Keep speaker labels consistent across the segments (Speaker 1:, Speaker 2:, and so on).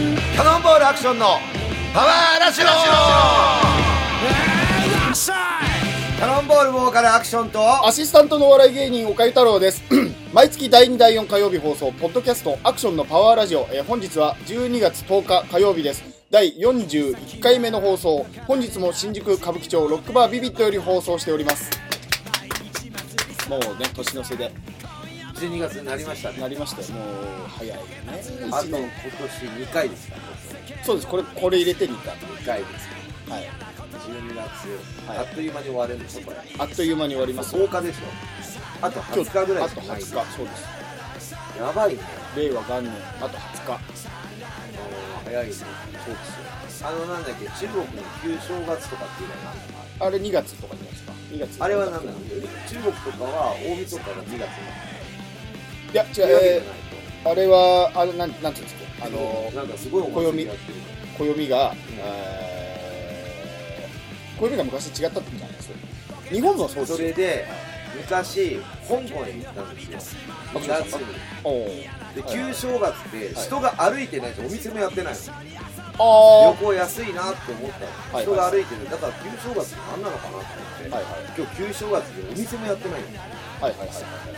Speaker 1: ルアクションのパワーラジオキャノンボールボーカルアクションと
Speaker 2: アシスタントのお笑い芸人、岡井太郎です。 毎月第2、第4火曜日放送、ポッドキャスト、アクションのパワーラジオ。えー本日は12月10日火曜日です。第41回目の放送、本日も新宿歌舞伎町ロックバービビットより放送しております。もうね、年の瀬で
Speaker 1: 12月になりましたね
Speaker 2: なりまして、もう早いね。
Speaker 1: あと
Speaker 2: 一
Speaker 1: 今
Speaker 2: 年
Speaker 1: 年2回ですか
Speaker 2: そうです、これ、これ入れて2回。
Speaker 1: 2回です
Speaker 2: はい。
Speaker 1: 12月、
Speaker 2: はい
Speaker 1: あっという間に終わるんですよこれ
Speaker 2: あっという間に終わります。
Speaker 1: 10日でしょあと
Speaker 2: 今
Speaker 1: 20
Speaker 2: 日
Speaker 1: 日ぐらい
Speaker 2: あ
Speaker 1: し
Speaker 2: と
Speaker 1: か
Speaker 2: 20
Speaker 1: ない
Speaker 2: 日、そうです。
Speaker 1: やばいね
Speaker 2: 令和元年、あと20
Speaker 1: あの早いねそうですよあのなんだっけ中国の旧正月とかっていうのは何だ
Speaker 2: 日。あれ2月とかじゃないですか。2月。
Speaker 1: あれは何だろう中国とかは大晦日が2月の
Speaker 2: いや、違う、えーあれは、あの、なん、なんていうんですか、あ
Speaker 1: あのな
Speaker 2: の、
Speaker 1: んかすごいお祭りやってる
Speaker 2: 暦が、えー暦が昔違ったってことなんですよ。日本もそうです
Speaker 1: そ
Speaker 2: よ。
Speaker 1: れで昔香港へ行ったんですよ2月に
Speaker 2: おー
Speaker 1: で
Speaker 2: はい
Speaker 1: 旧正月って人が歩いてないしお店もやってないの旅
Speaker 2: あ
Speaker 1: 行安いなって思ったの
Speaker 2: はい
Speaker 1: 人が歩いてるだから旧正月って何なのかなと思って、
Speaker 2: ーはいはい
Speaker 1: 今日旧正月でお店もやってないの
Speaker 2: はいはいはい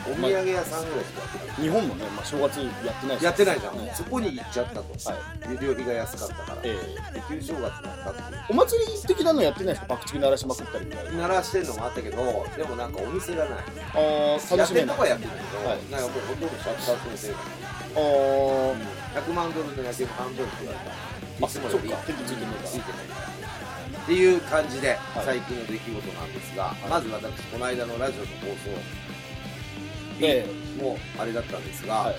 Speaker 1: お
Speaker 2: はい。
Speaker 1: 土
Speaker 2: ま
Speaker 1: 産屋さんぐらいしかやってない
Speaker 2: あ日本もね、まあ、正月やってない
Speaker 1: やってないじゃ
Speaker 2: はい
Speaker 1: んそこに行っちゃったと、
Speaker 2: は
Speaker 1: で料理が安かったから、
Speaker 2: え
Speaker 1: で旧正月だったっていう
Speaker 2: ーお祭り的なのやってないですか爆竹鳴らしまくったりみたいな。
Speaker 1: 鳴らしてんのもあったけどでもなんかお店がない
Speaker 2: あー
Speaker 1: や
Speaker 2: 楽
Speaker 1: っ
Speaker 2: してめ
Speaker 1: る
Speaker 2: な
Speaker 1: とこ
Speaker 2: い。
Speaker 1: はやってるけど、
Speaker 2: はい
Speaker 1: なんかもうほとんどシャッター先生が
Speaker 2: あー
Speaker 1: 100万ドルの野球の半分って言われた。
Speaker 2: あ、そっか、手についてね
Speaker 1: つい
Speaker 2: え
Speaker 1: てないっていう感じで、
Speaker 2: い
Speaker 1: 最近の出来事なんですが、まず私、この間のラジオの放送、
Speaker 2: え
Speaker 1: もうあれだったんですが、
Speaker 2: から。はい。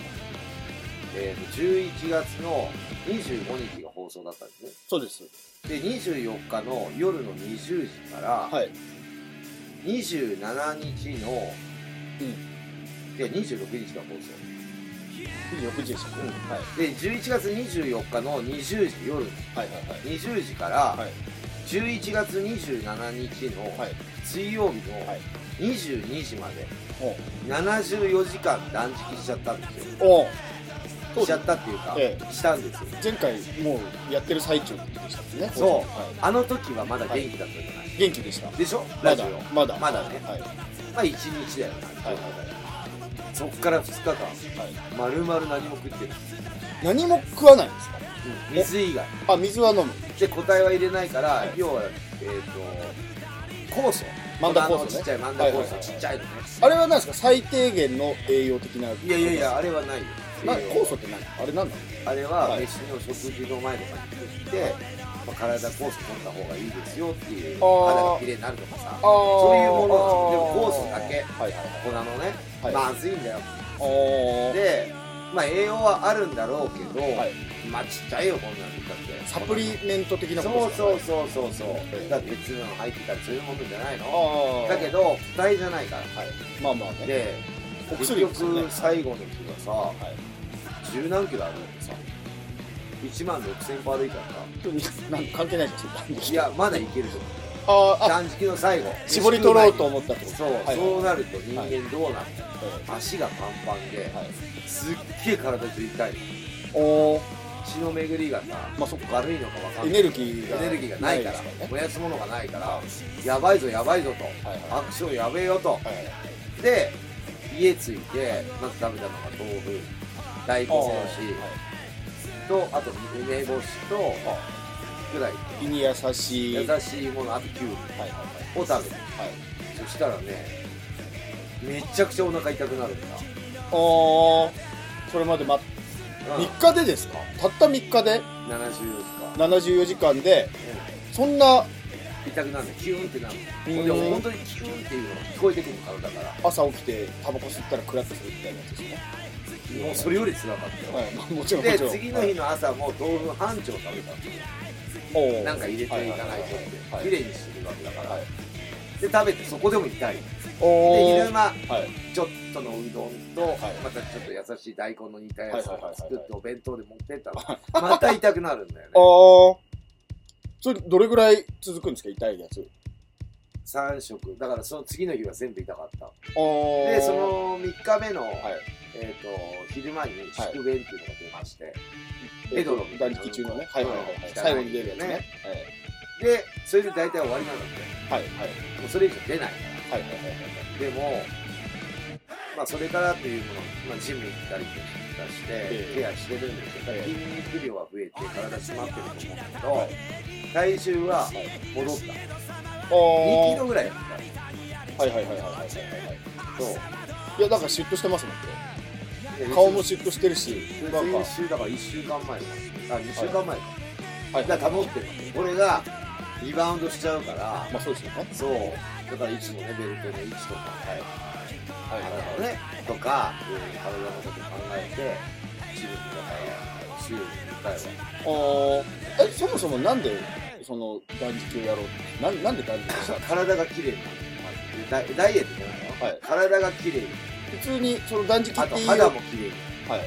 Speaker 1: えーと11月の25日が放送だったんですね。
Speaker 2: そうです。
Speaker 1: で、24日の夜の20時から、
Speaker 2: はい。
Speaker 1: 27日の、で、26日が放送。
Speaker 2: 翌日でした。うん。はい。
Speaker 1: で11月24日の20時夜
Speaker 2: はいはいはい。
Speaker 1: 20時から
Speaker 2: はい
Speaker 1: 11月27日
Speaker 2: は
Speaker 1: の
Speaker 2: い。
Speaker 1: 水曜日の
Speaker 2: はい
Speaker 1: 22時まで
Speaker 2: おう
Speaker 1: 74時間断食しちゃったんですよ
Speaker 2: おう
Speaker 1: しちゃったっていうか
Speaker 2: え
Speaker 1: したんですよ
Speaker 2: 前回もうやってる最中でしたもんね
Speaker 1: そう
Speaker 2: は
Speaker 1: あの時はまだ元気だったじゃない
Speaker 2: い、元気でした
Speaker 1: でしょ
Speaker 2: ま
Speaker 1: ラジ
Speaker 2: だ
Speaker 1: オ
Speaker 2: まだ
Speaker 1: まだね
Speaker 2: はい
Speaker 1: まあ1日だよ
Speaker 2: はい
Speaker 1: なそっから2日間
Speaker 2: はい、
Speaker 1: 丸々何も食ってる
Speaker 2: 何も食わないんですか
Speaker 1: 水以外
Speaker 2: あ水は飲む
Speaker 1: で答えは入れないから、
Speaker 2: はい
Speaker 1: 要はえっ、と酵素
Speaker 2: マンダ酵素
Speaker 1: 粉の
Speaker 2: ね
Speaker 1: ちっちゃいマンダ
Speaker 2: は
Speaker 1: 酵
Speaker 2: いはい
Speaker 1: 素
Speaker 2: はい
Speaker 1: ちっちゃいのね
Speaker 2: あれは何ですか最低限の栄養的ない
Speaker 1: やいやいやあれはないよ
Speaker 2: な
Speaker 1: 栄養
Speaker 2: 酵素って何あれ何なの
Speaker 1: あれは
Speaker 2: はい
Speaker 1: 飯の食事の前とかに食って、まあ、体酵素飲んだ方がいいですよっていう
Speaker 2: あー
Speaker 1: 肌が綺麗になるとかさ
Speaker 2: そ
Speaker 1: そういうものでも酵素だけ
Speaker 2: はいはい
Speaker 1: 粉のね、
Speaker 2: はい
Speaker 1: まずいんだよ
Speaker 2: おお
Speaker 1: でまあ栄養はあるんだろうけど、
Speaker 2: はい
Speaker 1: まあちっちゃいよこんなのだって
Speaker 2: サプリメント的なこと
Speaker 1: そう
Speaker 2: ですか
Speaker 1: そうそうそうそう、
Speaker 2: ええ
Speaker 1: だって別の入ってたりそういうもんじゃないの
Speaker 2: ああ
Speaker 1: だけど負担じゃないから
Speaker 2: はいまあまあね
Speaker 1: で
Speaker 2: お
Speaker 1: 結
Speaker 2: 薬ですよね
Speaker 1: 局最後の日が
Speaker 2: はい
Speaker 1: さ十何キロあるんでさ1万6000歩歩いたか
Speaker 2: なんか関係ないじゃん
Speaker 1: らいやまだいけると思
Speaker 2: あ
Speaker 1: う
Speaker 2: ーあ
Speaker 1: 断食の最後
Speaker 2: 絞り取ろうと思ったってこと
Speaker 1: そう、
Speaker 2: はいはい
Speaker 1: そうなると人間どうなるの、
Speaker 2: え
Speaker 1: 足がパンパンで、
Speaker 2: えはい
Speaker 1: すっげえ体ついたい
Speaker 2: おお
Speaker 1: 血の巡りがさ、
Speaker 2: まあそっか
Speaker 1: 悪いのかわか
Speaker 2: エ
Speaker 1: んない
Speaker 2: ネルギーが
Speaker 1: エネルギーがないから
Speaker 2: ですね
Speaker 1: 燃やすものがないからやばいぞやばいぞと、
Speaker 2: はいはい
Speaker 1: アクションやべえよと、
Speaker 2: はい
Speaker 1: で家着いてまず食べたのが豆腐大根おろしとあと梅干しとぐらい
Speaker 2: 胃に優しい
Speaker 1: 優
Speaker 2: はいはい
Speaker 1: しいものあときゅうり
Speaker 2: はい
Speaker 1: を食べて
Speaker 2: はい
Speaker 1: そしたらねめちゃくちゃお腹痛くなるんだ、
Speaker 2: おーそれまでま
Speaker 1: うん、
Speaker 2: 3日でですかたった3日
Speaker 1: 70と
Speaker 2: で
Speaker 1: か、
Speaker 2: 74時間で
Speaker 1: う、
Speaker 2: そんなん
Speaker 1: 痛くなるんだキューンってなる
Speaker 2: う
Speaker 1: の
Speaker 2: ん
Speaker 1: でも本当にキューンっていうのが聞こえてくるからだから
Speaker 2: 朝起きてタバコ吸ったらクラッとするみたいなやつですね
Speaker 1: もうそれより辛かったよ、
Speaker 2: はいまあ もちろんも
Speaker 1: で
Speaker 2: ちろん
Speaker 1: 次の日の朝も豆腐半丁食べたんですよ
Speaker 2: おー
Speaker 1: なんか入れていかないと
Speaker 2: は
Speaker 1: っ
Speaker 2: い
Speaker 1: て綺麗にするわけだから、
Speaker 2: はい
Speaker 1: で食べてそこでも痛いで
Speaker 2: お
Speaker 1: 昼
Speaker 2: ー
Speaker 1: 間
Speaker 2: はい
Speaker 1: ちょっとのうどんと、
Speaker 2: い
Speaker 1: またちょっと優しい大根の煮たやつを作ってお弁当で持ってった
Speaker 2: は
Speaker 1: のまた痛くなるんだよね
Speaker 2: あーそれどれぐらい続くんですか痛いやつ
Speaker 1: 3食だからその次の日は全部痛かった
Speaker 2: あー
Speaker 1: でその3日目の、
Speaker 2: はい
Speaker 1: えー、と昼間に宿便っていうのが出まして、ペドロみた
Speaker 2: 断
Speaker 1: いな
Speaker 2: 食中のね、はいはいはいはい、
Speaker 1: 汚い
Speaker 2: 最後に出るやつね。
Speaker 1: でそれで大体終わりなんだって
Speaker 2: はいはいはい
Speaker 1: もうそれ以上出ないか
Speaker 2: はいはい
Speaker 1: らでもまあそれからというもの、まあ、ジム行ったりとかして
Speaker 2: ええ
Speaker 1: ケアしてるんですけど
Speaker 2: ええ
Speaker 1: 筋肉量は増えて体詰まってると思うんだけど体重は戻った2キ
Speaker 2: はい。
Speaker 1: ロぐらいだった
Speaker 2: ああ、はいはいはいはいはいはいはい。
Speaker 1: そう
Speaker 2: いや、なんかシュッとしてますもんね。顔もシュッとしてるし、
Speaker 1: で
Speaker 2: なんか、
Speaker 1: 先週だから1週間前かあ2週間前か、
Speaker 2: はい
Speaker 1: だから保ってるこれがリバウンドしちゃうから
Speaker 2: まあそうですよね。
Speaker 1: そうだからいつもねベルトの位置とか、
Speaker 2: はいはい
Speaker 1: 体のねとか、うん体のこと考えて自分の中で週に1回は
Speaker 2: ああ、え、そもそもなんで、その断食をやろうってなんなんで断食したの
Speaker 1: 体が綺麗になるダイダイエットじゃないの、
Speaker 2: はい
Speaker 1: 体が綺麗に
Speaker 2: 普通にその断食
Speaker 1: あ
Speaker 2: って
Speaker 1: と
Speaker 2: いいよ
Speaker 1: 肌も綺麗に
Speaker 2: はい、っ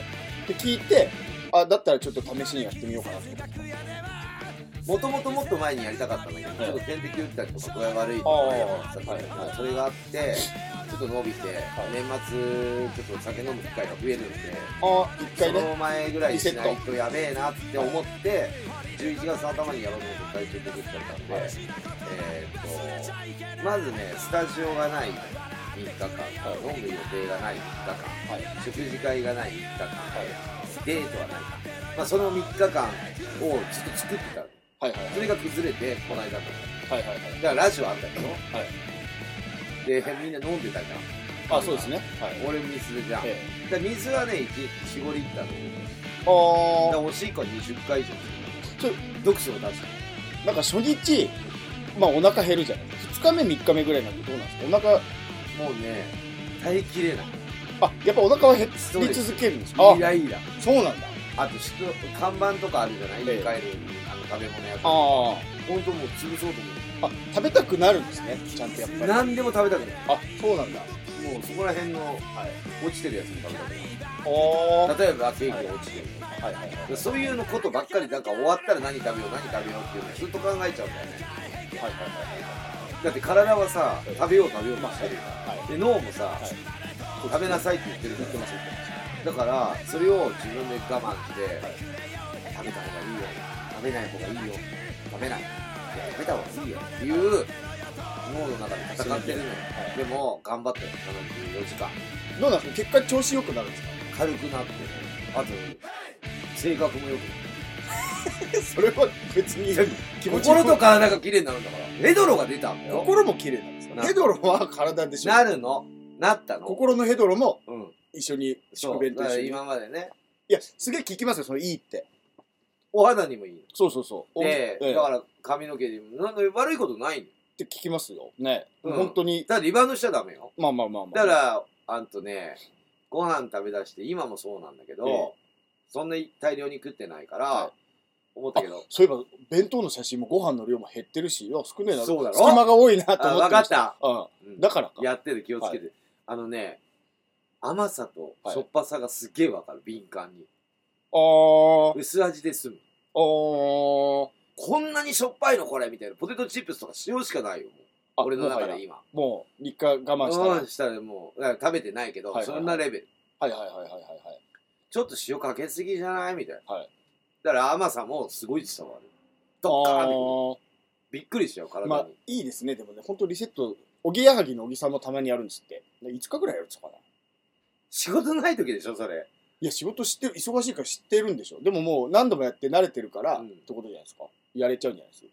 Speaker 2: て聞いてあだったらちょっと試しにやってみようかなと思って
Speaker 1: もともともっと前にやりたかったんだけど、
Speaker 2: はい
Speaker 1: ちょっと点滴打ったりとか具合悪いとかやってたんだけど、
Speaker 2: はいはい
Speaker 1: それがあってちょっと伸びて、年末ちょっと酒飲む機会が増えるんで、
Speaker 2: あ一
Speaker 1: そ
Speaker 2: 回
Speaker 1: の
Speaker 2: ね
Speaker 1: 前ぐらいにしないとやべえなって思って11月の頭にやろうと思って体調崩しちゃったんで、
Speaker 2: はい
Speaker 1: えーっとまずねスタジオがない3日間、飲む予定がない3日
Speaker 2: はい
Speaker 1: 間食事会がない3日間、デートはない、まあ、その3日間をずっと作ってた
Speaker 2: はいはい
Speaker 1: それが崩れてこの間だった
Speaker 2: はいはいはい
Speaker 1: だからラジオあったけど
Speaker 2: はい
Speaker 1: でみんな飲んでたじゃん
Speaker 2: あそうですねはい、
Speaker 1: 俺水じゃん、
Speaker 2: え
Speaker 1: で水はね45リッター飲んで
Speaker 2: え、あ
Speaker 1: おしっこは20回以上
Speaker 2: ちょ
Speaker 1: 毒素を出して
Speaker 2: あなんか初日まあお腹減るじゃないですか2日目3日目ぐらいなんてどうなんですかお腹
Speaker 1: もうね耐えきれない
Speaker 2: あやっぱお腹は減
Speaker 1: ストレ
Speaker 2: り
Speaker 1: ス
Speaker 2: 続けるんですか
Speaker 1: イライラ
Speaker 2: あそうなんだ
Speaker 1: あとし看板とかあるじゃない
Speaker 2: ええ
Speaker 1: 家帰るあの食べ物やつ
Speaker 2: あ
Speaker 1: 本当もう潰そうと思っ
Speaker 2: ああ食べたくなるんですねちゃんとやってぱりあ
Speaker 1: 何でも食べたくない
Speaker 2: そうなんだ
Speaker 1: もうそこら辺の落ちてるやつも食べたく
Speaker 2: ああは
Speaker 1: ない例えばケーキが落ちてる
Speaker 2: いはいはい
Speaker 1: でそういうのことばっかりなんか終わったら何食べよう何食べようっていうのをずっと考えちゃうんだよね
Speaker 2: はいは
Speaker 1: だって体はさ食べよう食べようとしてるよ
Speaker 2: いはい
Speaker 1: で脳もさ
Speaker 2: い
Speaker 1: 食べなさいって言ってるから
Speaker 2: 言ってます言ってます
Speaker 1: だからそれを自分で我慢して、食べた方がいいよ食べない方がいいよ食べないいや食べた方がいいよっていう脳の中で戦ってるのよ、
Speaker 2: はい
Speaker 1: でも頑張って74時間
Speaker 2: どうなんですか結果調子良くなるんですか
Speaker 1: 軽くなってあと性格も良くなる
Speaker 2: それは別に気持ち
Speaker 1: 心と体が綺麗になるんだからヘドロが出たんだよ
Speaker 2: 心も綺麗なんですか
Speaker 1: な
Speaker 2: ヘドロは体でしょ
Speaker 1: なるのなったの
Speaker 2: 心のヘドロも
Speaker 1: うん
Speaker 2: 一緒に
Speaker 1: そ
Speaker 2: 宿
Speaker 1: う
Speaker 2: 便
Speaker 1: だか
Speaker 2: と
Speaker 1: ら
Speaker 2: 一緒に
Speaker 1: 今までね
Speaker 2: いやすげえ聞きますよそのいいって
Speaker 1: お肌にもいい
Speaker 2: そうそうそう
Speaker 1: ので、
Speaker 2: ええ
Speaker 1: だから髪の毛にもなんか悪いことないの
Speaker 2: って聞きますよね、
Speaker 1: うん
Speaker 2: 本当に
Speaker 1: ただリバウンドしちゃダメよ
Speaker 2: まあまあまあまあ
Speaker 1: だから、あんとね、ご飯食べだして、今もそうなんだけど、
Speaker 2: ええ
Speaker 1: そんなに大量に食ってないから、
Speaker 2: はい
Speaker 1: 思ったけど、
Speaker 2: そういえば弁当の写真もご飯の量も減ってるしいや少ねえな
Speaker 1: そうだろ
Speaker 2: 隙間が多いなと
Speaker 1: あ
Speaker 2: 思っ
Speaker 1: 分か
Speaker 2: てま
Speaker 1: っ
Speaker 2: した
Speaker 1: た、
Speaker 2: うん
Speaker 1: うん
Speaker 2: だからか
Speaker 1: やってる気をつけて、あのね、甘さと
Speaker 2: はい
Speaker 1: しょっぱさがすげえわかる、敏感に。
Speaker 2: あー
Speaker 1: 薄味で済む。
Speaker 2: あー
Speaker 1: こんなにしょっぱいのこれみたいな。ポテトチップスとか塩しかないよ。もう
Speaker 2: あ
Speaker 1: 俺の中
Speaker 2: もは
Speaker 1: で
Speaker 2: や
Speaker 1: 今。
Speaker 2: もう3日我慢したら、
Speaker 1: うんしたらもう、だから食べてないけど、
Speaker 2: はいはいはい
Speaker 1: そんなレベル。
Speaker 2: はいはいはいはいはいはい
Speaker 1: ちょっと塩かけすぎじゃないみたいな。
Speaker 2: はい
Speaker 1: だから甘さもすごい伝わる。ドッカーンってくる
Speaker 2: ああ
Speaker 1: びっくりしちゃう体に、
Speaker 2: まあ、いいですね、でもね、本当リセット、おぎやはぎの小木さんもたまにやるんですって。5日ぐらいやるんですかな。
Speaker 1: 仕事ない時でしょそれ
Speaker 2: いや、仕事知ってる、忙しいから知ってるんでしょ。でももう何度もやって慣れてるから、
Speaker 1: うん
Speaker 2: ってことじゃないですか。やれちゃうんじゃないです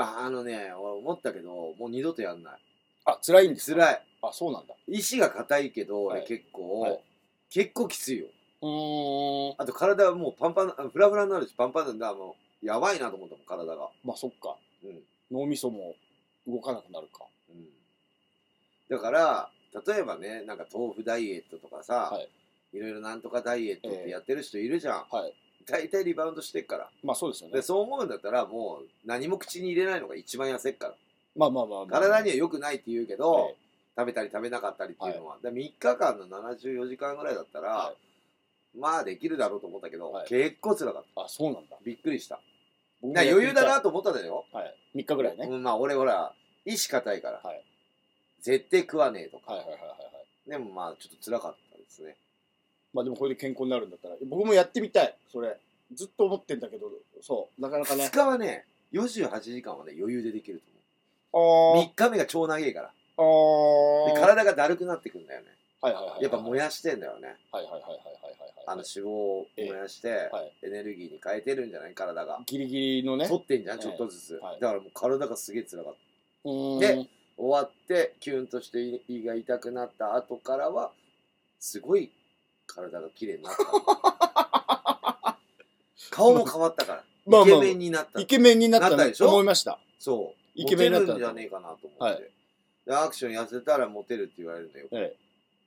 Speaker 1: ああのね俺思ったけどもう二度とやんない
Speaker 2: あ、辛いんです。
Speaker 1: 辛い
Speaker 2: あ、そうなんだ。
Speaker 1: 意志が硬いけど、
Speaker 2: はい
Speaker 1: 俺結構、
Speaker 2: はい
Speaker 1: 結構きついよ
Speaker 2: うーん。
Speaker 1: あと体はもうパンパンあフラフラになるしパンパンなんだもうやばいなと思ったもん体が
Speaker 2: まあ、そっか。
Speaker 1: うん、うん、
Speaker 2: 脳みそも動かなくなるか。
Speaker 1: だから例えばねなんか豆腐ダイエットとかさ、、
Speaker 2: はい
Speaker 1: ろいろなんとかダイエットってやってる人いるじゃん、
Speaker 2: はい。
Speaker 1: 大体リバウンドしてっから
Speaker 2: まあ、そうですよね
Speaker 1: で。そう思うんだったらもう何も口に入れないのが一番痩せっから
Speaker 2: まあまあまあまあ。
Speaker 1: 体には良くないって言うけど、
Speaker 2: はい
Speaker 1: 食べたり食べなかったりっていうのは、で3日間の74時間ぐらいだったら、
Speaker 2: は
Speaker 1: まあできるだろうと思ったけど、
Speaker 2: はい
Speaker 1: 結構辛かった
Speaker 2: あ、そうなんだ。
Speaker 1: びっくりした
Speaker 2: 僕も
Speaker 1: な
Speaker 2: やってみ
Speaker 1: 余
Speaker 2: たい
Speaker 1: 裕だ。なと思ったでよ、
Speaker 2: はい。3日ぐらいね。
Speaker 1: うんまあ俺ほら意志固いから、
Speaker 2: はい
Speaker 1: 絶対食わねえとか、
Speaker 2: はいはいはいはいはい。
Speaker 1: でもまあちょっと辛かったですね
Speaker 2: まあ、でもこれで健康になるんだったら、僕もやってみたい。それ。ずっと思ってんだけど、そう、なかなかね
Speaker 1: 2。日はね、48時間はね、余裕でできると
Speaker 2: あ
Speaker 1: 思う。
Speaker 2: ー
Speaker 1: 3日目が超長いから。
Speaker 2: あ
Speaker 1: で
Speaker 2: ー。
Speaker 1: 体がだるくなってくんだよね。
Speaker 2: はいはいはいはい。
Speaker 1: やっぱ燃やしてんだよね。
Speaker 2: はいはいはいはいはい
Speaker 1: あ
Speaker 2: は
Speaker 1: の
Speaker 2: いはい。
Speaker 1: 脂肪を燃やして
Speaker 2: ええはい、
Speaker 1: エネルギーに変えてるんじゃない体が。
Speaker 2: ギリギリのね。
Speaker 1: 取ってんじゃん、
Speaker 2: ええ
Speaker 1: ちょっとずつ。
Speaker 2: はい
Speaker 1: だからもう体がすげえ辛かった。
Speaker 2: うーん
Speaker 1: で終わって、キュンとして胃が痛くなった後からは、すごい体が綺麗になった。 顔も変わったから。
Speaker 2: まあ
Speaker 1: イ
Speaker 2: ま
Speaker 1: ケ
Speaker 2: あ
Speaker 1: メンになった
Speaker 2: イ。ケメンになった
Speaker 1: なった
Speaker 2: ね
Speaker 1: でしょ
Speaker 2: 思いました。
Speaker 1: そう。
Speaker 2: イケメンになった
Speaker 1: モテるんじゃねえかなと思って。
Speaker 2: はい
Speaker 1: で、アクション痩せたらモテるって言われるんだよ。
Speaker 2: え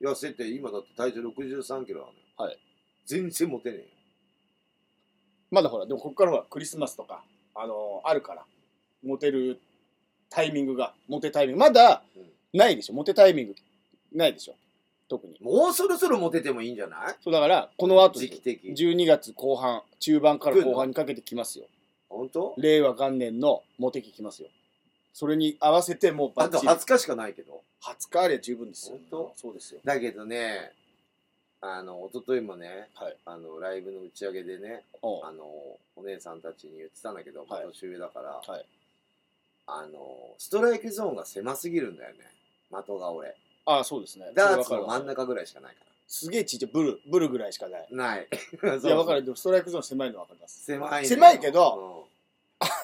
Speaker 1: 痩せて、今だって体重63キロなのよ。
Speaker 2: はい。
Speaker 1: 全然モテねえよ。
Speaker 2: まだほら、でもここからはクリスマスとか、あのーあるから、モテるタイミングが、モテタイミング、まだ
Speaker 1: うん
Speaker 2: ないでしょ、モテタイミングないでしょ、特に。
Speaker 1: もうそろそろモテてもいいんじゃない
Speaker 2: そうだから、この後、
Speaker 1: 時期的。
Speaker 2: 12月後半、中盤から後半にかけてきますよ。
Speaker 1: 本当
Speaker 2: 令和元年のモテ期きますよ。それに合わせてもう
Speaker 1: あ
Speaker 2: バッ
Speaker 1: と
Speaker 2: チリ。
Speaker 1: 20日しかないけど。
Speaker 2: 20日ありゃ十分ですよ
Speaker 1: 本。当
Speaker 2: そうですよ。
Speaker 1: だけどね、あの、一昨日もね、
Speaker 2: はい
Speaker 1: あの、ライブの打ち上げでね、
Speaker 2: おう
Speaker 1: あの、お姉さんたちに言ってたんだけど、まあ
Speaker 2: はい
Speaker 1: 年上だから、
Speaker 2: はい
Speaker 1: あの、ストライクゾーンが狭すぎるんだよね。的が俺。
Speaker 2: ああ、そうですね。
Speaker 1: ダー
Speaker 2: そ
Speaker 1: ツ
Speaker 2: れ
Speaker 1: の
Speaker 2: わか
Speaker 1: 真
Speaker 2: る
Speaker 1: ん中ぐらいしかないか
Speaker 2: すげえちっちゃい、ブル、ブルぐらいしかない。
Speaker 1: ら。ない。
Speaker 2: いや、わかる。でもストライクゾーン狭いのわかります。
Speaker 1: 狭いんだよ
Speaker 2: 狭いけど、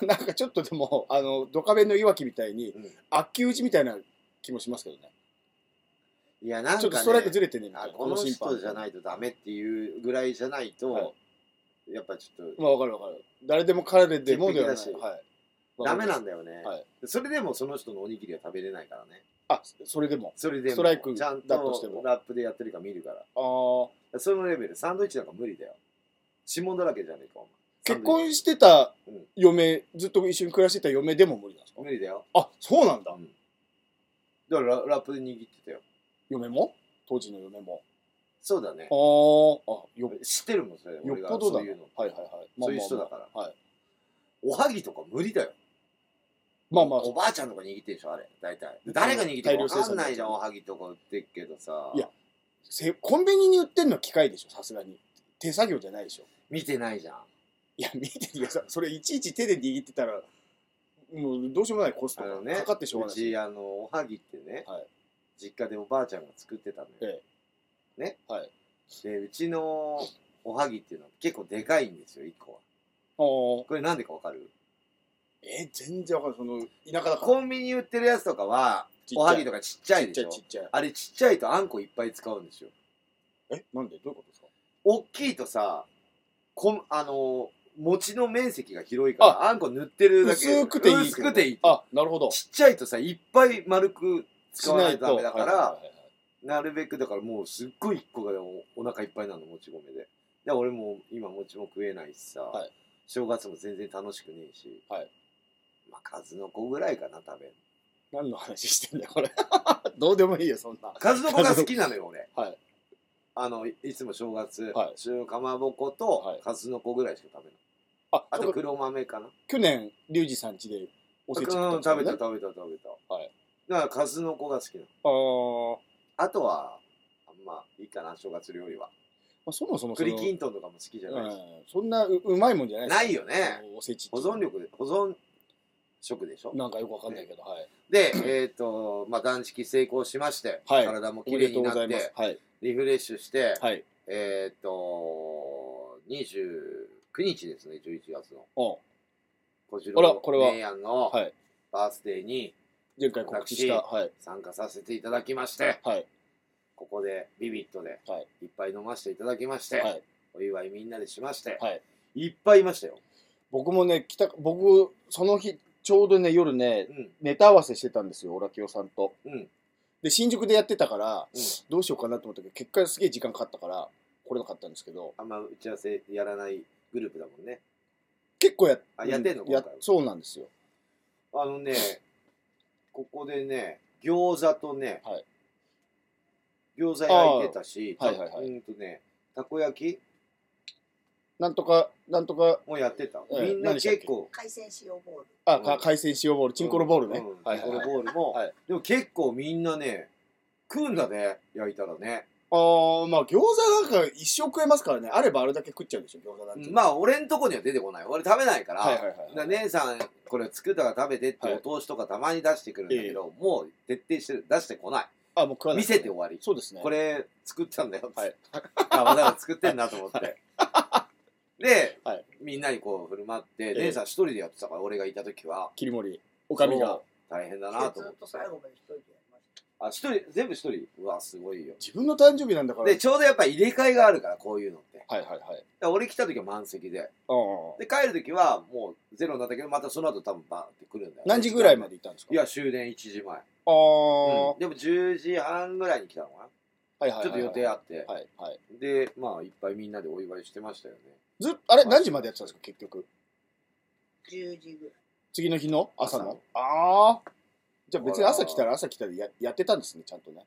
Speaker 2: なんかちょっとでも、あの、ドカベンのいわきみたいに、
Speaker 1: うんうん
Speaker 2: 悪球打ちみたいな気もしますけどね。
Speaker 1: いやなんか、ね、
Speaker 2: ちょっとストライクずれてね、みた
Speaker 1: あ
Speaker 2: いな。
Speaker 1: この人じゃ
Speaker 2: い。
Speaker 1: ないとダメっていうぐらいじゃないと、
Speaker 2: は
Speaker 1: やっぱちょっと
Speaker 2: まあ、わかるわかる。誰でも彼でもではない。
Speaker 1: 鉄壁だし
Speaker 2: はい。
Speaker 1: ダメなん
Speaker 2: だ。
Speaker 1: だよね、
Speaker 2: はい
Speaker 1: それでもその人のおにぎりは食べれないからね
Speaker 2: あ、それでも。
Speaker 1: それでも
Speaker 2: ストライク
Speaker 1: ちゃん
Speaker 2: だとして
Speaker 1: と
Speaker 2: も
Speaker 1: ラップでやってるか見るから
Speaker 2: ああ。
Speaker 1: そのレベルサンドイッチなんか無理だよ指紋だらけじゃねえかお前
Speaker 2: 結婚してた
Speaker 1: うん
Speaker 2: 嫁、ずっと一緒に暮らしてた嫁でも無理なんですか
Speaker 1: 無理だよ、
Speaker 2: あ、そうなんだ
Speaker 1: う。ん、だからララップで握ってたよ
Speaker 2: 嫁も当時の嫁も。
Speaker 1: そうだね
Speaker 2: ああ。あ、よ、
Speaker 1: 知ってるもんそれ
Speaker 2: よ
Speaker 1: 俺
Speaker 2: っ
Speaker 1: が
Speaker 2: ぽどだな。
Speaker 1: そう
Speaker 2: はい
Speaker 1: いう
Speaker 2: は
Speaker 1: の、
Speaker 2: いはい。まあまあまあ
Speaker 1: そういう人だから
Speaker 2: はい。
Speaker 1: おはぎとか無理だよ
Speaker 2: まあまあ、
Speaker 1: おばあちゃんとか握ってるでしょあれ大体誰が握ってるか分かんないじゃんおはぎとか売ってっけどさ
Speaker 2: いやせコンビニに売ってんのは機械でしょさすがに手作業じゃないでしょ
Speaker 1: 見てないじゃん
Speaker 2: いや見ていやさそれいちいち手で握ってたらもうどうしようもないコスト
Speaker 1: あ
Speaker 2: が
Speaker 1: のね
Speaker 2: かかってしょうが
Speaker 1: う
Speaker 2: ない
Speaker 1: ち
Speaker 2: し
Speaker 1: あのおはぎってね、
Speaker 2: はい
Speaker 1: 実家でおばあちゃんが作ってたのよ、
Speaker 2: え
Speaker 1: ね、
Speaker 2: はい
Speaker 1: でうちのおはぎっていうのは結構でかいんですよ1個は
Speaker 2: あ
Speaker 1: こ
Speaker 2: ー
Speaker 1: れなんでか分かる
Speaker 2: え全然わかんないその田舎だから
Speaker 1: コンビニ売ってるやつとかは
Speaker 2: ちっちゃい
Speaker 1: おはぎとかちっちゃ
Speaker 2: ち
Speaker 1: い
Speaker 2: っ
Speaker 1: で
Speaker 2: ちゃ
Speaker 1: し
Speaker 2: い
Speaker 1: ょ
Speaker 2: ちっちゃい
Speaker 1: あれちっちゃいとあんこいっぱい使うんですよ
Speaker 2: えなんでどういうことですか
Speaker 1: 大きいとさこんあの餅の面積が広いからあんこ塗ってるだけ
Speaker 2: 薄くていいってこと
Speaker 1: 薄くていいって
Speaker 2: あなるほど
Speaker 1: ちっちゃいとさ、いっぱい丸く使わないとダメだか
Speaker 2: しないと
Speaker 1: ら
Speaker 2: は、いはいはい
Speaker 1: なるべくだからもうすっごい一個がおお腹いっぱいなの、もち米で。で、俺も今もちも食えないしさ、
Speaker 2: はい
Speaker 1: 正月も全然楽しくねえし、
Speaker 2: はい
Speaker 1: まあ数の子ぐらいかな、食べる。
Speaker 2: 何の話してんだよこれ どうでもいいよそんな
Speaker 1: 数の子が好きなのよ、俺。
Speaker 2: はい
Speaker 1: あの、いいつも正月、
Speaker 2: はい
Speaker 1: 中かまぼこ
Speaker 2: は
Speaker 1: と
Speaker 2: い
Speaker 1: 数の子ぐらいしか食べない。
Speaker 2: あ
Speaker 1: あ
Speaker 2: そ
Speaker 1: と
Speaker 2: うか
Speaker 1: 黒豆かな。
Speaker 2: 去年リュウジさん家でおせち
Speaker 1: う
Speaker 2: 食
Speaker 1: ん
Speaker 2: ったん
Speaker 1: 食べ
Speaker 2: です
Speaker 1: た
Speaker 2: よね
Speaker 1: 食べた食べた。
Speaker 2: はい
Speaker 1: だから数の子が好きなの。
Speaker 2: あー
Speaker 1: あとは、あんまいいかな、正月料理は。
Speaker 2: まあそもそもその
Speaker 1: 栗きんとんとかも好きじゃ
Speaker 2: う
Speaker 1: ないし、
Speaker 2: んそんなううまいもんじゃないです
Speaker 1: ないよね
Speaker 2: そのおせちって
Speaker 1: 保存力で保存食でしょ
Speaker 2: なんかよくわかんないけど、はい。
Speaker 1: でえっ、とまあ断食成功しまして、
Speaker 2: はい
Speaker 1: 体も
Speaker 2: お
Speaker 1: 綺
Speaker 2: め
Speaker 1: 麗
Speaker 2: で
Speaker 1: に
Speaker 2: とうご
Speaker 1: な
Speaker 2: ざ
Speaker 1: っ
Speaker 2: います
Speaker 1: て。
Speaker 2: はい。
Speaker 1: リフレッシュして、
Speaker 2: はい。
Speaker 1: えっ、と29日ですね11月の
Speaker 2: お
Speaker 1: 小次
Speaker 2: あら
Speaker 1: 郎
Speaker 2: これは
Speaker 1: 姉やんの
Speaker 2: はい。
Speaker 1: バースデーに
Speaker 2: 前回告知した。はい。
Speaker 1: 参加させていただきまして
Speaker 2: はい。
Speaker 1: ここでビビットで
Speaker 2: はい
Speaker 1: いっぱい飲ませていただきまして、
Speaker 2: はい。
Speaker 1: お祝いみんなでしまして、
Speaker 2: はい。
Speaker 1: い、っぱいいましたよ、
Speaker 2: 僕もね、来た、僕、その日、ちょうどね、夜ね
Speaker 1: う、ん
Speaker 2: ネタ合わせしてたんですよ、オラキオさんと。
Speaker 1: うん
Speaker 2: で、新宿でやってたから、
Speaker 1: うん
Speaker 2: どうしようかなと思ったけど、結果すげえ時間かかったから、来れなかったんですけど、
Speaker 1: あんま打ち合わせやらないグループだもんね
Speaker 2: 結構やっ、
Speaker 1: あやってんの
Speaker 2: うや
Speaker 1: 今回は
Speaker 2: そうなんですよ。
Speaker 1: あのね、ここでね、餃子とね、
Speaker 2: はい
Speaker 1: 餃子焼いてたし、
Speaker 2: あーはいはいはい
Speaker 1: うんとね、たこ焼き
Speaker 2: なんとか、なんとか、
Speaker 1: もやってた。
Speaker 2: ええ
Speaker 1: みんな結構、
Speaker 3: 海鮮塩ボール。
Speaker 2: あ、
Speaker 1: う
Speaker 2: か
Speaker 1: ん
Speaker 2: 海鮮塩ボール、チンコロボールね。
Speaker 1: うん
Speaker 2: はい
Speaker 1: チン
Speaker 2: は
Speaker 1: コ
Speaker 2: いはい。
Speaker 1: ロボールも、
Speaker 2: はい
Speaker 1: でも結構みんなね、食うんだね、焼いたらね。
Speaker 2: ああー、まあ餃子なんか一生食えますからね。あればあれだけ食っちゃうでしょ、餃子なんて。
Speaker 1: まあ俺んとこには出てこない俺食べないから,、
Speaker 2: はいはいはいはい。
Speaker 1: 姉さんこれ作ったから食べてってお通しとかたまに出してくるんだけど、もう徹底してる出してこない
Speaker 2: あ、もう食わない。
Speaker 1: 見せて終わり
Speaker 2: そうですね。
Speaker 1: これ作ったんだよって、
Speaker 2: はい
Speaker 1: あまだ作ってんなと思って、
Speaker 2: はい
Speaker 1: で、
Speaker 2: はい
Speaker 1: みんなにこう振る舞って、
Speaker 2: え
Speaker 1: 姉さん一人でやってたから俺がいた時は
Speaker 2: 切り盛り、おかみが。
Speaker 1: 大変だなと
Speaker 3: ず
Speaker 1: 思っ
Speaker 3: ってと最後まで一人でやりまし
Speaker 1: あ一人全部一人うわすごいよ
Speaker 2: 自分の誕生日なんだから。
Speaker 1: でちょうどやっぱ入れ替えがあるからこういうのってだか
Speaker 2: はいはいはい。
Speaker 1: ら俺来た時は満席で
Speaker 2: あ
Speaker 1: で帰る時はもうゼロになったけどまたその後多分バーって来るんだよ
Speaker 2: 何時ぐらいまで行ったんですか
Speaker 1: いや終電1時前、
Speaker 2: ああ、
Speaker 1: うんでも10時半ぐらいに来たのか
Speaker 2: はいは
Speaker 1: ないちょ
Speaker 2: はいはい。
Speaker 1: っと予定あって、
Speaker 2: はいはい。
Speaker 1: でまあいっぱいみんなでお祝いしてましたよね
Speaker 2: ずっあれ、何時までやってたんですか、結局。
Speaker 3: た10時ぐらい
Speaker 2: 次の日の朝の。
Speaker 1: 朝の
Speaker 2: ああ。じゃあ別に朝来たら朝来たでややってたんですね、ちゃんとね。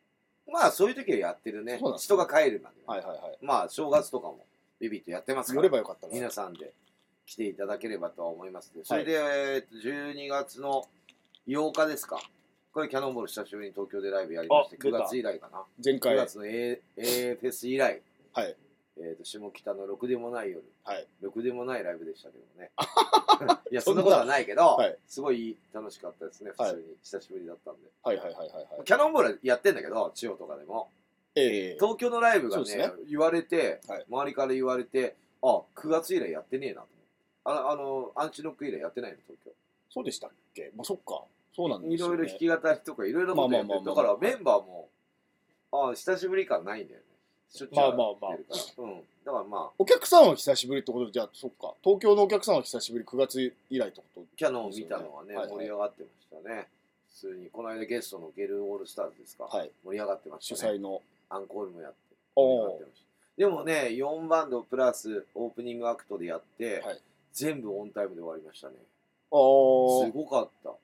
Speaker 1: まあそういう時はやってるね
Speaker 2: そうなんです
Speaker 1: 人が帰るまで、
Speaker 2: はいはいはい。
Speaker 1: まあ正月とかもビビッとやってますか
Speaker 2: 寄
Speaker 1: ら
Speaker 2: ればよかったな。
Speaker 1: 皆さんで来ていただければとは思いますねそれで、えーと12月の8日ですかこれキャノンボール久しぶりに東京でライブやりまして
Speaker 2: あ出
Speaker 1: 9
Speaker 2: た
Speaker 1: 月以来かな
Speaker 2: 前
Speaker 1: 9
Speaker 2: 回。はい
Speaker 1: 月の A, A フェス以来、
Speaker 2: はい
Speaker 1: えー、と下北のろくでもない夜、
Speaker 2: はい
Speaker 1: ろくでもないライブでしたけどね いやそんなことはないけど、
Speaker 2: はい
Speaker 1: すごい楽しかったですね普
Speaker 2: はい
Speaker 1: 通に、久しぶりだったんで
Speaker 2: はいはいはいはい。
Speaker 1: キャノンボールやってんだけど地方とかでも
Speaker 2: ええ
Speaker 1: 東京のライブが
Speaker 2: そ
Speaker 1: ね
Speaker 2: うですね
Speaker 1: 言われて、
Speaker 2: はい
Speaker 1: 周りから言われてあ9月以来やってねえなと思ってああのアンチノック以来やってないの東京
Speaker 2: そうでしたっけまあそっか。そうなんで
Speaker 1: い
Speaker 2: すよ、ね。
Speaker 1: ろいろ弾き語りとかいろいろなことやってる
Speaker 2: ま
Speaker 1: だ
Speaker 2: あ
Speaker 1: か
Speaker 2: まあまあまあ
Speaker 1: らメンバーもあ久しぶり感ないんだよねしょっちゅうやってるから、
Speaker 2: まあまあまあ
Speaker 1: うん、だからまあ
Speaker 2: お客さんは久しぶりってことで、じゃあそっか。東京のお客さんは久しぶり、9月以来ってこと
Speaker 1: キャノンを見たのはね、
Speaker 2: はいはい
Speaker 1: 盛り上がってましたね普通にこの間ゲストのゲルオールスターズですか、
Speaker 2: はい
Speaker 1: 盛り上がってま
Speaker 2: 主
Speaker 1: したね
Speaker 2: 催の。
Speaker 1: アンコールもやって盛り上がっ
Speaker 2: お
Speaker 1: てましたでもね4バンドプラスオープニングアクトでやって、
Speaker 2: はい
Speaker 1: 全部オンタイムで終わりましたね
Speaker 2: お。ああ
Speaker 1: す。ごかった
Speaker 2: やっ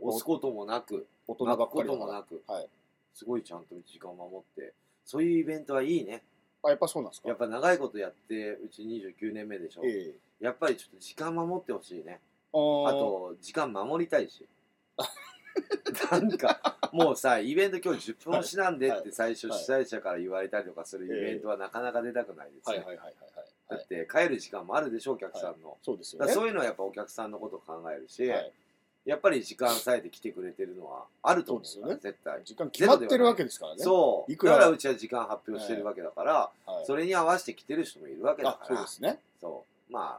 Speaker 2: ぱ
Speaker 1: 押すこともなく
Speaker 2: 大人ば
Speaker 1: 泣く
Speaker 2: っか
Speaker 1: こ
Speaker 2: り
Speaker 1: と
Speaker 2: だ
Speaker 1: も
Speaker 2: から
Speaker 1: なく
Speaker 2: はい。
Speaker 1: すごいちゃんと時間を守ってそういうイベントはいいね
Speaker 2: あ、やっぱそうなんですか
Speaker 1: やっぱ長いことやってうち29年目でしょ、
Speaker 2: ええ
Speaker 1: やっぱりちょっと時間守ってほしいね
Speaker 2: あ
Speaker 1: あ
Speaker 2: あと、
Speaker 1: と時間守りたいし なんかもうさイベント今日10分押しなんでって最初
Speaker 2: はい
Speaker 1: 主催者から言われたりとかするイベントはなかなか出たくないです
Speaker 2: はい
Speaker 1: ね
Speaker 2: はいはいはいはい。
Speaker 1: だ
Speaker 2: はい、
Speaker 1: って帰る時間もあるでしょお客さんの、
Speaker 2: そうです
Speaker 1: だ
Speaker 2: よ
Speaker 1: から
Speaker 2: ね。
Speaker 1: そういうのはやっぱお客さんのことを考えるし、
Speaker 2: はい
Speaker 1: やっぱり時間割いて来てくれてるのはあると思うから
Speaker 2: そう
Speaker 1: 絶対
Speaker 2: 時間決まってるわけですからね。
Speaker 1: そう
Speaker 2: いくら
Speaker 1: だからうちは時間発表してるわけだから、
Speaker 2: はい、
Speaker 1: それに合わせて来てる人もいるわけだ
Speaker 2: あ
Speaker 1: か
Speaker 2: そう
Speaker 1: ら
Speaker 2: ですね。
Speaker 1: そうま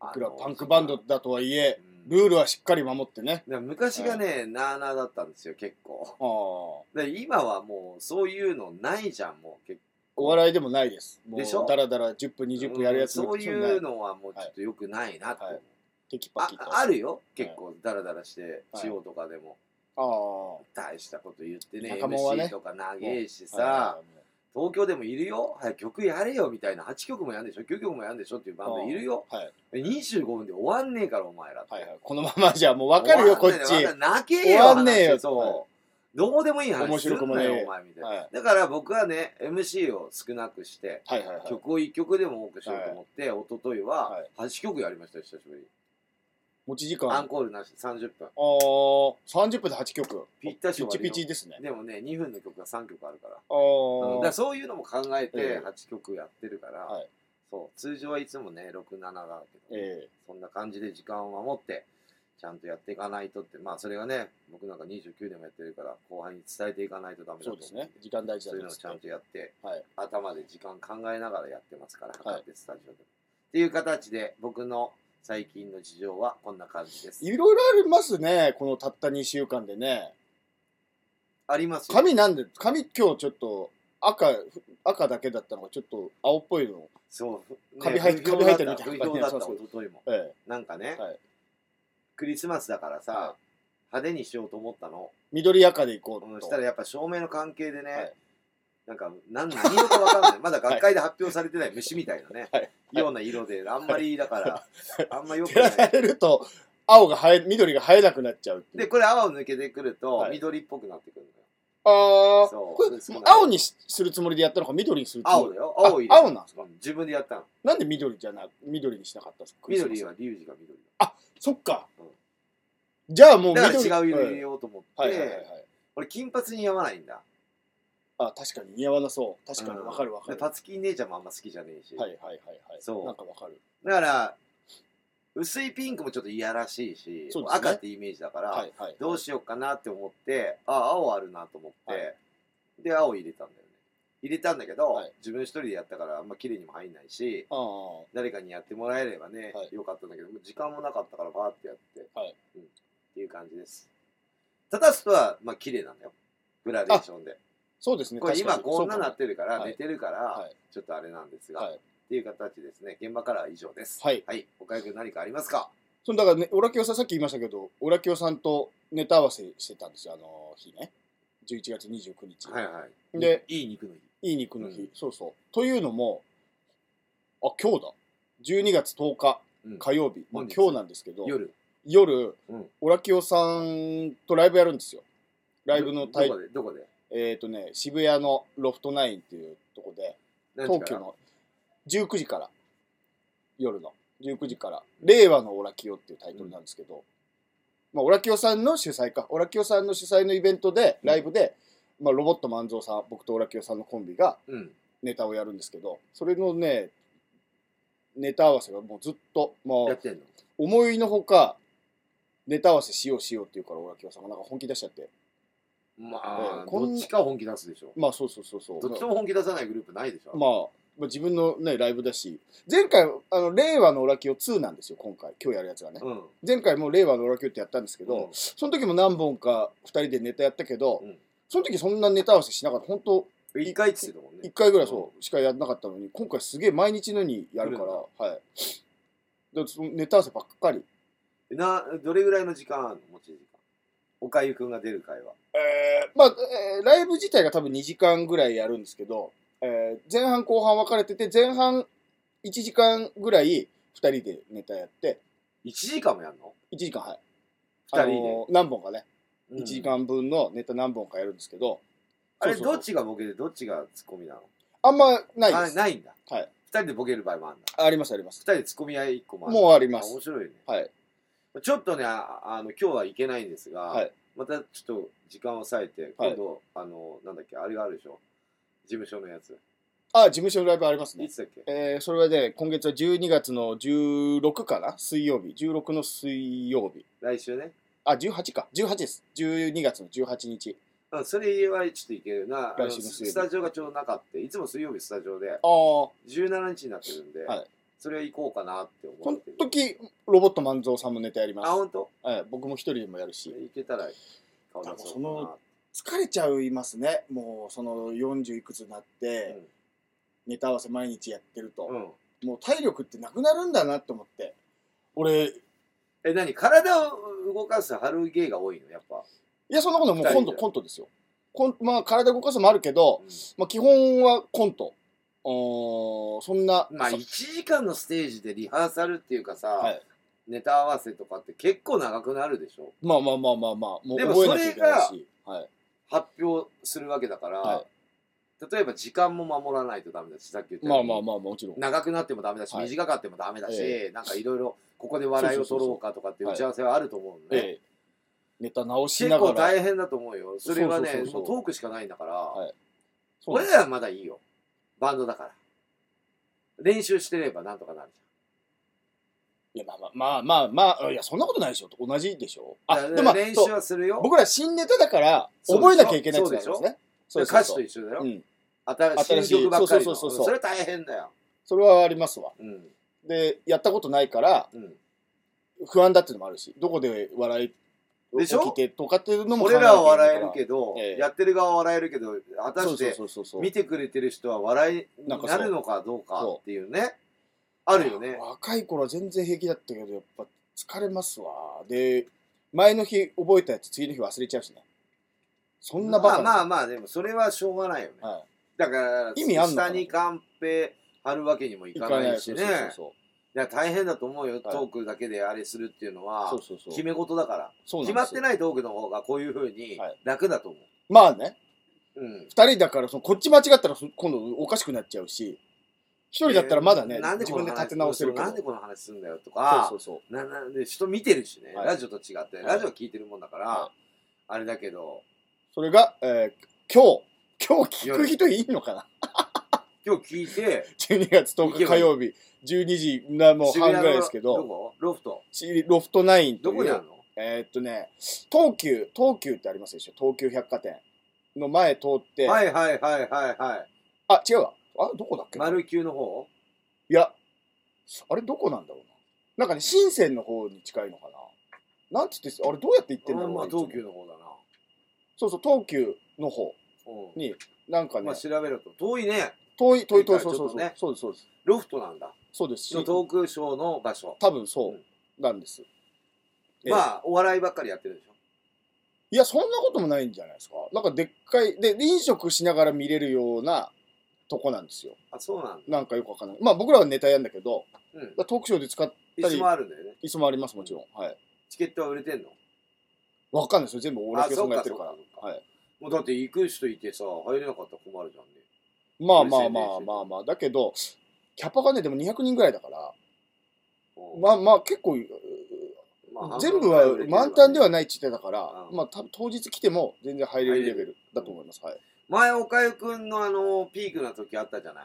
Speaker 1: ああ
Speaker 2: いくら
Speaker 1: の
Speaker 2: パンクバンドだとはいえ、
Speaker 1: うん
Speaker 2: ルールはしっかり守ってね。
Speaker 1: だから昔がね、なあなあだったんですよ結構
Speaker 2: ああ。お
Speaker 1: で今はもうそういうのないじゃんもう結
Speaker 2: 笑いでもないです。も
Speaker 1: でしょ
Speaker 2: う、だらだら10分、20分やるやつ
Speaker 1: うんそういう
Speaker 2: の。
Speaker 1: のはもうちょっとよくないなって、
Speaker 2: はいテキパキと。
Speaker 1: ああ
Speaker 2: る。
Speaker 1: るよ結構ダラダラして
Speaker 2: はい
Speaker 1: 地方とかでも
Speaker 2: ああ。
Speaker 1: 大したこと言ってね
Speaker 2: 仲間はね
Speaker 1: MC とか長えしさ、
Speaker 2: はい
Speaker 1: 東京でもいるよ、はい、曲やれよみたいな8曲もやんでしょ9曲もやんでしょっていうバンドいるよ
Speaker 2: はい
Speaker 1: 25分で終わんねえからお前らって
Speaker 2: はいはい。このままじゃもうわかるよ、こっ
Speaker 1: 終
Speaker 2: ち。
Speaker 1: わんねえ泣け
Speaker 2: 終
Speaker 1: よ
Speaker 2: わんねえよ
Speaker 1: 話そう、
Speaker 2: は
Speaker 1: どうでもいい話
Speaker 2: 面
Speaker 1: すん
Speaker 2: 白くも
Speaker 1: な
Speaker 2: ねえ
Speaker 1: よお前みたいな、
Speaker 2: はい
Speaker 1: だから僕はね MC を少なくして
Speaker 2: はいはいはい。
Speaker 1: 曲を1曲でも多くしようと思って、一昨日は
Speaker 2: はい
Speaker 1: 8曲やりましたよ久しぶりに、
Speaker 2: 持ち時間。
Speaker 1: ア
Speaker 2: あ
Speaker 1: ンコールなし30分
Speaker 2: あー。30分で8曲。
Speaker 1: ぴったし
Speaker 2: ピ
Speaker 1: 終わ
Speaker 2: チ
Speaker 1: り
Speaker 2: ピ
Speaker 1: の
Speaker 2: チですね。
Speaker 1: でもね2分の曲が3曲あるから
Speaker 2: あ
Speaker 1: うんだ
Speaker 2: あ。
Speaker 1: からそういうのも考え
Speaker 2: え
Speaker 1: て
Speaker 2: え
Speaker 1: 8曲やってるから、
Speaker 2: はい
Speaker 1: そう通常はいつもね67だけど、
Speaker 2: ええ
Speaker 1: そんな感じで時間を守ってちゃんとやっていかないとってまあそれがね僕なんか29年もやってるから後輩に伝えていかないとダメだと
Speaker 2: そう
Speaker 1: 思
Speaker 2: です
Speaker 1: う
Speaker 2: ね。時間大事
Speaker 1: そういうの
Speaker 2: だと思い
Speaker 1: を
Speaker 2: ます
Speaker 1: ちゃんとやって、
Speaker 2: はい
Speaker 1: 頭で時間考えながらやってますから
Speaker 2: はい
Speaker 1: 測ってスタジオでも、っていう形で僕の最近の事情はこんな感じです
Speaker 2: いろいろありますね、このたった2週間でね。
Speaker 1: ありますよ
Speaker 2: 髪なんで、髪今日ちょっと赤、赤だけだったのがちょっと青っぽいの。
Speaker 1: そう、
Speaker 2: カビ生えて
Speaker 1: 不評
Speaker 2: カビ生えてるみたいな
Speaker 1: 不評だった
Speaker 2: そうそう
Speaker 1: 一昨日も
Speaker 2: え
Speaker 1: なんかね、
Speaker 2: えはい、
Speaker 1: クリスマスだからさ、
Speaker 2: は
Speaker 1: 派手にしようと思ったの、
Speaker 2: 緑赤で行こ
Speaker 1: う、
Speaker 2: うんと。
Speaker 1: したらやっぱ照明の関係でね、
Speaker 2: はい
Speaker 1: なんか何何色か分かんないまだ学会で発表されてない虫みたいなね、
Speaker 2: はい
Speaker 1: ような色であんまりだから、あんまよく
Speaker 2: 照
Speaker 1: な
Speaker 2: らさ
Speaker 1: い
Speaker 2: れると、青が生え、緑が生えなくなっちゃうっていう
Speaker 1: でこれ泡を抜けてくると
Speaker 2: はい
Speaker 1: 緑っぽくなってくるのよ、
Speaker 2: ああ、
Speaker 1: そう
Speaker 2: これ
Speaker 1: 薄くなる
Speaker 2: 青にしするつもりでやったのか、緑にするつもり
Speaker 1: 青だよ青い
Speaker 2: あ青なんです
Speaker 1: か自分でやったの
Speaker 2: なんで緑じゃな、緑にしなかったんですかクリスマス
Speaker 1: 緑はリュウジが緑
Speaker 2: そっか
Speaker 1: うん。
Speaker 2: じゃあもう
Speaker 1: だ
Speaker 2: 緑。
Speaker 1: から違う色入れ
Speaker 2: え
Speaker 1: ようと思って、
Speaker 2: えはいはいはいはい。
Speaker 1: 俺金髪にやまないんだ
Speaker 2: あ確かに似合わなそう確かにわかるわか
Speaker 1: で
Speaker 2: る、
Speaker 1: パツキン姉ちゃんもあんま好きじゃねえし、
Speaker 2: はいはいはいはい
Speaker 1: そう
Speaker 2: なんかわかる
Speaker 1: だから薄いピンクもちょっといやらしいし、
Speaker 2: そうですね
Speaker 1: 赤ってイメージだから、
Speaker 2: はいはい
Speaker 1: どうしようかなって思ってあ青あるなと思って、
Speaker 2: はい
Speaker 1: で青入れたんだよね入れたんだけど、
Speaker 2: はい
Speaker 1: 自分一人でやったからあんま綺麗にも入んないし
Speaker 2: ああ
Speaker 1: 誰かにやってもらえればね、
Speaker 2: はい
Speaker 1: よかったんだけど時間もなかったからバーってやって、
Speaker 2: はい
Speaker 1: うん、っていう感じですただストはまあ綺麗なんだよグラデーションで
Speaker 2: そうですね
Speaker 1: これ今
Speaker 2: 確かに
Speaker 1: こんなな
Speaker 2: そ
Speaker 1: っ
Speaker 2: う
Speaker 1: てるから、
Speaker 2: はい
Speaker 1: 寝てるから、
Speaker 2: かもはい
Speaker 1: ちょっとあれなんですが、
Speaker 2: はい
Speaker 1: っていう形ですね現場からは以上です
Speaker 2: はい
Speaker 1: はい岡井君何かありますか
Speaker 2: そのだからねオラキオさんさっき言いましたけどオラキオさんとネタ合わせしてたんですよあの日ね11月29日、
Speaker 1: はいは
Speaker 2: で
Speaker 1: いいい肉の日
Speaker 2: いい肉の日、
Speaker 1: うん
Speaker 2: そうそうというのもあ今日だ12月10日
Speaker 1: うん
Speaker 2: 火曜日、まあ、
Speaker 1: 本日
Speaker 2: 今日なんですけど
Speaker 1: 夜
Speaker 2: 夜、
Speaker 1: うん
Speaker 2: オラキオさんとライブやるんですよライブの
Speaker 1: ど
Speaker 2: 対
Speaker 1: こでどこで
Speaker 2: えっ、とね渋谷のロフトナインっていうとこで
Speaker 1: 何
Speaker 2: 東
Speaker 1: 時か
Speaker 2: 京
Speaker 1: ら
Speaker 2: の19時から夜の19時から「令和のオラキオ」っていうタイトルなんですけど、まあ、オラキオさんの主催かオラキオさんの主催のイベントでライブで、まあ、ロボット万蔵さん僕とオラキオさんのコンビが
Speaker 1: うん
Speaker 2: ネタをやるんですけどそれのねネタ合わせがもうずっとも
Speaker 1: やっ
Speaker 2: う
Speaker 1: てんの
Speaker 2: 思いのほかネタ合わせしようしようっていうからオラキオさんがなんか本気出しちゃって
Speaker 1: ま
Speaker 2: え
Speaker 1: あ
Speaker 2: えこん
Speaker 1: どっちか本気出すでしょ
Speaker 2: まあそうそうそうそう
Speaker 1: どっちとも本気出さないグループないでしょ
Speaker 2: まあ、まあ自分のね、ライブだし、前回、あの、令和のオラキオ2なんですよ、今回、今日やるやつがね。
Speaker 1: うん
Speaker 2: 前回も令和のオラキオってやったんですけど、
Speaker 1: うん
Speaker 2: その時も何本か2人でネタやったけど、
Speaker 1: うん
Speaker 2: その時そんなネタ合わせしなかった。本当
Speaker 1: 一回っつってたもん
Speaker 2: 1
Speaker 1: ね
Speaker 2: 回ぐらいそう、しかやんなかったのに、今回すげえ毎日のようにやるから、
Speaker 1: 来
Speaker 2: はい。だからそのネタ合わせばっかり。
Speaker 1: などれぐらいの時間あるの持ち時間おかゆくんが出る会は
Speaker 2: えーまあ、えーライブ自体が多分2時間ぐらいやるんですけど、えー前半後半分かれてて、前半1時間ぐらい2人でネタやって、
Speaker 1: 1時間もやんの
Speaker 2: 1時間はい
Speaker 1: 二人
Speaker 2: あ
Speaker 1: で
Speaker 2: のー何本かね、
Speaker 1: うん
Speaker 2: 1時間分のネタ何本かやるんですけど
Speaker 1: あれ
Speaker 2: そうそうそう
Speaker 1: どっちがボケでどっちがツッコミなの
Speaker 2: あんまないで
Speaker 1: あ
Speaker 2: す
Speaker 1: ないんだ
Speaker 2: はい
Speaker 1: 2人でボケる場合もあるんだ
Speaker 2: ありますあります
Speaker 1: 2人でツッコミ合い1個もある
Speaker 2: もうあります
Speaker 1: 面白いね
Speaker 2: はい
Speaker 1: ちょっとねああの今日は行けないんですが、
Speaker 2: はい
Speaker 1: またちょっと時間を割いて
Speaker 2: はい
Speaker 1: 今度、あのなんだっけあれがあるでしょ事務所のやつ
Speaker 2: あ事務所のライブあります
Speaker 1: い
Speaker 2: ね
Speaker 1: つだっけ
Speaker 2: えーそれはね今月は12月の16かな水曜日16の水曜日
Speaker 1: 来週ね
Speaker 2: あ18か18です12月の18日
Speaker 1: うんそれはちょっといけるなあの
Speaker 2: 来週の水曜日
Speaker 1: スタジオがちょうどなかったいつも水曜日スタジオで
Speaker 2: ああこ
Speaker 1: 17日になってるんで、
Speaker 2: はい
Speaker 1: それ行こうかなって思
Speaker 2: の
Speaker 1: ってる
Speaker 2: 時ロボット万蔵さんもネタやりま
Speaker 1: あ
Speaker 2: す、
Speaker 1: 本当
Speaker 2: えー僕も一人でもやるし
Speaker 1: 行けたら顔出そうかな
Speaker 2: 多分疲れちゃいますねもうその40いくつになって、ネタ合わせ毎日やってると、
Speaker 1: うん、うん
Speaker 2: もう体力ってなくなるんだなって思って俺い
Speaker 1: え何体を動かす春芸が多いのやっぱ、
Speaker 2: やそんなことはもう
Speaker 1: 二人
Speaker 2: 今
Speaker 1: で
Speaker 2: 度コントですよコンまあ体動かすもあるけど、
Speaker 1: う
Speaker 2: まあ、基本はコントおーそんなん
Speaker 1: まあ
Speaker 2: そ
Speaker 1: 1時間のステージでリハーサルっていうかさ、
Speaker 2: はい
Speaker 1: ネタ合わせとかって結構長くなるでしょ
Speaker 2: まあまあまあまあまあもう
Speaker 1: でも
Speaker 2: 覚えなきゃいけないし、はい、
Speaker 1: 発表するわけだから、
Speaker 2: は
Speaker 1: 例えば時間も守らないとダメだしさっき言った
Speaker 2: ま
Speaker 1: よう
Speaker 2: あ
Speaker 1: に
Speaker 2: まあまあもちろん
Speaker 1: 長くなってもダメだし、
Speaker 2: はい
Speaker 1: 短かってもダメだし、
Speaker 2: え
Speaker 1: なんかいろいろここで笑いを取ろうかとかっていう打ち合わせはあると思うので、
Speaker 2: ええネタ直し
Speaker 1: 結
Speaker 2: なが
Speaker 1: 構
Speaker 2: ら
Speaker 1: 大変だと思うよそれはね
Speaker 2: そうそうそうそ
Speaker 1: も
Speaker 2: う
Speaker 1: うトークしかないんだから、
Speaker 2: はいそうな
Speaker 1: 俺
Speaker 2: んです
Speaker 1: らはまだいいよバンドだから練習してればなんとかなるじゃん
Speaker 2: いやまあまあまあまあ、まあ、いやそんなことないでしょ同じでしょあ
Speaker 1: だ
Speaker 2: でも
Speaker 1: か
Speaker 2: まあ
Speaker 1: ら練習
Speaker 2: そう
Speaker 1: はするよ
Speaker 2: 僕ら新ネタだから覚えなきゃいけないってなりますね
Speaker 1: で
Speaker 2: そうそう
Speaker 1: 歌詞
Speaker 2: そう
Speaker 1: と一緒だよ、
Speaker 2: うん
Speaker 1: 新
Speaker 2: 新しい
Speaker 1: 新曲ばっかりの
Speaker 2: そうそうそうそう
Speaker 1: それ大変だよ
Speaker 2: それはありますわ
Speaker 1: うん
Speaker 2: でやったことないから
Speaker 1: うん
Speaker 2: 不安だっていうのもあるしどこで笑い
Speaker 1: でしょ
Speaker 2: 起きてとかっていうのも
Speaker 1: 俺らは笑えるけど、
Speaker 2: ええ
Speaker 1: やってる側は笑えるけど果た
Speaker 2: そう
Speaker 1: して
Speaker 2: そうそうそう
Speaker 1: 見てくれてる人は笑いになるのかどうかっていうねあるよね
Speaker 2: 若い頃は全然平気だったけどやっぱ疲れますわで前の日覚えたやつ次の日忘れちゃうしねそんなバカな、
Speaker 1: まあまあまあでもそれはしょうがないよね、
Speaker 2: は
Speaker 1: だから
Speaker 2: 意味あんのかな
Speaker 1: 下にカンペ貼るわけにもい
Speaker 2: い
Speaker 1: かないし
Speaker 2: そう
Speaker 1: ね
Speaker 2: そうそう
Speaker 1: いや大変だと思うよ、トークだけであれするっていうのは
Speaker 2: そうそうそう
Speaker 1: 決め事だから
Speaker 2: そう
Speaker 1: 決まって
Speaker 2: い
Speaker 1: ないトークの方がこういうふうに
Speaker 2: はい
Speaker 1: 楽だと思
Speaker 2: まあね
Speaker 1: う、うん
Speaker 2: 二人だからそのこっち間違ったらそ今度おかしくなっちゃうし一人だったらまだね、
Speaker 1: えーなんで
Speaker 2: 自
Speaker 1: この
Speaker 2: 分で立て直せるけ
Speaker 1: 話
Speaker 2: ど
Speaker 1: なんでこの話すんだよと
Speaker 2: そう
Speaker 1: か
Speaker 2: そうそう
Speaker 1: ななんで人見てるしね、
Speaker 2: はい
Speaker 1: ラジオと違って
Speaker 2: い
Speaker 1: ラジオ聞いてるもんだから、
Speaker 2: は
Speaker 1: あれだけど
Speaker 2: それが、えー今日今日聞く人いいのかな
Speaker 1: 今日聞いて、
Speaker 2: 12月10日火曜日12時なもう半ぐらいですけ
Speaker 1: ど
Speaker 2: ど
Speaker 1: こロフト。
Speaker 2: しロフトナインと
Speaker 1: どこに
Speaker 2: い
Speaker 1: あ
Speaker 2: う
Speaker 1: るの
Speaker 2: えーっとね東急東急ってありますでしょ東急百貨店の前通って、
Speaker 1: はいはいはいはいは
Speaker 2: あ違うわあどこだっ
Speaker 1: い。
Speaker 2: け、
Speaker 1: 丸球の方
Speaker 2: いやあれどこなんだろうななんかね深センの方に近いのかななんつってあれどうやって行ってんだろう
Speaker 1: ま
Speaker 2: な
Speaker 1: あ
Speaker 2: いつも
Speaker 1: 東急の方だ
Speaker 2: そうそう東急の方
Speaker 1: な。
Speaker 2: になんか
Speaker 1: うん。ま
Speaker 2: ね、
Speaker 1: あ調べると。遠いね。
Speaker 2: 遠い遠い遠い
Speaker 1: ち
Speaker 2: そ
Speaker 1: ょ
Speaker 2: う
Speaker 1: っ
Speaker 2: そう
Speaker 1: と
Speaker 2: そう
Speaker 1: ね
Speaker 2: そうですそうです
Speaker 1: ロフトなんだ。
Speaker 2: そうですし
Speaker 1: のトークショーの場所。
Speaker 2: 多分そううなんです、ええ
Speaker 1: まあ、お笑いばっかりやってるでしょ。
Speaker 2: いやそんなこともないんじゃないですかなんかでっかいで飲食しながら見れるようなとこなんですよ
Speaker 1: あ、そうなんだ。
Speaker 2: なんかよくわかんないまあ僕らはネタやんだけど
Speaker 1: うん。
Speaker 2: トークショーで使っ
Speaker 1: い
Speaker 2: たり
Speaker 1: つもあるんだよね。
Speaker 2: 椅子もありますもちろんはい
Speaker 1: チケットは売れてんの
Speaker 2: わかんないですよ全部オーラスケさんがやってるから
Speaker 1: あそうかそうか
Speaker 2: はい
Speaker 1: もうだって行く人いてさ、入れなかったら困るじゃんね。
Speaker 2: まあまあまあまあまあだけどキャパがねでも200人ぐらいだから
Speaker 1: うん
Speaker 2: まあまあ結構
Speaker 1: まあ
Speaker 2: 全部は満タンではないって言ってたから
Speaker 1: うん
Speaker 2: まあ多分当日来ても全然入れるレベルだと思いますはい
Speaker 1: 前、おかゆくんのあの、ピークな時あったじゃない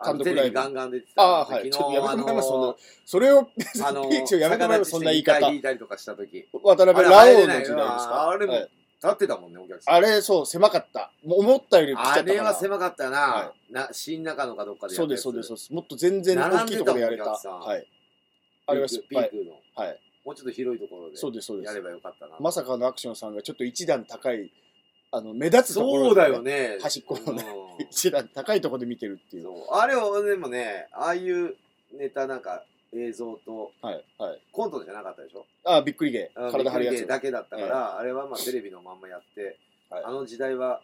Speaker 1: あの
Speaker 2: 単独
Speaker 1: テ
Speaker 2: ラ
Speaker 1: レ
Speaker 2: イ
Speaker 1: ビ
Speaker 2: ブ
Speaker 1: ガンガン出てた。
Speaker 2: ああはいちょ
Speaker 1: 昨
Speaker 2: っと
Speaker 1: 日
Speaker 2: やめてもらいますそんな
Speaker 1: の、
Speaker 2: それを
Speaker 1: あ の、
Speaker 2: ピーチをやめてもらいますそんな言い方
Speaker 1: 逆立ちして二回引いたりとかした時。
Speaker 2: 渡辺ラオウの
Speaker 1: あれ入れ
Speaker 2: 時代ですか
Speaker 1: ないよなあれも
Speaker 2: はい
Speaker 1: 立ってたもんね、お客さん。
Speaker 2: あれそう狭かったもう思ったより来ち
Speaker 1: あ
Speaker 2: ゃったか
Speaker 1: れ
Speaker 2: ら
Speaker 1: は狭かったな。
Speaker 2: は
Speaker 1: な新中野かどっかでや
Speaker 2: そう
Speaker 1: った
Speaker 2: で
Speaker 1: や
Speaker 2: す
Speaker 1: つ
Speaker 2: そうですそうですもっと全然大きいところでやれた
Speaker 1: 並んでたもんお客さん
Speaker 2: はいあれは失敗
Speaker 1: ピークの。
Speaker 2: はい
Speaker 1: もうちょっと広いところで。
Speaker 2: そうですそうで
Speaker 1: や
Speaker 2: す
Speaker 1: ればよかったな。
Speaker 2: まさかのアクションさんがちょっと一段高いあの目立つところで
Speaker 1: そうだよね。
Speaker 2: 端っこのね
Speaker 1: うん
Speaker 2: 一段高いところで見てるっていう
Speaker 1: そうあれはでもね、ああいうネタなんか映像と
Speaker 2: はいはい
Speaker 1: コントじゃなかったでしょ
Speaker 2: あびっくりゲー体張るや
Speaker 1: ビッグゲー
Speaker 2: つ
Speaker 1: だけだったから、あれはまあテレビのまんまやって、
Speaker 2: はい
Speaker 1: あの時代は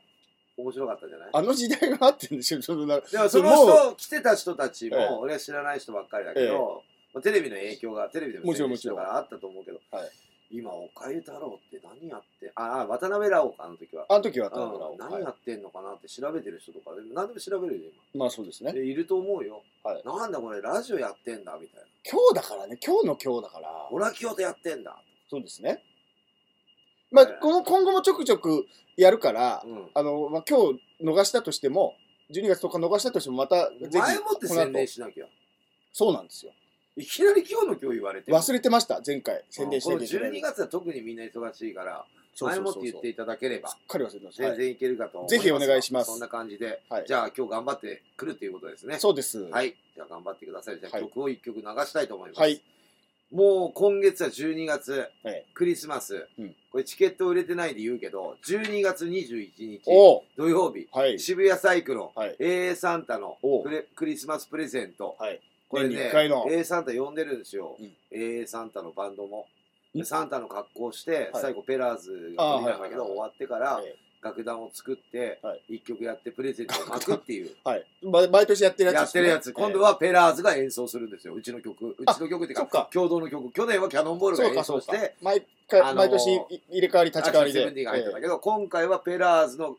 Speaker 1: 面白かったじゃない
Speaker 2: あの時代があってんでしょそのな
Speaker 1: でもその
Speaker 2: も
Speaker 1: 人、来てた人たちも、
Speaker 2: ええ
Speaker 1: 俺は知らない人ばっかりだけど、まあ、テレビの影響が、テレビでも
Speaker 2: もちろ
Speaker 1: 宣
Speaker 2: ん
Speaker 1: 伝してたからあったと思うけど、
Speaker 2: はい
Speaker 1: 今、おかゆ太郎って何やって、ああ、渡辺ラオか、あの時は。
Speaker 2: あの時はあったの
Speaker 1: うん
Speaker 2: かな
Speaker 1: 何
Speaker 2: はい
Speaker 1: やってんのかなって調べてる人とか、でも何でも調べるよ、
Speaker 2: まあそうです
Speaker 1: 今。
Speaker 2: ね
Speaker 1: でいると思うよ。
Speaker 2: はい
Speaker 1: なんだこれ、ラジオやってんだ、みたいな。
Speaker 2: 今日だからね今日の今日だから
Speaker 1: オラキオとやってんだ。
Speaker 2: そうですねまあ
Speaker 1: はい
Speaker 2: この今後もちょくちょくやるから
Speaker 1: うん。
Speaker 2: あの、まあ、今日逃したとしても、12月10日逃したとしても、またぜひ、
Speaker 1: 前もって
Speaker 2: この後
Speaker 1: 宣伝しなきゃ。
Speaker 2: そうなんですよ。
Speaker 1: いきなり今日の今日言われても。
Speaker 2: 忘れてました、前回。宣伝しなきゃいけな
Speaker 1: こ
Speaker 2: い。
Speaker 1: の12月は特にみんな忙しいから、
Speaker 2: そうそうそう
Speaker 1: 前もって言って
Speaker 2: す
Speaker 1: いただければ
Speaker 2: っ、かり忘れてました。は
Speaker 1: 全
Speaker 2: い
Speaker 1: 然いけるかと思います、
Speaker 2: ぜひお願いします
Speaker 1: そんな感じで、
Speaker 2: はい
Speaker 1: じゃあ今日頑張ってくるということですね。
Speaker 2: そうです。。
Speaker 1: はいい。じゃあ頑張ってください。じゃあ
Speaker 2: はい
Speaker 1: 曲を一曲流したいと思います。
Speaker 2: はい
Speaker 1: もう今月は12月、
Speaker 2: はい
Speaker 1: クリスマス、
Speaker 2: うん
Speaker 1: これチケット売れてないで言うけど、12月21日
Speaker 2: おう
Speaker 1: 土曜日、
Speaker 2: はい。
Speaker 1: 渋谷サイクロン、
Speaker 2: はい
Speaker 1: AA サンタの
Speaker 2: おう
Speaker 1: プレクリスマスプレゼント、
Speaker 2: はい
Speaker 1: これ
Speaker 2: 年に
Speaker 1: ね
Speaker 2: 一回の
Speaker 1: AA サンタ呼んでるんですよ、
Speaker 2: うん
Speaker 1: AA サンタのバンドも
Speaker 2: ん
Speaker 1: でサンタの格好をして、
Speaker 2: はい
Speaker 1: 最後ペラーズが撮りなんだけど
Speaker 2: あーはいはいはい
Speaker 1: 終わってから
Speaker 2: ええ
Speaker 1: 楽団を作って
Speaker 2: はい
Speaker 1: 一曲やってプレゼントを巻くっていう
Speaker 2: はい。ま毎年やって るやつ
Speaker 1: や
Speaker 2: で
Speaker 1: っ
Speaker 2: す
Speaker 1: て
Speaker 2: ね、
Speaker 1: るやつ今度
Speaker 2: は、
Speaker 1: はペラーズが演奏するんですようちの曲うちの曲っていう
Speaker 2: そ
Speaker 1: か
Speaker 2: っか。
Speaker 1: 共同の曲去年はキャノンボールが
Speaker 2: そう
Speaker 1: 演
Speaker 2: か、そ
Speaker 1: 奏
Speaker 2: う
Speaker 1: し
Speaker 2: か
Speaker 1: て。
Speaker 2: 毎回、
Speaker 1: あのー
Speaker 2: 毎年い入れ替わり立ち替わり
Speaker 1: アク
Speaker 2: で
Speaker 1: ションセブンティーンが入ってた
Speaker 2: え
Speaker 1: けど、今回はペラーズの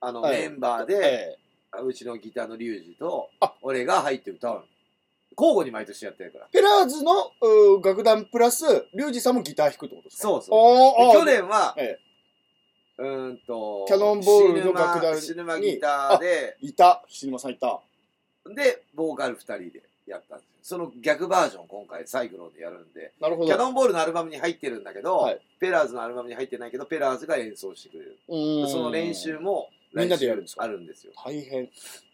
Speaker 1: あの、
Speaker 2: はい
Speaker 1: メンバー
Speaker 2: え
Speaker 1: で、
Speaker 2: ええ
Speaker 1: うちのギターのリュウジと
Speaker 2: あ、
Speaker 1: 俺が入って歌うの。交互に毎年やってるから。
Speaker 2: ペラーズのうー楽団プラス、リュウジさんもギター弾くってことですか
Speaker 1: そうそう。
Speaker 2: お
Speaker 1: で
Speaker 2: ー
Speaker 1: 去年は、
Speaker 2: え
Speaker 1: うーんと、
Speaker 2: キャノンボールの楽団に
Speaker 1: シルマシルマギターで、
Speaker 2: いた、菱沼さんいた。
Speaker 1: で、ボーカル2人でやったんですよ。その逆バージョン、今回、サイクロンでやるんで、
Speaker 2: なるほ
Speaker 1: キ
Speaker 2: ど。
Speaker 1: ャノンボールのアルバムに入ってるんだけど、
Speaker 2: はい
Speaker 1: ペラーズのアルバムに入ってないけど、ペラーズが演奏してくれる。
Speaker 2: うーん
Speaker 1: その練習も、
Speaker 2: みんなでやるん
Speaker 1: 来
Speaker 2: で
Speaker 1: 週
Speaker 2: すか
Speaker 1: あるんですよ。
Speaker 2: 大変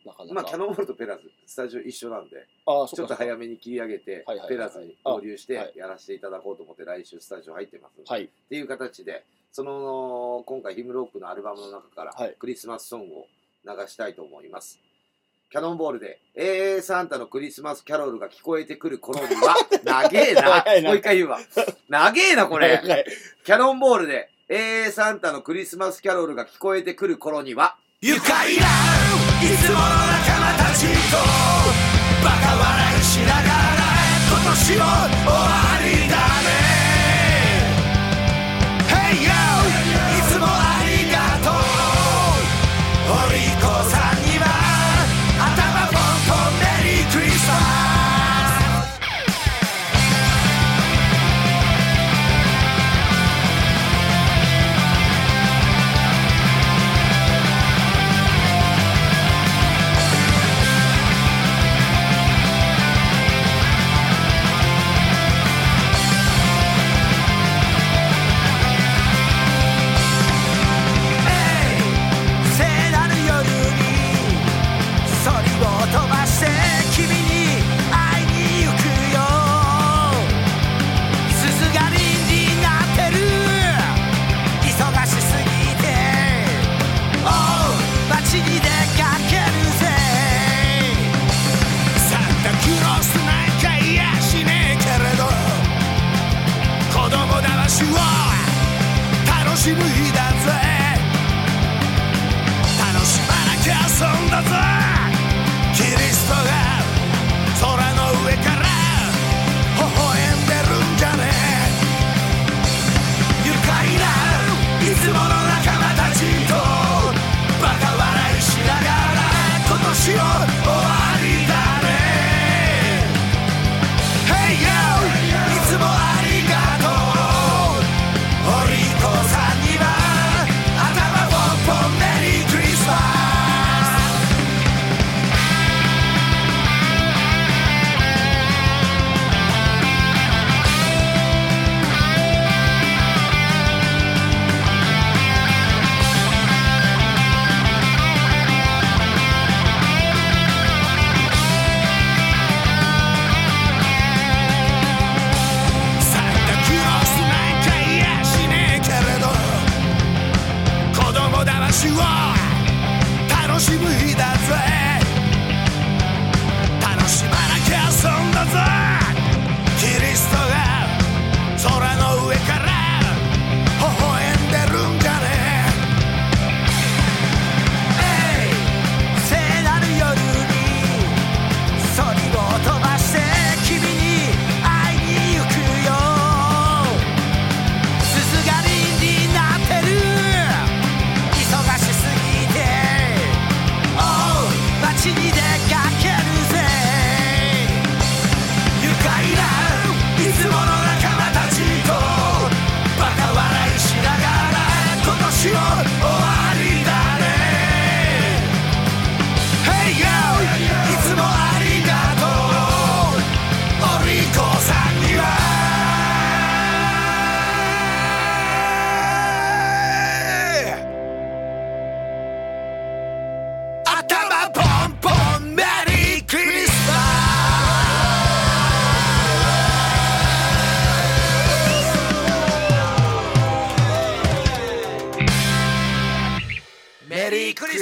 Speaker 2: なかなか、
Speaker 1: まあ、キャノンボールとペラーズ、スタジオ一緒なんで、
Speaker 2: ああ
Speaker 1: ち
Speaker 2: そ
Speaker 1: ょっ
Speaker 2: っか
Speaker 1: と早めに切り上げて
Speaker 2: はいはいは、い
Speaker 1: ペラーズに合流し
Speaker 2: あは
Speaker 1: て
Speaker 2: い
Speaker 1: やらせていただこうと思って、来週スタジオ入ってます。っ
Speaker 2: はい
Speaker 1: ていう形で、その、今回ヒムロックのアルバムの中から
Speaker 2: はい、
Speaker 1: クリスマスソングを流したいと思います。キャノンボールで、AA サンタのクリスマスキャロルが聞こえてくる頃には、長え
Speaker 2: 長
Speaker 1: な。
Speaker 2: いな
Speaker 1: もう一回言うわ。長えな、これ。
Speaker 2: はい
Speaker 1: キャノンボールで、AA サンタのクリスマスキャロルが聞こえてくる頃には、
Speaker 4: 愉快ないつもの仲間たちとバカ笑いしながら今年も終わりだね Hey yo いつもありがとうお利口さんには頭ポンポンメリークリスマス「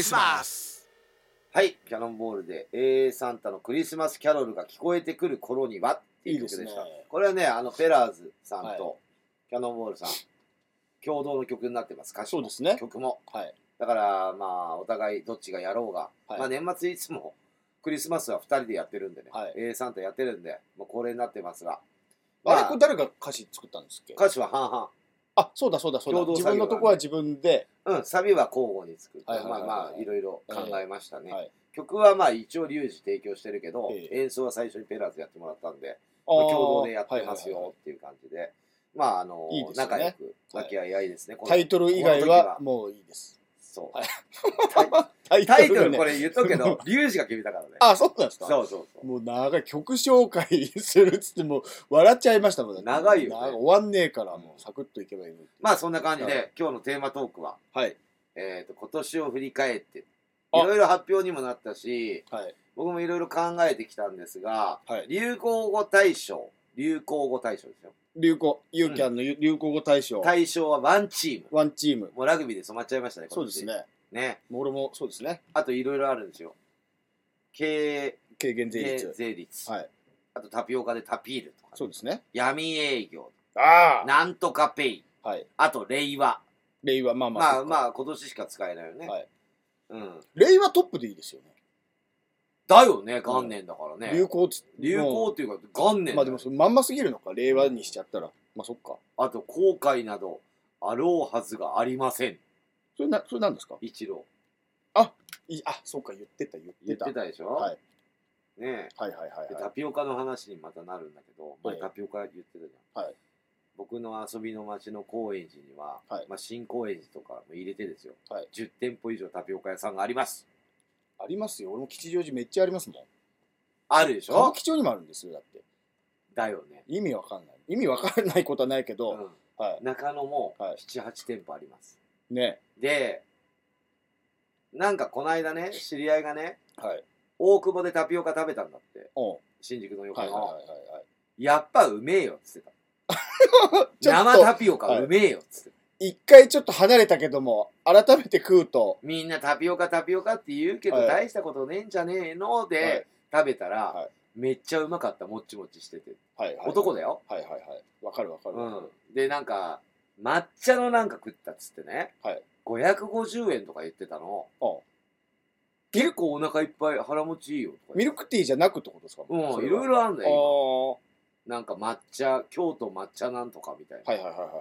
Speaker 4: スマス
Speaker 1: はい、キャノンボールで A サンタのクリスマスキャロルが聞こえてくる頃にはっていう曲でした。
Speaker 2: いいですね
Speaker 1: これはね、あの、ペラーズさん
Speaker 2: は
Speaker 1: とキャノンボールさん、共同の曲になってます、歌詞
Speaker 2: そう
Speaker 1: も。
Speaker 2: ですね。
Speaker 1: 曲も。
Speaker 2: はい。
Speaker 1: だから、まあ、お互いどっちがやろうが、
Speaker 2: はい
Speaker 1: まあ、年末いつもクリスマスは2人でやってるんでね、
Speaker 2: はい
Speaker 1: A サンタやってるんで、もう恒例になってますが、ま
Speaker 2: あ
Speaker 1: あ
Speaker 2: れ、これ誰が歌詞作ったんですっけ
Speaker 1: 歌詞は半々。
Speaker 2: あ、そうだそうだそうだ。
Speaker 1: 共同
Speaker 2: 自
Speaker 1: 作
Speaker 2: 分
Speaker 1: 業
Speaker 2: のとこは自分で、
Speaker 1: うん、サビは交互に作って、
Speaker 2: はいはいはいはい
Speaker 1: まあまあ、いろいろ考えましたね。
Speaker 2: はい。
Speaker 1: 曲はまあ一応リュウジ提供してるけど、
Speaker 2: え
Speaker 1: 演奏は最初にペラーズやってもらったんで、
Speaker 2: あ
Speaker 1: まあ
Speaker 2: ー
Speaker 1: 共同でやってます
Speaker 2: はいはいはい
Speaker 1: よっていう感じで、まああの
Speaker 2: いいですね
Speaker 1: 仲良く和気あいあいですね。この
Speaker 2: タイトル以外はもういいです。
Speaker 1: そう、
Speaker 2: は
Speaker 1: タイ
Speaker 2: タ
Speaker 1: タ
Speaker 2: イ
Speaker 1: イトル
Speaker 2: ね
Speaker 1: これ言っとくけ ど、リュウジが決めたからね。
Speaker 2: あ、そうなんです
Speaker 1: そ
Speaker 2: か
Speaker 1: うそうそう。
Speaker 2: もう長い曲紹介するっつってもう笑っちゃいましたもんだって
Speaker 1: 長いよね
Speaker 2: なんか終わんねえからもうサクッといけばいいのに
Speaker 1: まあそんな感じ
Speaker 2: は
Speaker 1: で今日のテーマトークは、
Speaker 2: はい
Speaker 1: えっ、と今年を振り返って、い
Speaker 2: あ
Speaker 1: ろいろ発表にもなったし、
Speaker 2: はい
Speaker 1: 僕もいろいろ考えてきたんですが、
Speaker 2: はい
Speaker 1: 流行語大賞、流行語大賞ですよ。
Speaker 2: 流行ユーキャンの流流行語大賞、
Speaker 1: 大賞はワンチーム。
Speaker 2: ワンチーム
Speaker 1: もうラグビーで染まっちゃいましたね、
Speaker 2: そうですね。
Speaker 1: ね。
Speaker 2: もう俺もそうですね
Speaker 1: あといろいろあるんですよ。経営
Speaker 2: 軽減税
Speaker 1: 税
Speaker 2: 率
Speaker 1: 率。
Speaker 2: はい
Speaker 1: あとタピオカでタピールとか、
Speaker 2: そうですね
Speaker 1: 闇営業。
Speaker 2: あ
Speaker 1: なんとかペイ。
Speaker 2: あはい
Speaker 1: あと令和。
Speaker 2: 令和まあまあ
Speaker 1: まあ
Speaker 2: あ、
Speaker 1: まあ今年しか使えないよね。
Speaker 2: はい、
Speaker 1: うん。
Speaker 2: 令和トップでいいですよね
Speaker 1: だよね、元年だからね。
Speaker 2: 流行っつ
Speaker 1: 流行
Speaker 2: も
Speaker 1: っていうか元
Speaker 2: う
Speaker 1: 年
Speaker 2: まあでもそれまんますぎるのか令和にしちゃったらまあそっか
Speaker 1: あと後悔などあろうはずがありません
Speaker 2: それなそれなんですか
Speaker 1: 一郎
Speaker 2: いあそうか言ってた言って
Speaker 1: 言ったてたでしょ、
Speaker 2: はい
Speaker 1: ね
Speaker 2: はいはい
Speaker 1: え
Speaker 2: はい
Speaker 1: で
Speaker 2: は
Speaker 1: タピオカの話にまたなるんだけど、前
Speaker 2: はい
Speaker 1: タピオカ言ってたじゃん、
Speaker 2: はい
Speaker 1: 僕の遊びの町の高円寺には、
Speaker 2: はい
Speaker 1: まあ、新高円寺とかも入れてですよ、
Speaker 2: はい
Speaker 1: 10店舗以上タピオカ屋さんがあります
Speaker 2: いありますよ俺も吉祥寺めっちゃありますもん
Speaker 1: あるでし
Speaker 2: 歌舞
Speaker 1: ょ
Speaker 2: 伎町にもあるんですよだって
Speaker 1: だよね、
Speaker 2: 意味わかんない意味わかんないことはないけど、
Speaker 1: う
Speaker 2: は
Speaker 1: ん、中野も
Speaker 2: はい
Speaker 1: 78店舗あります、
Speaker 2: いね
Speaker 1: でなんかこの間ね知り合いがね
Speaker 2: はい
Speaker 1: 大久保でタピオカ食べたんだって
Speaker 2: おう
Speaker 1: 新宿の横
Speaker 2: はいはい
Speaker 1: の、
Speaker 2: はいはい
Speaker 1: やっぱうめえよっつってた
Speaker 2: ちょっと
Speaker 1: 生タピオカうめえよっつってた、
Speaker 2: 一回ちょっと離れたけども改めて食うと
Speaker 1: みんなタピオカタピオカって言うけど
Speaker 2: はい
Speaker 1: 大したことねえんじゃねえので、
Speaker 2: はい
Speaker 1: 食べたら、
Speaker 2: はい
Speaker 1: めっちゃうまかったもっちもちしてて、
Speaker 2: はいはい
Speaker 1: 男だよ、
Speaker 2: はいはいはいわかるわかる、
Speaker 1: うん、でなんか抹茶のなんか食ったっつってね、
Speaker 2: はい
Speaker 1: 550円とか言ってたの
Speaker 2: おう
Speaker 1: 結構お腹いっぱい腹持ちいいよとか
Speaker 2: ミ
Speaker 1: 言っ
Speaker 2: ルクティーじゃなくってことですか
Speaker 1: てうんいろい
Speaker 2: ろ
Speaker 1: ろあん
Speaker 2: あ
Speaker 1: だよ
Speaker 2: あー
Speaker 1: 今なんか抹茶京都抹茶なんとかみたいな、
Speaker 2: はいはいはいはいはい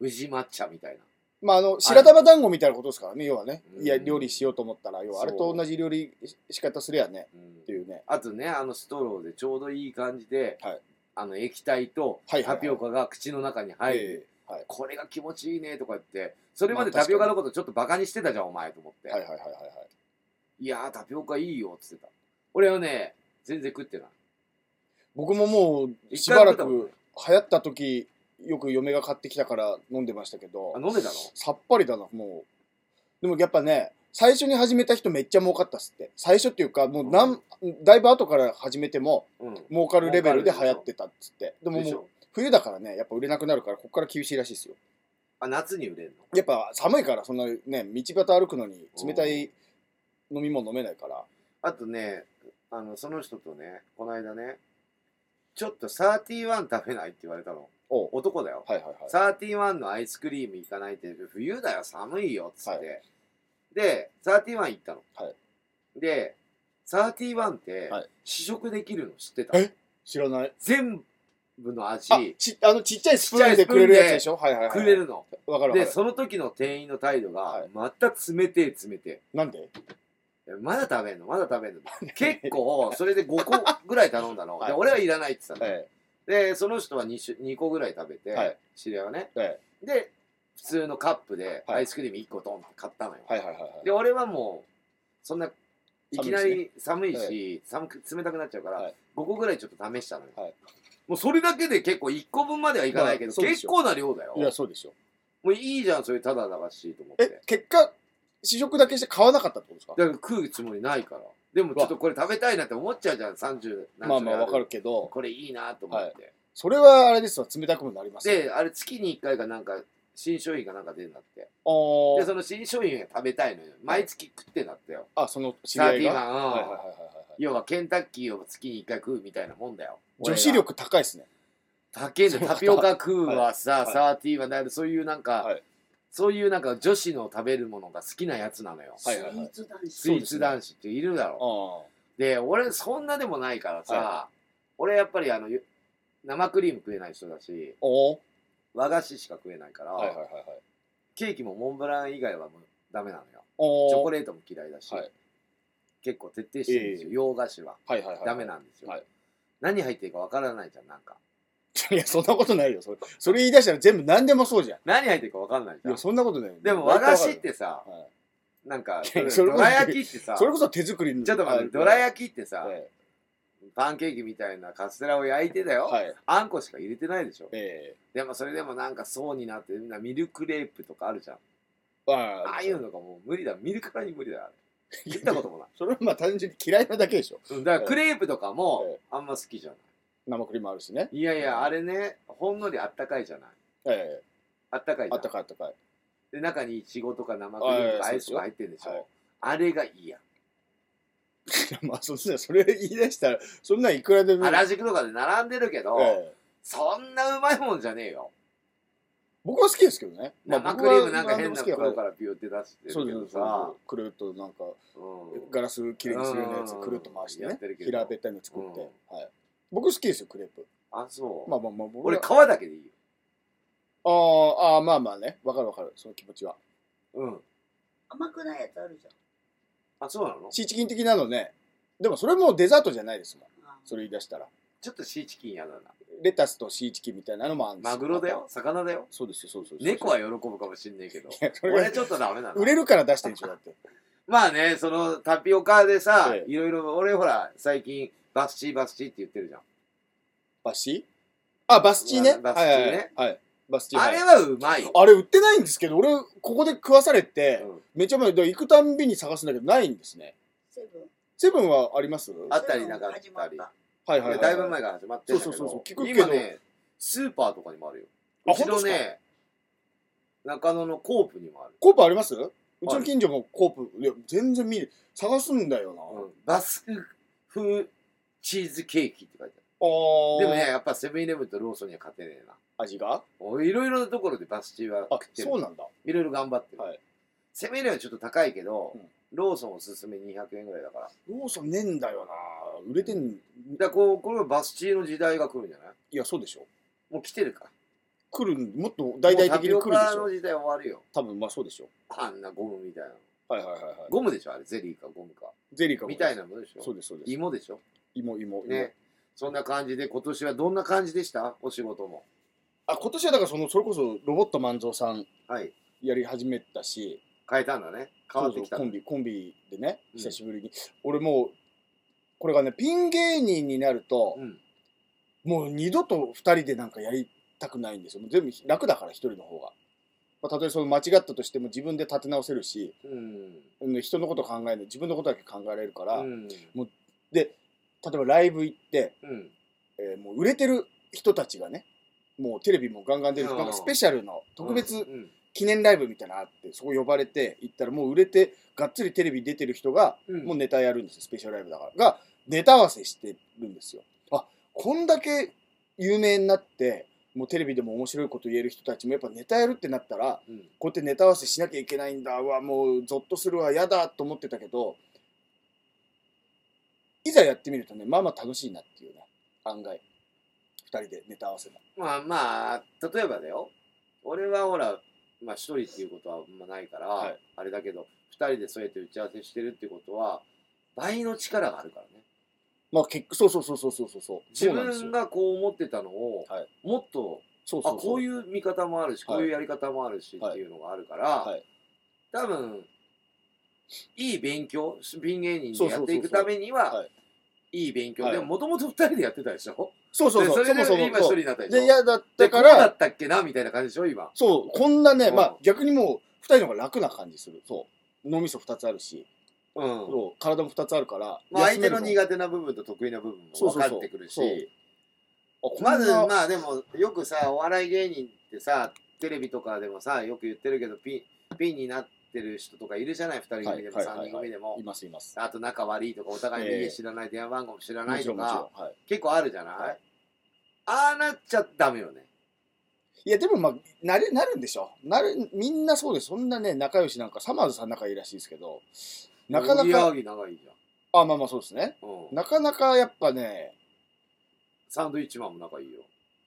Speaker 1: 宇治抹茶みたいな
Speaker 2: まああの白玉団子みたいなことですからね要はね
Speaker 1: うん
Speaker 2: いや料理しようと思ったら要はあれと同じ料理し仕方すりゃね
Speaker 1: うん
Speaker 2: っていうね
Speaker 1: あとね、あのストローでちょうどいい感じで、
Speaker 2: はい
Speaker 1: あの液体と
Speaker 2: はいはいは
Speaker 1: タ
Speaker 2: い
Speaker 1: ピオカが口の中に入る、
Speaker 2: ええはい
Speaker 1: これが気持ちいいねとか言って、それまで
Speaker 2: まあ
Speaker 1: タピオカのことちょっとバカにしてたじゃん、お前と思って。
Speaker 2: はい
Speaker 1: い、
Speaker 2: はいはいはいはい
Speaker 1: やー、タピオカいいよって言ってた。俺はね、全然食ってない。
Speaker 2: 僕ももうし
Speaker 1: 一回も食
Speaker 2: ばら
Speaker 1: ったことない
Speaker 2: く流行った時よく嫁が買ってきたから飲んでましたけど
Speaker 1: あ、飲んでたの
Speaker 2: さっぱりだなもうでもやっぱね最初に始めた人めっちゃ儲かったっすって最初っていうかもうなん、だいぶ後から始めても
Speaker 1: うん。
Speaker 2: 儲かるレベルで流行ってたっつってでも
Speaker 1: で
Speaker 2: も
Speaker 1: し
Speaker 2: う
Speaker 1: ょ
Speaker 2: 冬だからねやっぱ売れなくなるからここから厳しいらしいですよ
Speaker 1: あ、夏に売れるの
Speaker 2: やっぱ寒いからそんなね道端歩くのに冷たい飲み物飲めないから
Speaker 1: あとね、あの、その人とね、この間ね、ちょっとサーティワン食べないって言われたの。
Speaker 2: おう
Speaker 1: 男だよ。
Speaker 2: はいはいはい
Speaker 1: サーティワンのアイスクリーム行かないって冬だよ寒いよっつって、でサーティワン行ったの、
Speaker 2: は
Speaker 1: でサーティワンって
Speaker 2: はい
Speaker 1: 試食できるの知ってた、
Speaker 2: え知らない
Speaker 1: 全部の味
Speaker 2: あちあのちっちゃいスプーンでくれるやつでしょはいはいはい
Speaker 1: くれるの、
Speaker 2: わかるわか
Speaker 1: で
Speaker 2: る
Speaker 1: その時の店員の態度が
Speaker 2: はい
Speaker 1: また冷てえ冷て
Speaker 2: なんで
Speaker 1: えまだ食べんのまだ食べんの結構それで5個 ぐらい頼んだの、
Speaker 2: はい
Speaker 1: で俺はいらないって言ってたの、
Speaker 2: え
Speaker 1: でその人は 2, 種2個ぐらい食べて、
Speaker 2: はい
Speaker 1: 知り合いはね
Speaker 2: ええ
Speaker 1: で普通のカップで
Speaker 2: はい
Speaker 1: アイスクリーム1個ドンって買ったのよ、
Speaker 2: えはいはいはいはい
Speaker 1: で俺はもうそんないきなり寒い
Speaker 2: ですね
Speaker 1: し寒く冷たくなっちゃうから、
Speaker 2: はい
Speaker 1: 5個ぐらいちょっと試したのよ、
Speaker 2: はい
Speaker 1: もうそれだけで結構1個分まではいかないけど、
Speaker 2: まあそうでし
Speaker 1: 結
Speaker 2: ょ
Speaker 1: 構な量だよ
Speaker 2: いやそうでしょ
Speaker 1: もういいじゃんそれただ流しと思って
Speaker 2: え結果試食だけして買わなかったってことですか
Speaker 1: だから食うつもりないからでもちょっとこれ食べたいなって思っちゃうじゃん30何
Speaker 2: まあまあ
Speaker 1: 種類
Speaker 2: わ
Speaker 1: る
Speaker 2: かるけど
Speaker 1: これいいなと思って、
Speaker 2: それはあれですわ冷たくもなりますよ
Speaker 1: であれ月に1回かなんか新商品がなんか出るんだって。
Speaker 2: あ
Speaker 1: で、
Speaker 2: ー
Speaker 1: その新商品が食べたいのよ。毎月食ってんだったよ。
Speaker 2: あ、その知り
Speaker 1: サ
Speaker 2: 合
Speaker 1: ー
Speaker 2: い
Speaker 1: ティ
Speaker 2: が。
Speaker 1: ガ
Speaker 2: はい
Speaker 1: ン。
Speaker 2: はいはい
Speaker 1: うん
Speaker 2: はいはい。
Speaker 1: 要はケンタッキーを月に1回食うみたいなもんだよ。
Speaker 2: 女子力高いですね。
Speaker 1: 高えのタピオカ食うはさ、
Speaker 2: はい
Speaker 1: サーティワンであるそういうなんか、
Speaker 2: はい
Speaker 1: そういうなんか女子の食べるものが好きなやつなのよ。
Speaker 2: は
Speaker 3: スイ
Speaker 2: いはいはい
Speaker 3: ーツ男子
Speaker 1: スイーツ男子っているだ
Speaker 2: あ
Speaker 1: ろ
Speaker 2: あ。
Speaker 1: う。で、俺そんなでもないからさ、
Speaker 2: は
Speaker 1: 俺やっぱりあの、生クリーム食えない人だし、
Speaker 2: おお。
Speaker 1: 和菓子しか食えないから、
Speaker 2: はいはいはいはい。
Speaker 1: ケーキもモンブラン以外はもうダメなのよ。
Speaker 2: おお。
Speaker 1: チョコレートも嫌いだし、
Speaker 2: はい
Speaker 1: 結構徹底してるんですよ。
Speaker 2: え
Speaker 1: 洋菓子は。
Speaker 2: はいはいはい。
Speaker 1: ダメ。なんですよ。
Speaker 2: はい
Speaker 1: 何入ってるかわからないじゃん、なんか。
Speaker 2: いや、そんなことないよ。それ、それ言い出したら全部何でもそうじゃん。
Speaker 1: 何入ってるかわかんないじ
Speaker 2: い
Speaker 1: ゃん
Speaker 2: や、。そんなことないよ。
Speaker 1: でも和菓子ってさ、
Speaker 2: は
Speaker 1: なんか
Speaker 2: いや、それ
Speaker 1: ど
Speaker 2: こそ
Speaker 1: ら焼きってさ、
Speaker 2: い。それこそ手作りの。
Speaker 1: ちょっと待って、どら
Speaker 2: き
Speaker 1: 焼きってさ、
Speaker 2: はい。
Speaker 1: パンケーキみたいなカステラを焼いてだよ、
Speaker 2: はい。
Speaker 1: あんこしか入れてないでしょ。
Speaker 2: え
Speaker 1: でもそれでもなんか層になって、みんなミルクレープとかあるじゃん。
Speaker 2: え。
Speaker 1: あ
Speaker 2: あ
Speaker 1: あ
Speaker 2: あ。
Speaker 1: いうのがもう無理だ、見るからに無理 だ。食ったこともない。
Speaker 2: それはまあ単純に嫌いなだけでしょ。
Speaker 1: うんだからクレープとかも
Speaker 2: え
Speaker 1: あんま好きじゃな
Speaker 2: 生クリームあるしね。
Speaker 1: い。いやいや、あれね、ほんのりあったかいじゃない。
Speaker 2: ええ。
Speaker 1: あったかいじ
Speaker 2: あ
Speaker 1: ゃ
Speaker 2: っ
Speaker 1: ん
Speaker 2: た。かいあったかい。
Speaker 1: で、中にイチゴとか生クリームとか
Speaker 2: あ
Speaker 1: ア
Speaker 2: いやいや
Speaker 1: イスとか入ってるでし
Speaker 2: そうですよ
Speaker 1: ょ。あれがいいや。
Speaker 2: まあそうですね。それ言い出したら、そんなんいくらでも。
Speaker 1: 原宿とかで並んでるけど、
Speaker 2: ええ
Speaker 1: そんなうまいもんじゃねえよ。
Speaker 2: 僕は好きですけどね。
Speaker 1: 生
Speaker 2: 僕
Speaker 1: クリ
Speaker 2: は
Speaker 1: ームなんか変な袋
Speaker 2: は
Speaker 1: か
Speaker 2: い
Speaker 1: らピュって出して
Speaker 2: そう
Speaker 1: るけ
Speaker 2: ですそう
Speaker 1: ど
Speaker 2: ですそ
Speaker 1: さ
Speaker 2: う、くるっとなんか、
Speaker 1: うん
Speaker 2: ガラスきれいにするようなやつ
Speaker 1: うん
Speaker 2: くるっと回して
Speaker 1: や
Speaker 2: ね
Speaker 1: ってるけど
Speaker 2: 平べったいの作って、はい、僕好きですよクレープ
Speaker 1: あ、そう。
Speaker 2: まあまあまあ僕
Speaker 1: 俺、
Speaker 2: は
Speaker 1: 皮だけでいいよ。
Speaker 2: あーあーまあまあねわかるわかるその気持ちは
Speaker 1: うん。
Speaker 3: 甘くないやつあるじゃん
Speaker 1: あ、そうなの
Speaker 2: シーチキン的なのねでもそれもデザートじゃないですもん
Speaker 3: あ
Speaker 2: それ言い出したら
Speaker 1: ちょっとシーチキン嫌だな。
Speaker 2: レタスとシーチキンみたいなのもあるんです
Speaker 1: マグロだよ。魚だよ。
Speaker 2: そうですよそうそうそう
Speaker 1: 猫 は喜ぶかもしんないけど
Speaker 2: い。やそれ
Speaker 1: 俺
Speaker 2: が
Speaker 1: ちょっとダメだなの
Speaker 2: 売。れるから出してるんでしょだって
Speaker 1: まあね、そのタピオカでさ、
Speaker 2: ええ
Speaker 1: いろいろ、俺ほら、最近、バスチーバスチーって言ってるじゃん。
Speaker 2: バスチーあバスチーね
Speaker 1: バスチーね
Speaker 2: はいはいはい、はい、バスチー
Speaker 1: あ
Speaker 2: はい
Speaker 1: れはうまいよ。
Speaker 2: あれ売ってないんですけど俺ここで食わされて、
Speaker 1: うん
Speaker 2: めちゃめちゃ行くたんびに探すんだけどないんですね
Speaker 3: セブン
Speaker 2: セブンはあります
Speaker 1: あったりなかったり
Speaker 3: セブン始ま
Speaker 2: はい
Speaker 1: いやだいぶ前から始まってるんだけど。
Speaker 2: そうそうそうそう聞くけど
Speaker 1: 今ね、スーパーとかにもあるよ。
Speaker 2: あ
Speaker 1: うちの
Speaker 2: 本当です
Speaker 1: ね、中野のコープにもある。
Speaker 2: コープありますうちの近所もコープ、いや、全然見る。探すんだよな。
Speaker 1: うんバスク風チーズケーキって書いてあ
Speaker 2: あ
Speaker 1: る。
Speaker 2: あ。
Speaker 1: でもね、、やっぱセブンイレブンとローソンには勝てねえな。
Speaker 2: 味が
Speaker 1: おいろいろなところでバスチーは
Speaker 2: あ
Speaker 1: 食っ、てる
Speaker 2: そう。なんだ。
Speaker 1: いろいろ頑張ってる。
Speaker 2: はい
Speaker 1: セブンイレブンはちょっと高いけど、
Speaker 2: うん
Speaker 1: ローソンおすすめ200円ぐらいだから。だか
Speaker 2: ローソンねえんだよな。売れてん、
Speaker 1: らこう、これはバスチーの時代が来るんじゃない
Speaker 2: いや、そうでしょ。
Speaker 1: もう来てるか。
Speaker 2: 来るん、もっと大々的に来る
Speaker 1: もう
Speaker 2: で
Speaker 1: タ
Speaker 2: し
Speaker 1: ピオカの
Speaker 2: ょ。
Speaker 1: 時代終わるよ。
Speaker 2: 多分、まあそうでしょ。
Speaker 1: あんなゴムみたいなの。
Speaker 2: はいはいはいは
Speaker 1: ゴムでしょあれ、ゼリーかゴムか。
Speaker 2: い。ゼリーか
Speaker 1: みたい
Speaker 2: な。
Speaker 1: なものでしょ
Speaker 2: そうです、そうです。
Speaker 1: 芋でしょ
Speaker 2: 芋、芋、芋。
Speaker 1: ね。そんな感じで、今年はどんな感じでしたお仕事も。
Speaker 2: あ、今年はだから、その、それこそ、ロボット万蔵さん
Speaker 1: はい。
Speaker 2: やり始めたし、
Speaker 1: 変えたんだね。変わってきた
Speaker 2: そう
Speaker 1: ん
Speaker 2: そうコン
Speaker 1: だ。
Speaker 2: ビ、コンビでね、
Speaker 1: うん
Speaker 2: 久しぶりに。俺もう、これがね、ピン芸人になると、
Speaker 1: うん。
Speaker 2: もう二度と二人でなんかやりたくないんですよ。もう全部楽だから一人の方が。まあ、たとえその間違ったとしても自分で立て直せるし、
Speaker 1: うん。
Speaker 2: うん人のこと考えない、自分のことだけ考えられるから、例
Speaker 1: うん
Speaker 2: えばライブ行って、
Speaker 1: うん。
Speaker 2: えーもう売れてる人たちがね、もうテレビもガンガン出る、
Speaker 1: うん
Speaker 2: なんかスペシャルの特
Speaker 1: う
Speaker 2: 別
Speaker 1: ん
Speaker 2: 記念ライブみたいなのあって、そこ呼ばれて行ったらもう売れて、がっつりテレビ出てる人が、
Speaker 1: うん
Speaker 2: もうネタやるんですよ、スペシャルライブだから。が、ネタ合わせしてるんですよ。あ、こんだけ有名になって、もうテレビでも面白いこと言える人たちもやっぱネタやるってなったら、
Speaker 1: うん
Speaker 2: こうやってネタ合わせしなきゃいけないんだ、うわ、もうゾッとするわ、やだと思ってたけど、いざやってみるとね、まあまあ楽しいなっていうね、案外。二人でネタ合わせも。
Speaker 1: まあまあ、例えばだよ。俺はほら、まあ一人っていうことはあんまないから、
Speaker 2: はい
Speaker 1: あれだけど、二人でそうやって打ち合わせしてるってことは、倍の力があるからね。
Speaker 2: まあ結構、そうそうそうそうそうそうそう。
Speaker 1: 自
Speaker 2: そうなんです
Speaker 1: 分
Speaker 2: よ
Speaker 1: がこう思ってたのを、
Speaker 2: はい
Speaker 1: もっと、
Speaker 2: そう
Speaker 1: あ、
Speaker 2: そうそう
Speaker 1: こういう見方もあるし、
Speaker 2: はい
Speaker 1: こういうやり方もあるし、
Speaker 2: はい
Speaker 1: っていうのがあるから、
Speaker 2: はい
Speaker 1: 多分、いい勉強、ピン芸人
Speaker 2: そう
Speaker 1: で
Speaker 2: そ
Speaker 1: やっ
Speaker 2: うそうそう
Speaker 1: ていくために
Speaker 2: は
Speaker 1: は、
Speaker 2: い
Speaker 1: いい勉強。
Speaker 2: はい
Speaker 1: でも、もともと二人でやってたでしょ
Speaker 2: そうそうそ
Speaker 1: で
Speaker 2: う。
Speaker 1: それで
Speaker 2: そもそも
Speaker 1: 今一人になったでしょ
Speaker 2: で、嫌だった
Speaker 1: だか、
Speaker 2: から
Speaker 1: こうだ
Speaker 2: ら、
Speaker 1: ったっけなみたいな感じでしょ今。
Speaker 2: そう、こんなね、
Speaker 1: うん
Speaker 2: まあ逆にもう、二人の方が楽な感じする。そう。脳みそ二つあるし、
Speaker 1: うん。
Speaker 2: そう体も二つあるから、
Speaker 1: まあ、相手
Speaker 2: 休める
Speaker 1: の
Speaker 2: も
Speaker 1: 苦手な部分と得意な部分
Speaker 2: そ
Speaker 1: も
Speaker 2: う
Speaker 1: 分
Speaker 2: そうそう
Speaker 1: かってくるし
Speaker 2: そうあこんな
Speaker 1: まずまあでもよくさお笑い芸人ってさテレビとかでもさよく言ってるけどピンピンになってる人とかいるじゃない2人組でも
Speaker 2: はいはいはいはい
Speaker 1: 3人組でも
Speaker 2: いますいます。
Speaker 1: あと仲悪いとかお互いの
Speaker 2: え
Speaker 1: 家
Speaker 2: え
Speaker 1: 知らない電話番号も知ら
Speaker 2: も
Speaker 1: ない
Speaker 2: ちろ
Speaker 1: と
Speaker 2: んもち
Speaker 1: か
Speaker 2: ろん。はい。
Speaker 1: 結構あるじゃない、
Speaker 2: はい
Speaker 1: ああなっちゃダメよね
Speaker 2: いや、でもまあ、なれ、なるんでしょ。なる、みんなそうです。そんなね、仲良しなんか、サマーズさん仲いいらしいですけど、なかな
Speaker 1: 盛り
Speaker 2: か、
Speaker 1: 上げ長いじ
Speaker 2: あ、まあまあそうですね。
Speaker 1: ゃん、うん、
Speaker 2: なかなかやっぱね、
Speaker 1: サンドイッチマンも仲いいよ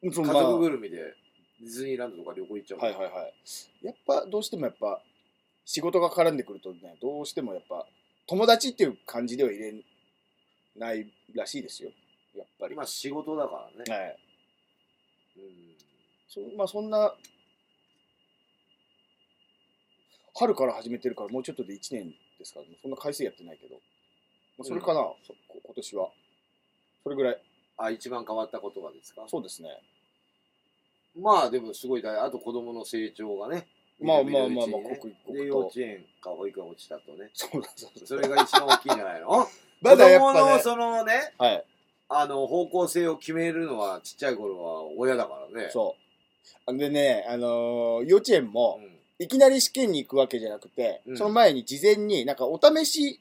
Speaker 2: そ
Speaker 1: 家
Speaker 2: のまあ
Speaker 1: 族ぐるみでディズニーランドとか旅行行っちゃうもん
Speaker 2: はいはいはい。やっぱ、どうしてもやっぱ、仕事が絡んでくるとね、どうしてもやっぱ、友達っていう感じでは入れないらしいですよ。やっぱり。
Speaker 1: まあ仕事だからね、
Speaker 2: はい。
Speaker 1: うん
Speaker 2: そまあそんな春から始めてるからもうちょっとで1年ですからそんな回数やってないけど、まあ、それかな、そこ今年はそれぐらい
Speaker 1: あ一番変わったことはですか
Speaker 2: そうですね
Speaker 1: まあでもすごい大あと子供の成長がね
Speaker 2: まあまあまあまあ
Speaker 1: みるみるうちに
Speaker 2: 刻一
Speaker 1: ねで
Speaker 2: 刻
Speaker 1: 幼
Speaker 2: と
Speaker 1: 稚園か保育園落ちたとね
Speaker 2: そうなんです
Speaker 1: それが一番大きいんじゃないの
Speaker 2: まだやっ
Speaker 1: 子供
Speaker 2: ぱ
Speaker 1: の
Speaker 2: ね
Speaker 1: そのね
Speaker 2: はい
Speaker 1: あの方向性を決めるのはちっちゃい頃は親だからね
Speaker 2: そうでね、あのー幼稚園も
Speaker 1: ん
Speaker 2: いきなり試験に行くわけじゃなくて、
Speaker 1: うん
Speaker 2: その前に事前になんかお試し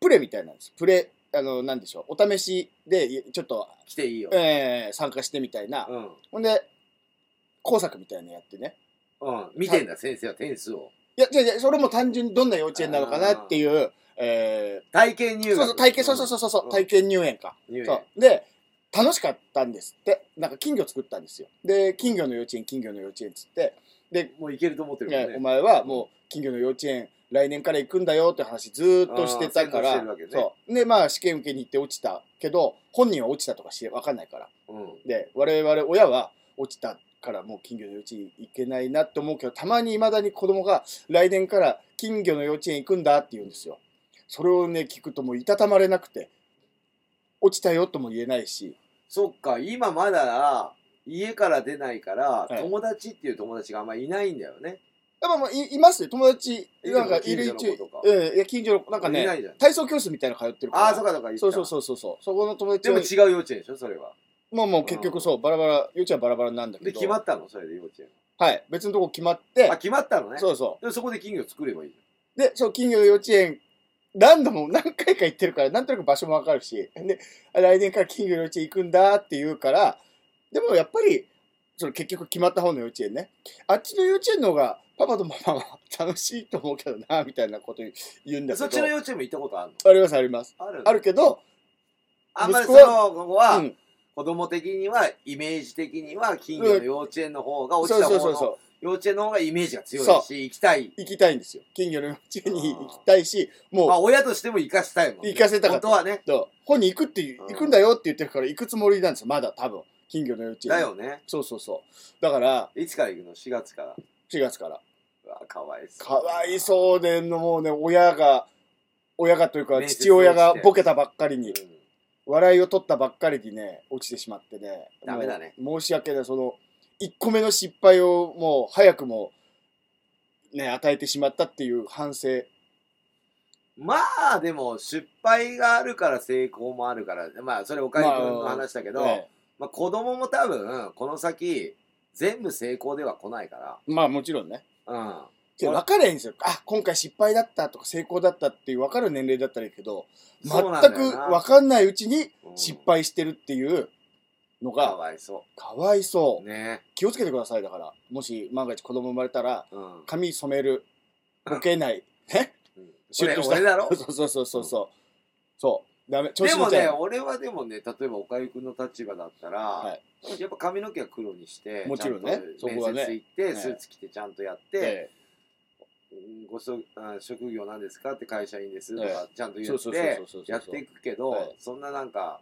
Speaker 2: プレみたいなんですプレあのなんでしょうお試しでちょっと、
Speaker 1: 来ていいよ、
Speaker 2: えー参加してみたいな、
Speaker 1: うん
Speaker 2: ほんで、工作みたいなのやってね。
Speaker 1: うん、見てんだ先生は点数を
Speaker 2: いや、じゃじゃそれも単純にどんな幼稚園なのかなっていう、え
Speaker 1: 体験入学
Speaker 2: ー、そうそう、体験、そうそうそうそう、
Speaker 1: うん
Speaker 2: 体験入園か。
Speaker 1: 入園
Speaker 2: そう。で、楽しかったんですって。なんか金魚作ったんですよ。で、金魚の幼稚園、金魚の幼稚園っつって、
Speaker 1: もういけると思ってる
Speaker 2: い
Speaker 1: もん
Speaker 2: や
Speaker 1: ね
Speaker 2: お前はもう金魚の幼稚園、来年から行くんだよって話ずーっとしてたか
Speaker 1: あー
Speaker 2: ら、
Speaker 1: 先導してるわけね
Speaker 2: そう。で、まあ試験受けに行って落ちたけど、本人は落ちたとかしわかんないから。
Speaker 1: うん
Speaker 2: で我々親は落ちたからもう金魚の幼稚園行けないなって思うけどたまにいまだに子供が来年から金魚の幼稚園行くんだって言うんですよそれをね聞くともういたたまれなくて落ちたよとも言えないし
Speaker 1: そっか、今まだ家から出ないから、
Speaker 2: はい
Speaker 1: 友達っていう友達があんまりいないんだよね。
Speaker 2: やっぱまあいいますよ友達
Speaker 1: いる
Speaker 2: なんかいる
Speaker 1: 近所の
Speaker 2: 一
Speaker 1: 子とか
Speaker 2: うんいや近所のなんか
Speaker 1: い
Speaker 2: ね
Speaker 1: ないじゃん。
Speaker 2: 体操教室みたいなの通ってるから
Speaker 1: ああ、そうかそうか。言って
Speaker 2: そ
Speaker 1: た
Speaker 2: うそうそうそうそうそこの友達
Speaker 1: でも
Speaker 2: は
Speaker 1: 違う幼稚園でしょ、それは。
Speaker 2: もうもう結局そうバラバラ幼稚園はバラバラなんだけど
Speaker 1: で、決まったの、それで幼稚園。
Speaker 2: はい別のとこ決まって
Speaker 1: あ、決まったのね。
Speaker 2: そうそう
Speaker 1: でそこで金魚作ればいいじ
Speaker 2: で、そう、金魚の幼稚園、何度も何回か行ってるから、なんとなく場所もわかるし、で、あ来年から金魚の幼稚園行くんだって言うから、でもやっぱり、その結局決まった方の幼稚園ね、あっちの幼稚園の方が、パパとママは楽しいと思うけどな、みたいなこと言うん
Speaker 1: ゃん。
Speaker 2: だけど。
Speaker 1: そっちの幼稚園も行ったことあるの
Speaker 2: あります、あります。
Speaker 1: ある
Speaker 2: あるけど、
Speaker 1: あんまりそ
Speaker 2: 息子は
Speaker 1: の子は、
Speaker 2: うん
Speaker 1: 子供的には、イメージ的には、金魚の幼稚園の方が、落
Speaker 2: そ
Speaker 1: ち
Speaker 2: う
Speaker 1: た
Speaker 2: そう
Speaker 1: 方
Speaker 2: そう
Speaker 1: の
Speaker 2: そ
Speaker 1: 幼稚園の方がイメージが強
Speaker 2: そう
Speaker 1: いし、行きたい。
Speaker 2: う。行きたいんですよ。金魚の幼稚園に行きたいし、
Speaker 1: まあ、
Speaker 2: もう、
Speaker 1: 親としても行かせたいもん、ね。
Speaker 2: 行かせたかった
Speaker 1: 本当はね。
Speaker 2: と本に行くっていう、行くんだよって言ってるから、行くつもりなんですよ、まだ多分。金魚の幼稚園。
Speaker 1: だ。よね。
Speaker 2: そうそうそう。だから、
Speaker 1: いつから行くの ?4 月から。
Speaker 2: 4月から。
Speaker 1: うわかわいそう。
Speaker 2: かわいそうでのもうね親が親がというか
Speaker 1: 面接
Speaker 2: 父親
Speaker 1: を
Speaker 2: が
Speaker 1: して
Speaker 2: ボケたばっかり
Speaker 1: う
Speaker 2: に
Speaker 1: ん
Speaker 2: 笑いを取ったばっかりにね落ちてしまってね
Speaker 1: ダメだね
Speaker 2: もう申し訳ないその1個目の失敗をもう早くもね与えてしまったっていう反省
Speaker 1: まあでも失敗があるから成功もあるからまあそれ岡井君の話だけど、まあ
Speaker 2: え
Speaker 1: 子供も多分この先全部成功では来ないか
Speaker 2: えまあもちろんね
Speaker 1: らうん
Speaker 2: けど分かれへんですよあ今回失敗だったとか成功だったっていう分かる年齢だったらいいけど全
Speaker 1: そうなんだよな
Speaker 2: く分かんないうちに
Speaker 1: うん
Speaker 2: 失敗してるっていうの
Speaker 1: か
Speaker 2: が
Speaker 1: わいそ
Speaker 2: かわいそう
Speaker 1: うね
Speaker 2: 気をつけてくださいだからもし万が一子供生まれたら
Speaker 1: うん
Speaker 2: 髪染めるボケないね
Speaker 1: これ俺だろ
Speaker 2: そうそうそうそうそうそうダメ調子
Speaker 1: で
Speaker 2: 乗
Speaker 1: も
Speaker 2: っちゃ
Speaker 1: ね
Speaker 2: う
Speaker 1: 俺はでもね例えば岡井君の立場だったら、
Speaker 2: は
Speaker 1: やっぱ髪の毛は黒にして
Speaker 2: もちろんね
Speaker 1: ちゃん
Speaker 2: そことはね
Speaker 1: 面接行って、
Speaker 2: ええ
Speaker 1: スーツ着てちゃんとやって、
Speaker 2: え
Speaker 1: うんごそあ職業なんですかって会社員ですと
Speaker 2: え
Speaker 1: かちゃんと言っ
Speaker 2: そうそうそう
Speaker 1: て
Speaker 2: そうそうそう
Speaker 1: やっていくけど、
Speaker 2: はい
Speaker 1: そんななんか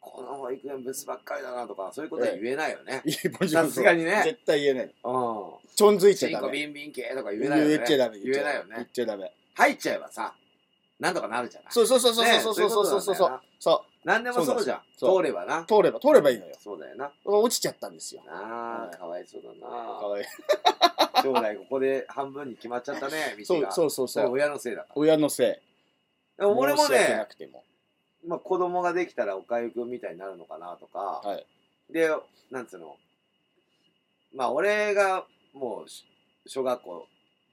Speaker 1: この保育園ブスばっかりだなとかそういうことは言えないよね。
Speaker 2: えいやもちろんそう
Speaker 1: さすがにね
Speaker 2: 絶対言えない
Speaker 1: うん。
Speaker 2: ちょんづいち
Speaker 1: チ
Speaker 2: ゃ
Speaker 1: ン
Speaker 2: ダ
Speaker 1: コ
Speaker 2: メ
Speaker 1: ビンビン系とか言え
Speaker 2: 言
Speaker 1: ないよね。
Speaker 2: っちゃダメ
Speaker 1: 言えないよ
Speaker 2: 言っ
Speaker 1: ね。
Speaker 2: ちゃダメ
Speaker 1: 入っちゃえばさ、なんとかなるじゃない。
Speaker 2: そうそうそうそう
Speaker 1: ね
Speaker 2: そうそうそうそう
Speaker 1: そう
Speaker 2: そう
Speaker 1: いうことなんだよな
Speaker 2: そ
Speaker 1: なんでもそうじゃん。
Speaker 2: そう
Speaker 1: 通ればな
Speaker 2: う。通れば通ればいいのよ
Speaker 1: そうだよな。
Speaker 2: 落ちちゃったんですよ
Speaker 1: ああ、かわいそうだ
Speaker 2: か
Speaker 1: な。
Speaker 2: わい
Speaker 1: 将来ここで半分に決まっちゃった ね、
Speaker 2: い
Speaker 1: 道
Speaker 2: そう
Speaker 1: が。
Speaker 2: そうそう
Speaker 1: そ
Speaker 2: そ
Speaker 1: れ
Speaker 2: う
Speaker 1: 親のせいだか
Speaker 2: 親のせい
Speaker 1: ら。でも俺も
Speaker 2: 申し訳な
Speaker 1: ね、
Speaker 2: くても
Speaker 1: まあ、子供ができたらおかゆくんみたいになるのかなとか、
Speaker 2: はい
Speaker 1: で、なんつうの、まあ俺がもうし小学校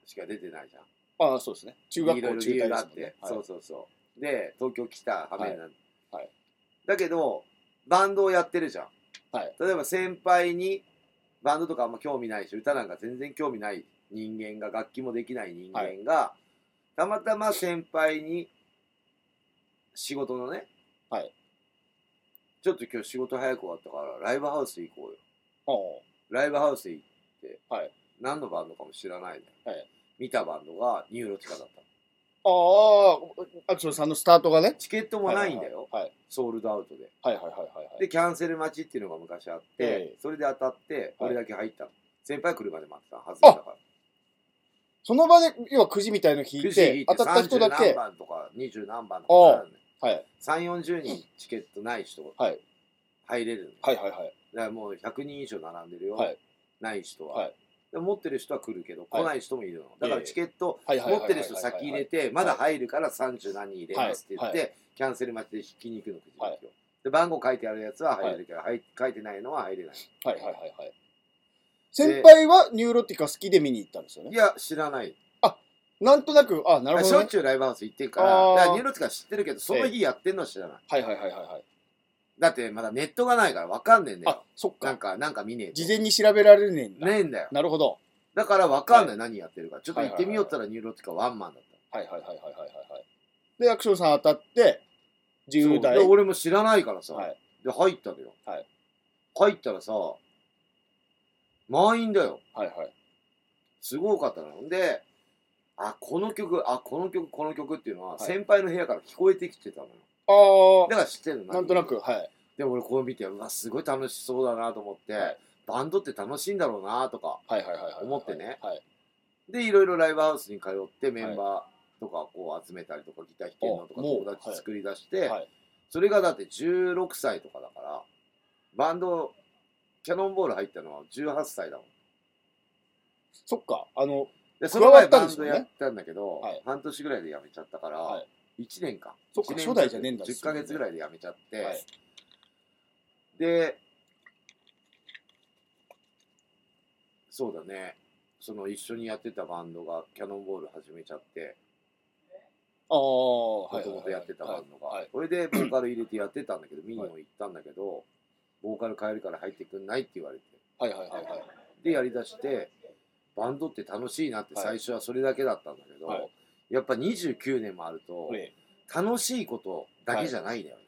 Speaker 1: しか出てないじゃん。
Speaker 2: ああ、そうですね。中学
Speaker 1: い
Speaker 2: 校
Speaker 1: ろいろ
Speaker 2: 中
Speaker 1: 理
Speaker 2: 退
Speaker 1: 由
Speaker 2: で
Speaker 1: があ
Speaker 2: す
Speaker 1: っ
Speaker 2: もん
Speaker 1: て、
Speaker 2: ね。はい
Speaker 1: そうそうそう。で、東京来たはめになる、
Speaker 2: はいはい
Speaker 1: だけど、バンドをやってるじゃん。
Speaker 2: はい
Speaker 1: 例えば先輩に、バンドとかあんま興味ないし、歌なんか全然興味ない人間が、楽器もできない人間が、たまたま先輩に、仕事のね、
Speaker 2: はい
Speaker 1: ちょっと今日仕事早く終わったから、ライブハウス行こうよ。
Speaker 2: ああ
Speaker 1: ライブハウス行って、
Speaker 2: はい
Speaker 1: 何のバンドかも知らないね、
Speaker 2: はい
Speaker 1: 見たバンドがニューロティカだったの
Speaker 2: ああ、アクションさんのスタートがね。
Speaker 1: チケットもないんだよ、
Speaker 2: はい。
Speaker 1: ソールドアウトで
Speaker 2: はいはいはいはいはい。
Speaker 1: でキャンセル待ちっていうのが昔あって、
Speaker 2: ええ
Speaker 1: それで当たって
Speaker 2: はい
Speaker 1: 俺だけ入ったの、先輩車で待ってたはずだから
Speaker 2: その場で、要はくじみたいの
Speaker 1: 9
Speaker 2: 引い
Speaker 1: 時引
Speaker 2: て
Speaker 1: い、て
Speaker 2: 当たった人
Speaker 1: 30
Speaker 2: だ
Speaker 1: 何
Speaker 2: け。
Speaker 1: 番とか20何番とかあるね
Speaker 2: はい。
Speaker 1: 3 4 0人チケットない人
Speaker 2: はい。
Speaker 1: 入れるの、
Speaker 2: はいはいはい。
Speaker 1: だからもう100人以上並んでるよ、
Speaker 2: はい
Speaker 1: ない人は、
Speaker 2: はい
Speaker 1: で持ってる人は来るけど
Speaker 2: はい
Speaker 1: 来ない人もいるの、だからチケット
Speaker 2: はいはいはい
Speaker 1: 持
Speaker 2: はい
Speaker 1: ってる人先入れてまだ入るから30何人入れますって言っ
Speaker 2: は
Speaker 1: てキャンセル待ちで引きに行くのくじ引きを
Speaker 2: はい
Speaker 1: で番号書いてあるやつは入れるけど、はい書いてないのは入れない
Speaker 2: はいはいはいはい。先輩はニューロティカ好きで見に行ったんですよ
Speaker 1: い
Speaker 2: ね。
Speaker 1: や知らない
Speaker 2: なんとなく、あ、なるほ
Speaker 1: しょ
Speaker 2: ど、
Speaker 1: っ
Speaker 2: ね。
Speaker 1: ちゅうライブハウス行ってるから
Speaker 2: あー
Speaker 1: だからニューロティカ知ってるけどその日やってんのは知らない、
Speaker 2: はいはいはいはいはい。
Speaker 1: だってまだネットがないから分かんねえんだ
Speaker 2: あ
Speaker 1: よ、
Speaker 2: そっ
Speaker 1: なん
Speaker 2: か。
Speaker 1: かなんか見ねえと
Speaker 2: 事前に調べられねえんだ。
Speaker 1: ねえんだよ
Speaker 2: なるほど。
Speaker 1: だから分かんない、何やってるからちょっと行ってみようったらニューロティカワンマンだった
Speaker 2: はいはいはいはいはいはいはい。で、アクションさん当たって、
Speaker 1: そう
Speaker 2: 10
Speaker 1: で
Speaker 2: 代。
Speaker 1: 俺も知らないからさ、
Speaker 2: はい。
Speaker 1: で入ったのよ、
Speaker 2: はい
Speaker 1: 入ったらさ満員だよ
Speaker 2: はいはい。
Speaker 1: すごかったのであこの曲あこの曲この曲っていうのは
Speaker 2: はい
Speaker 1: 先輩の部屋から聞こえてきてたのよ
Speaker 2: あ
Speaker 1: だから知ってるの
Speaker 2: あ、なんとなく、はい。
Speaker 1: で俺これ見てうわすごい楽しそうだなと思って、
Speaker 2: はい
Speaker 1: バンドって楽しいんだろうなとか
Speaker 2: はいはいはいはいはい。
Speaker 1: 思ってね
Speaker 2: はい。
Speaker 1: でいろいろライブハウスに通ってメンバーとかこう集めたりとかギター弾けるのとか
Speaker 2: おもう
Speaker 1: 友達作り出して、
Speaker 2: はい
Speaker 1: それがだって16歳とかだからバンドキャノンボール入ったのは18歳だもん
Speaker 2: そっか、あの、
Speaker 1: で
Speaker 2: 加
Speaker 1: その前
Speaker 2: わった
Speaker 1: バ
Speaker 2: ん
Speaker 1: ン
Speaker 2: です
Speaker 1: ド
Speaker 2: よね
Speaker 1: やったんだけど、
Speaker 2: はい
Speaker 1: 半年ぐらいで辞めちゃったから、
Speaker 2: はい
Speaker 1: 1年か
Speaker 2: そっか
Speaker 1: 1年
Speaker 2: 初代じゃねえんだ
Speaker 1: 10ヶ月ぐらいで辞めちゃって、
Speaker 2: はい
Speaker 1: でそうだねその一緒にやってたバンドがキャノンボール始めちゃって
Speaker 2: ああ、
Speaker 1: も
Speaker 2: はい。
Speaker 1: ともとやってたバンドが、
Speaker 2: はい。
Speaker 1: それでボーカル入れてやってたんだけど見にも行ったんだけど、ボーカル変えるから入ってくんないって言われて
Speaker 2: はいはいはいはい。
Speaker 1: でやりだしてバンドって楽しいなって
Speaker 2: はい
Speaker 1: 最初はそれだけだったんだけど、
Speaker 2: はい
Speaker 1: やっぱ29年もあると
Speaker 2: ええ
Speaker 1: 楽しいことだけじゃないんだよね、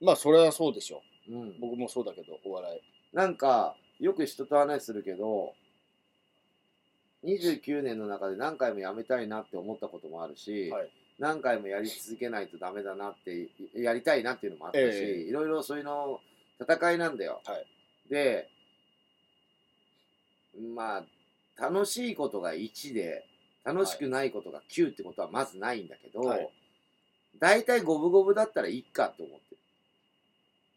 Speaker 2: まあ、それはそうでしょ
Speaker 1: うん
Speaker 2: う。、僕もそうだけど、お笑い。
Speaker 1: なんかよく人と話するけど29年の中で何回もやめたいなって思ったこともあるし、
Speaker 2: はい
Speaker 1: 何回もやり続けないとダメだなってやりたいなっていうのもあったし、
Speaker 2: え
Speaker 1: いろいろそういうの戦いなんだよ。
Speaker 2: はい
Speaker 1: でまあ楽しいことが1で楽しくないことが9ってことはまずないんだけど、
Speaker 2: はい
Speaker 1: 大体五分五分だったらいいかと思ってる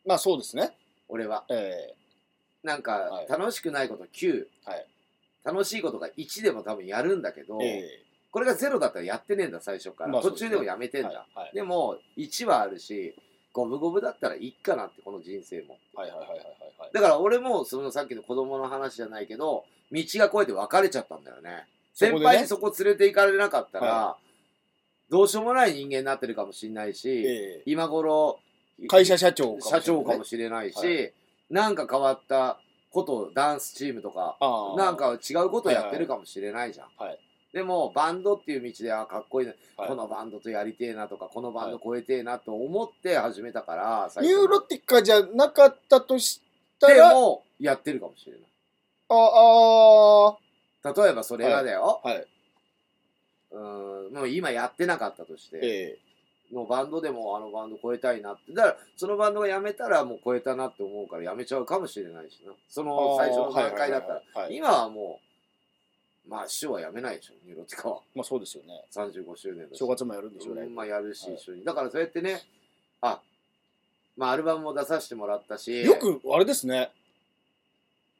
Speaker 2: まあ、そうですね。
Speaker 1: 俺は。
Speaker 2: え
Speaker 1: なん
Speaker 2: は
Speaker 1: か
Speaker 2: い
Speaker 1: 楽しくないこと9、
Speaker 2: はい
Speaker 1: 楽しいことが1でも多分やるんだけど、
Speaker 2: ええ
Speaker 1: これが0だったらやってねえんだ最初から、
Speaker 2: まあそう
Speaker 1: 途
Speaker 2: ですね
Speaker 1: 中でもやめて
Speaker 2: え
Speaker 1: んだ、
Speaker 2: はいはい
Speaker 1: でも1はあるし五分五分だったらいっかなってこの人生も
Speaker 2: はいはいはいはいはい。
Speaker 1: だから俺もそのさっきの子供の話じゃないけど道がこうやって別れちゃったんだよね
Speaker 2: そこで
Speaker 1: 先
Speaker 2: ね
Speaker 1: 輩にそこ連れて行かれなかったら、
Speaker 2: は
Speaker 1: どうしようもない人間になってるかもしれないし、
Speaker 2: ええ
Speaker 1: 今頃
Speaker 2: 会社社長
Speaker 1: 社長かも
Speaker 2: し
Speaker 1: しれないし、
Speaker 2: は
Speaker 1: なんか変わったことをダンスチームとか
Speaker 2: れない。ああ。
Speaker 1: なん、か違うことをやってるかもしれないじゃん、
Speaker 2: はい
Speaker 1: でもバンドっていう道であかっこいいな、
Speaker 2: はい
Speaker 1: このバンドとやりてえなとかこのバンド超えてえなと思って始めたから、最
Speaker 2: ニ
Speaker 1: 初
Speaker 2: ューロティカじゃなかったとした
Speaker 1: で
Speaker 2: ら、あ
Speaker 1: もやってるかもしれない
Speaker 2: あ、は
Speaker 1: 例えばそれがだよ、
Speaker 2: い。
Speaker 1: うーんもう今やってなかったとして、
Speaker 2: ええ
Speaker 1: のバンドでもあのバンド超えたいなってだからそのバンドが辞めたらもう超えたなって思うから辞めちゃうかもしれないしなその最初の段階だったら、
Speaker 2: はいはいはいはい。
Speaker 1: 今はもうまあ師匠は辞めないでしょニューロティカは
Speaker 2: まあ、そうですよね。
Speaker 1: 35周年だし
Speaker 2: 正月もやるんでしょう
Speaker 1: う
Speaker 2: ね
Speaker 1: ん。まあやるし
Speaker 2: はい
Speaker 1: 一緒に、だからそうやってねあまあアルバムも出させてもらったし
Speaker 2: よくあれですね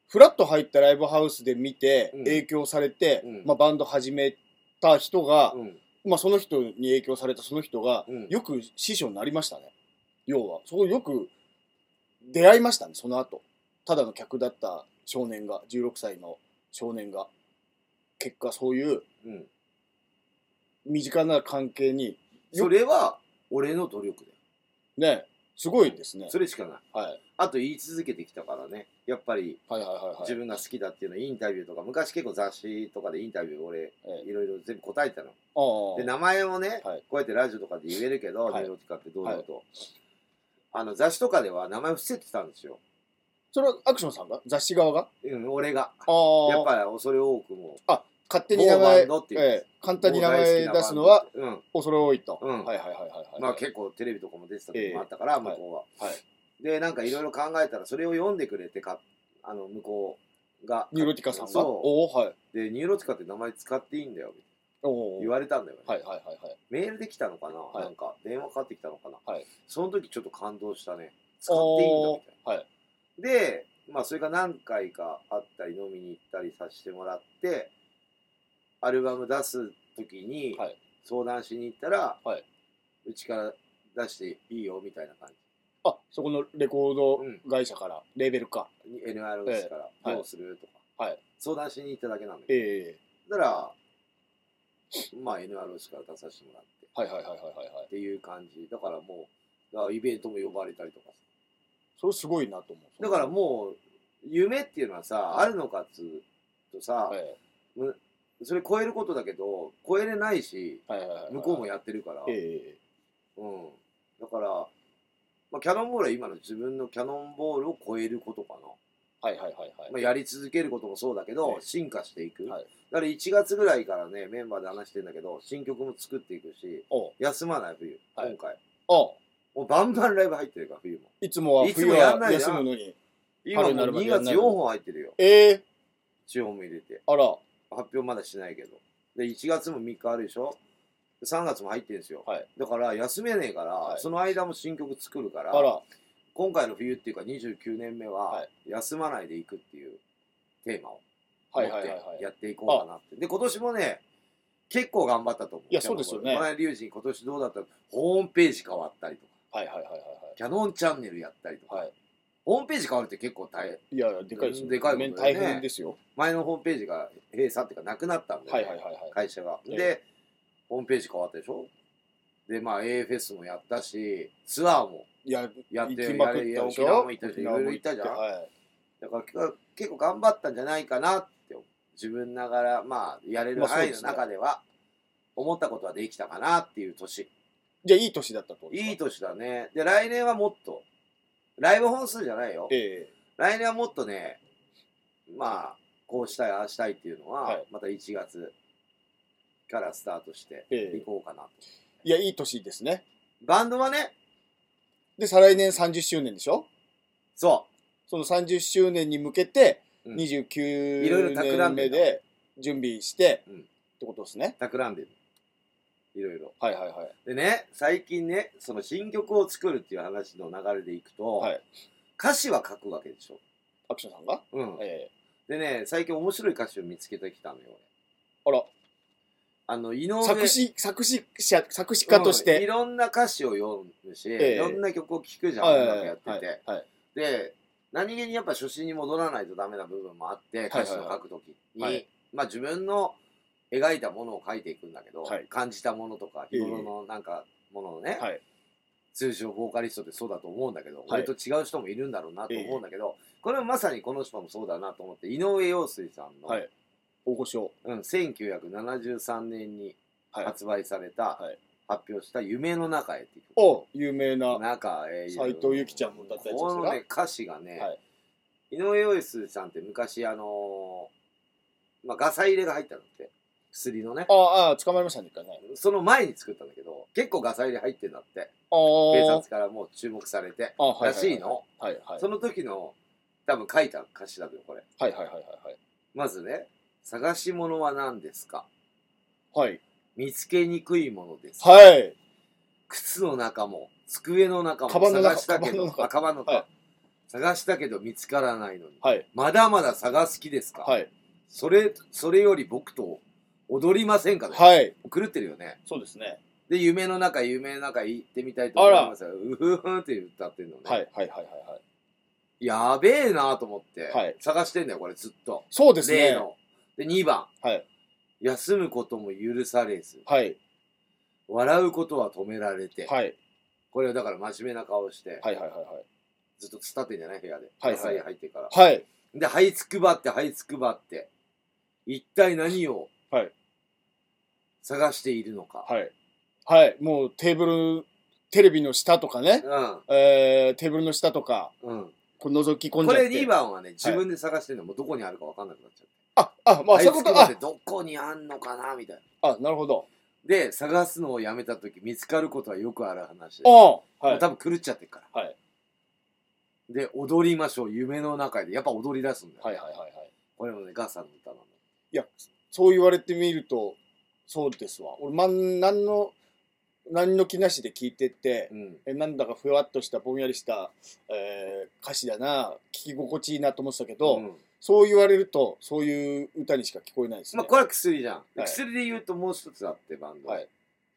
Speaker 2: フラッと入ったライブハウスで見て
Speaker 1: うん
Speaker 2: 影響されて、
Speaker 1: うん
Speaker 2: まあ、バンド始めた人が、
Speaker 1: うん
Speaker 2: まあ、その人に影響されたその人が、
Speaker 1: うん
Speaker 2: よく師匠になりましたね要はそこよく出会いましたねその後ただの客だった少年が16歳の少年が結果そういう
Speaker 1: うん。
Speaker 2: 身近な関係に
Speaker 1: それは、俺の努力だよ。
Speaker 2: ねすごいですね
Speaker 1: それしかない。
Speaker 2: はい
Speaker 1: あと言い続けてきたからね。やっぱり、
Speaker 2: はいはいはい
Speaker 1: 自
Speaker 2: はい
Speaker 1: 分が好きだっていうのインタビューとか、昔結構雑誌とかでインタビュー俺、
Speaker 2: え
Speaker 1: いろいろ全部答えてたの。
Speaker 2: あ
Speaker 1: で、
Speaker 2: あ
Speaker 1: 名前もね、
Speaker 2: はい
Speaker 1: こうやってラジオとかで言えるけど、
Speaker 2: はい
Speaker 1: ネロティカってどうだと。あの、雑誌とかでは名前伏せてたんですよ。
Speaker 2: それはアクションさんが雑誌側が
Speaker 1: うん、俺が。
Speaker 2: ああ
Speaker 1: やっぱり恐れ多くも。
Speaker 2: 勝手に名
Speaker 1: 某バ
Speaker 2: 前
Speaker 1: ンドって、いう
Speaker 2: ええ簡単に名前出すの
Speaker 1: も
Speaker 2: は
Speaker 1: う大好きなバンドって、うん。
Speaker 2: 恐れ多いと、
Speaker 1: うん
Speaker 2: はいはいはいはいはい
Speaker 1: まあ結構テレビとかも出てた時もあったから、
Speaker 2: え
Speaker 1: 向こうは。
Speaker 2: はい
Speaker 1: で、なんかいろいろ考えたら、それを読んでくれてか、あの、向こうが。
Speaker 2: ニューロティカさんが
Speaker 1: そ
Speaker 2: おおはい、
Speaker 1: う。で、ニューロティカって名前使っていいんだよ、
Speaker 2: おお
Speaker 1: 言われたんだよね。
Speaker 2: はいはいはいはい
Speaker 1: メールできたのかな、
Speaker 2: い
Speaker 1: なんか、電話かかってきたのかな、
Speaker 2: はい
Speaker 1: その時ちょっと感動したね。使っていいんだみたい
Speaker 2: はい
Speaker 1: な。で、まあ、それが何回かあったり、飲みに行ったりさせてもらって、アルバム出す時に
Speaker 2: はい、
Speaker 1: 相談しに行ったら、
Speaker 2: はいう
Speaker 1: ちから出していいよ、みたいな感じ。
Speaker 2: あそこのレコード会社から、レーベルか
Speaker 1: に NR ですから、
Speaker 2: えはい
Speaker 1: どうするとか、
Speaker 2: はい
Speaker 1: 相談しに行っただけなんだけど、
Speaker 2: ええ
Speaker 1: だから、まあ NR ですから出させてもらって、
Speaker 2: はいはいはいはいはいはい
Speaker 1: っていう感じ。だからもう、だからイベントも呼ばれたりとかさ
Speaker 2: それすごいなと思う
Speaker 1: だからもう、夢っていうのはさ、あるのかっつうとさ、
Speaker 2: はい
Speaker 1: むそれ超えることだけど、超えれないし、
Speaker 2: はいはいはいはい
Speaker 1: 向こうもやってるから、
Speaker 2: え
Speaker 1: うん。だから、まあ、キャノンボールは今の自分のキャノンボールを超えることかな。
Speaker 2: えはいはいはいはい、
Speaker 1: まあ、やり続けることもそうだけど、
Speaker 2: ええ
Speaker 1: 進化していく、
Speaker 2: はい
Speaker 1: だから1月ぐらいからねメンバーで話してんだけど新曲も作っていくし
Speaker 2: おう
Speaker 1: 休まない冬、
Speaker 2: はい
Speaker 1: 今回
Speaker 2: あ
Speaker 1: もうバンバンライブ入ってるから冬も
Speaker 2: いつもはい
Speaker 1: つ
Speaker 2: 冬
Speaker 1: もやん
Speaker 2: は
Speaker 1: ないじゃ
Speaker 2: 休
Speaker 1: ん
Speaker 2: むのに
Speaker 1: 今もう
Speaker 2: 春になるまで
Speaker 1: 2
Speaker 2: やん
Speaker 1: 月
Speaker 2: ない
Speaker 1: 4本入ってるよ
Speaker 2: ええ
Speaker 1: 地方も入れて
Speaker 2: あら
Speaker 1: 発表まだしないけどで1月も3日あるでしょ3月も入ってるんですよ、
Speaker 2: はい
Speaker 1: だから休めねえから、
Speaker 2: はい
Speaker 1: その間も新曲作るから
Speaker 2: あら
Speaker 1: 今回の冬っていうか29年目
Speaker 2: は
Speaker 1: はい休まないでいくっていうテーマを
Speaker 2: は
Speaker 1: 持
Speaker 2: い
Speaker 1: っ
Speaker 2: はいはい
Speaker 1: て
Speaker 2: はい
Speaker 1: やっていこうかなって。で、今年もね、結構頑張ったと思う。
Speaker 2: いやそうですよね
Speaker 1: キャノンボールこの間、リュウジに今年どうだったのホームページ変わったりとか、
Speaker 2: はいはいはいはい
Speaker 1: キャノンチャンネルやったりとか、
Speaker 2: はいはい
Speaker 1: ホームページ変わるって結構大変。
Speaker 2: いやいやでかいですよ
Speaker 1: でかいことだよね
Speaker 2: 大変ですよ
Speaker 1: 前のホームページが閉鎖っていうかなくなったんで、
Speaker 2: はいはいはいはい
Speaker 1: 会社が。
Speaker 2: ええ
Speaker 1: で、ホームページ変わったでしょで、まあ AFS もやったし、ツアーも
Speaker 2: いや
Speaker 1: やって
Speaker 2: 行きまくったでしょ
Speaker 1: 沖縄も行ったし、い
Speaker 2: 沖縄
Speaker 1: ろいろ
Speaker 2: も
Speaker 1: 行ったじゃん。
Speaker 2: はい
Speaker 1: だから結構頑張ったんじゃないかなって思う自分ながらまあやれる
Speaker 2: まあそう
Speaker 1: 範囲
Speaker 2: で
Speaker 1: の
Speaker 2: すね
Speaker 1: 中では思ったことはできたかなっていう年
Speaker 2: じゃあいい年だったってことですか
Speaker 1: いい年だねで来年はもっとライブ本数じゃないよ
Speaker 2: え
Speaker 1: 来年はもっとねまあこうしたいああしたいっていうのは、
Speaker 2: はい
Speaker 1: また1月からスタートして
Speaker 2: え
Speaker 1: い
Speaker 2: ええ
Speaker 1: こうかなと、
Speaker 2: いやいい年ですね
Speaker 1: バンドはね
Speaker 2: で再来年30周年でしょ
Speaker 1: そ
Speaker 2: その30周年に向けて
Speaker 1: うんいろいろ
Speaker 2: 29
Speaker 1: 企
Speaker 2: 年
Speaker 1: んで
Speaker 2: 目
Speaker 1: んだ
Speaker 2: で準備して
Speaker 1: うん
Speaker 2: ってことですね
Speaker 1: う企んでるいろいろ
Speaker 2: はいはいはい
Speaker 1: でね最近ねその新曲を作るっていう話の流れでいくと、
Speaker 2: はい
Speaker 1: 歌詞は書くわけでしょ。
Speaker 2: アクションさんが
Speaker 1: うん。
Speaker 2: ええ
Speaker 1: でね、最近面白い歌詞を見つけてきたのよ、俺
Speaker 2: あら
Speaker 1: あの、井上
Speaker 2: 作詞作詞者作詞家とし
Speaker 1: うんい
Speaker 2: て
Speaker 1: ろんな歌詞を読むし、
Speaker 2: ええ
Speaker 1: いろんな曲を聴くじゃん、
Speaker 2: はい
Speaker 1: 音
Speaker 2: はい
Speaker 1: 楽やってて。
Speaker 2: はいはい
Speaker 1: で、何気にやっぱ初心に戻らないとダメな部分もあって、
Speaker 2: はいはい
Speaker 1: 歌詞を書くときに、
Speaker 2: はい
Speaker 1: まあ自分の描いたものを書いていくんだけど、
Speaker 2: はい
Speaker 1: 感じたものとか、日頃のなんかものをね、
Speaker 2: はい
Speaker 1: 通常ボーカリストってそうだと思うんだけど、
Speaker 2: は
Speaker 1: 俺
Speaker 2: い
Speaker 1: と違う人もいるんだろうなと思うんだけど、これはまさにこの人もそうだなと思って、井上陽水さんの、
Speaker 2: はい大御所
Speaker 1: うん、1973年に
Speaker 2: はい
Speaker 1: 発売された、
Speaker 2: はい
Speaker 1: 発表した「夢の中へ」っていう曲
Speaker 2: お有名な
Speaker 1: 中へ
Speaker 2: 斉藤由貴ちゃんも歌ったやつですか
Speaker 1: このね歌詞がね、
Speaker 2: はい
Speaker 1: 井上陽水さんって昔あのーまあガサ入れが入ったのって薬のね
Speaker 2: あああ捕まりましたね一回ね
Speaker 1: その前に作ったんだけど結構ガサ入れ入ってんだって
Speaker 2: あ
Speaker 1: 警
Speaker 2: ー
Speaker 1: 察からもう注目されて
Speaker 2: あは
Speaker 1: らしいの
Speaker 2: はいはい
Speaker 1: その時の多分書いた歌詞だけどこれ
Speaker 2: はいはいはいはい
Speaker 1: まずね「探し物は何ですか
Speaker 2: はい
Speaker 1: 見つけにくいものですか
Speaker 2: はい
Speaker 1: 靴の中も机の中も
Speaker 2: カバンの中
Speaker 1: 探したけどあカバンの中、
Speaker 2: はい
Speaker 1: 探したけど見つからないのに
Speaker 2: はい
Speaker 1: まだまだ探す気ですか、
Speaker 2: はい
Speaker 1: それそれより僕と踊りませんかね、
Speaker 2: はい
Speaker 1: 狂ってるよね
Speaker 2: そうですね
Speaker 1: で夢の中夢の中行ってみたいと思いますようふふんって歌ってるのね、
Speaker 2: はいはいはいはいはい
Speaker 1: やべえなと思って、
Speaker 2: はい
Speaker 1: 探してんだよ、これずっと。
Speaker 2: そうです
Speaker 1: 例
Speaker 2: ね。
Speaker 1: の。で、2番。
Speaker 2: はい
Speaker 1: 休むことも許されず、
Speaker 2: はい。
Speaker 1: 笑うことは止められて。
Speaker 2: はい。
Speaker 1: これはだから真面目な顔して、
Speaker 2: はいはいはい
Speaker 1: ずっと伝ってんじゃない部屋で。
Speaker 2: はいはい
Speaker 1: 野菜入ってから。
Speaker 2: はい。はい。
Speaker 1: で、這いつくばって、這いつくばって、一体何を、
Speaker 2: はい
Speaker 1: 探しているのか。
Speaker 2: はい。はい。もうテーブル、テレビの下とかね。えー、テーブルの下とか、
Speaker 1: うん。うん。
Speaker 2: こう覗き込ん
Speaker 1: こ
Speaker 2: じゃって。
Speaker 1: れ2番はね、自分で探してるのもうどこにあるか分かんなくなっちゃう。
Speaker 2: あ、あ、まあ、
Speaker 1: 這い
Speaker 2: そ
Speaker 1: う
Speaker 2: い
Speaker 1: つ
Speaker 2: うこ
Speaker 1: く
Speaker 2: と、
Speaker 1: ばっ
Speaker 2: あ
Speaker 1: て、どこにあんのかなみたいな。
Speaker 2: あ、なるほど。
Speaker 1: で、探すのをやめた時見つかることはよくある話で。
Speaker 2: お
Speaker 1: も
Speaker 2: は
Speaker 1: う
Speaker 2: い。
Speaker 1: 多分狂っちゃってるから。
Speaker 2: はい
Speaker 1: で、踊りましょう、夢の中で。やっぱ踊り出すんだよ。
Speaker 2: はいはいはいはい。
Speaker 1: これもね、ガッサンの歌なの。
Speaker 2: そう言われてみると、そうですわ。俺、まん、なんの、何の気なしで聞いてって
Speaker 1: う、ん。
Speaker 2: えなんだかふわっとしたぼんやりした、えー歌詞だな聞き心地いいなと思ってたけど、
Speaker 1: ん
Speaker 2: そう言われるとそういう歌にしか聞こえないですね。
Speaker 1: まあ、これは薬じゃん、
Speaker 2: はい
Speaker 1: 薬で言うともう一つあってバンド、
Speaker 2: はい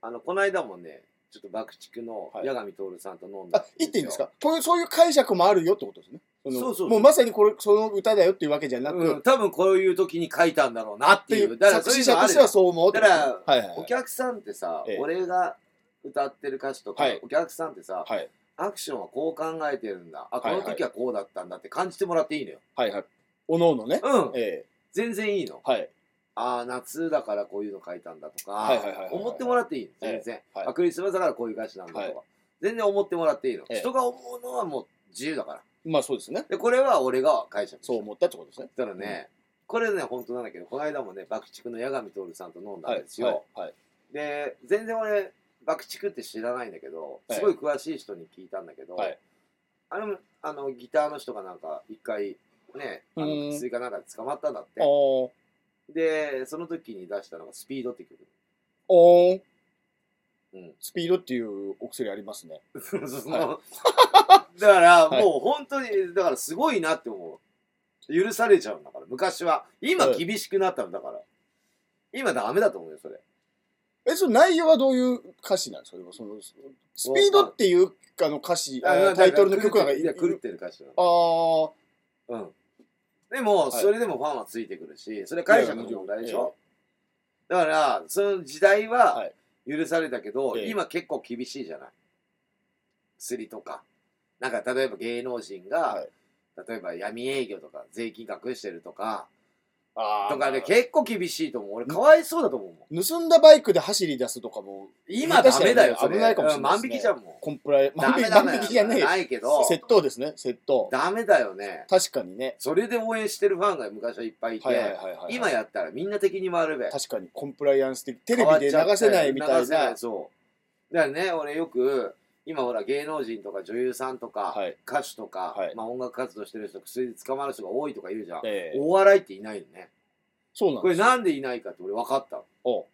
Speaker 1: あのこの間もねちょっと爆竹の
Speaker 2: はい
Speaker 1: 八神徹さんと飲んだ
Speaker 2: あ言っていいんですかこういうそういう解釈もあるよってことですね。その
Speaker 1: そうそう
Speaker 2: もうまさにこれその歌だよっていうわけじゃなく、
Speaker 1: う
Speaker 2: っ
Speaker 1: ん、多分こういう時に書いたんだろうなって
Speaker 2: て
Speaker 1: い
Speaker 2: いうう
Speaker 1: だから
Speaker 2: 作
Speaker 1: そうい
Speaker 2: 詞
Speaker 1: うの
Speaker 2: 者
Speaker 1: ある
Speaker 2: とし
Speaker 1: よ
Speaker 2: てはそう思うってことですね
Speaker 1: だか
Speaker 2: はいはい
Speaker 1: お
Speaker 2: はい
Speaker 1: 客さんってさ、
Speaker 2: ええ
Speaker 1: 俺が歌ってる歌詞とか、
Speaker 2: はい
Speaker 1: お客さんってさ、
Speaker 2: はい
Speaker 1: アクションはこう考えてるんだあこ
Speaker 2: はいは
Speaker 1: の
Speaker 2: い
Speaker 1: 時はこうだったんだって感じてもらっていいのよ、
Speaker 2: はいはい。おのおのね。
Speaker 1: うん
Speaker 2: え
Speaker 1: 全然いいの
Speaker 2: えはい
Speaker 1: ああ夏だからこういうの書いたんだとか、
Speaker 2: はいはいはいはいはい
Speaker 1: 思ってもらっていいの全然、
Speaker 2: はい
Speaker 1: あクリスマスだからこういう歌詞なんだとか、
Speaker 2: はい
Speaker 1: 全然思ってもらっていいの、
Speaker 2: ええ
Speaker 1: 人が思うのはもう自由だから
Speaker 2: まあそうですね。
Speaker 1: でこれは俺が解釈した
Speaker 2: そう思ったってことですね。
Speaker 1: だからね、これね本当なんだけどこの間もね爆竹の八神徹さんと飲んだ
Speaker 2: は
Speaker 1: ん
Speaker 2: い
Speaker 1: ですよ、
Speaker 2: はいはい
Speaker 1: で全然俺爆竹って知らないんだけど
Speaker 2: ええ
Speaker 1: すごい詳しい人に聞いたんだけど、
Speaker 2: はい
Speaker 1: あれもあのギターの人がなんか一回ねあの
Speaker 2: うん
Speaker 1: 薬かなんかで捕まったんだって
Speaker 2: おー
Speaker 1: でその時に出したのが「スピードって曲
Speaker 2: おー
Speaker 1: うん
Speaker 2: スピードっていうお薬ありますね。
Speaker 1: その
Speaker 2: は
Speaker 1: だから
Speaker 2: はい
Speaker 1: もう本当にだからすごいなって思う許されちゃうんだから昔は今
Speaker 2: はい
Speaker 1: 厳しくなったんだから、今ダメだと思うよそれ
Speaker 2: え、その内容はどういう歌詞なんですかでもそのスピードっていうあの歌詞、あのタイトルの曲
Speaker 1: だ
Speaker 2: なん
Speaker 1: か
Speaker 2: から
Speaker 1: 狂っていや狂っ
Speaker 2: い
Speaker 1: てる歌詞なの
Speaker 2: あー
Speaker 1: うんでも
Speaker 2: はい
Speaker 1: それでもファンはついてくるしそれは解釈の問題でしょだからその時代
Speaker 2: は
Speaker 1: はい許されたけど
Speaker 2: ええ
Speaker 1: 今結構厳しいじゃない薬とかなんか例えば芸能人
Speaker 2: は
Speaker 1: が
Speaker 2: い
Speaker 1: 例えば闇営業とか税金隠してるとか
Speaker 2: あー
Speaker 1: とかね、結構厳しいと思う。俺、かわいそうだと思うもん。
Speaker 2: 盗んだバイクで走り出すとかも
Speaker 1: 今、ダメだよ、それ。
Speaker 2: 危ないかもしれない
Speaker 1: うん
Speaker 2: で
Speaker 1: 万
Speaker 2: すね
Speaker 1: 引きじゃん、も
Speaker 2: コンプライ
Speaker 1: う。
Speaker 2: 万
Speaker 1: ダメ
Speaker 2: 引
Speaker 1: ダ
Speaker 2: 万
Speaker 1: メ
Speaker 2: 引きじゃねえ
Speaker 1: ないけど、
Speaker 2: 窃盗ですね窃盗
Speaker 1: ダメだよね。
Speaker 2: 確かにね
Speaker 1: それで応援してるファンが昔はいっぱいい
Speaker 2: はいはいはい
Speaker 1: て、
Speaker 2: はいはい
Speaker 1: 今やったらみんな敵に回るべ。
Speaker 2: 確かにコンプライアンス的テレ
Speaker 1: 変わっ
Speaker 2: ビ
Speaker 1: ち
Speaker 2: で
Speaker 1: ゃったよ
Speaker 2: 流せないみた
Speaker 1: 流
Speaker 2: い
Speaker 1: せ
Speaker 2: な
Speaker 1: そう。だからね、俺よく、今ほら芸能人とか女優さんとか
Speaker 2: はい
Speaker 1: 歌手とか
Speaker 2: はい
Speaker 1: まあ音楽活動してる人薬で捕まる人が多いとか言うじゃん
Speaker 2: ええ
Speaker 1: お笑いっていないよね
Speaker 2: そうなん
Speaker 1: こ
Speaker 2: で
Speaker 1: れ
Speaker 2: す
Speaker 1: なんでいないかって俺分かった
Speaker 2: お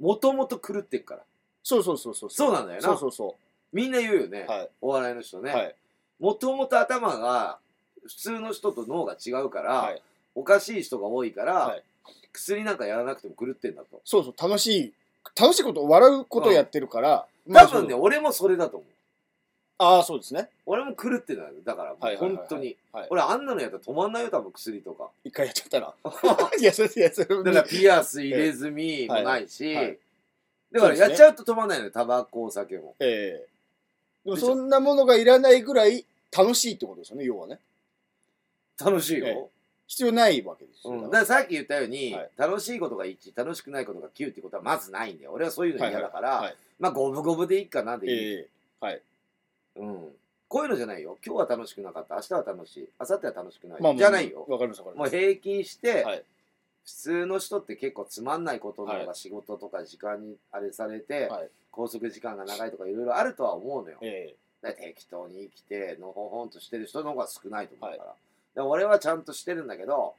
Speaker 1: もともと狂ってっから
Speaker 2: そうそうそうそう
Speaker 1: そうなんだよな
Speaker 2: そうそうそ
Speaker 1: みんな言うよね、
Speaker 2: うはい
Speaker 1: お笑いの人ね、
Speaker 2: はい
Speaker 1: もともと頭が普通の人と脳が違うから、
Speaker 2: はい
Speaker 1: おかしい人が多いから、
Speaker 2: はい
Speaker 1: 薬なんかやらなくても狂ってんだと
Speaker 2: そうそう楽しい楽しいこと笑うことをやってるからま
Speaker 1: 多
Speaker 2: あ
Speaker 1: 分ね、
Speaker 2: そう
Speaker 1: 俺もそれだと思う
Speaker 2: ああそうですね
Speaker 1: 俺も狂ってんだよだからもう
Speaker 2: はいはいはいはい
Speaker 1: 本当に、
Speaker 2: はい
Speaker 1: 俺あんなのやったら止まんないよ多分薬と か
Speaker 2: 一回やっちゃったらいやそれいやそれ
Speaker 1: だからピアス入れ墨もないし、
Speaker 2: はいはい
Speaker 1: だからやっちゃうと止まんないのよタバコお酒も
Speaker 2: ええでもそんなものがいらないぐらい楽しいってことですよね要はね
Speaker 1: 楽しいよ、
Speaker 2: え必要ないわけですよ、
Speaker 1: うん、だか
Speaker 2: だから
Speaker 1: さっき言ったように、
Speaker 2: はい
Speaker 1: 楽しいことが1楽しくないことが9ってことはまずないんだよ俺はそういうの
Speaker 2: ら
Speaker 1: 嫌だから、
Speaker 2: はいはいはい
Speaker 1: まあ五分五分でいいかなでいい、
Speaker 2: ええ
Speaker 1: うん。こういうのじゃないよ。今日は楽しくなかった。明日は楽しい。明後日は楽しくない。
Speaker 2: まあまあ
Speaker 1: じゃないよ。
Speaker 2: わかりますわかり
Speaker 1: も
Speaker 2: ま
Speaker 1: う
Speaker 2: す
Speaker 1: 平均して、
Speaker 2: はい
Speaker 1: 普通の人って結構つまんないことの方
Speaker 2: は
Speaker 1: が仕事とか時間にあれされて、
Speaker 2: はい
Speaker 1: 拘束時間が長いとかいろいろあるとは思うのよ。
Speaker 2: え
Speaker 1: だから適当に生きて、のほほんとしてる人の方が少ないと思うから。で俺はちゃんとしてるんだけど、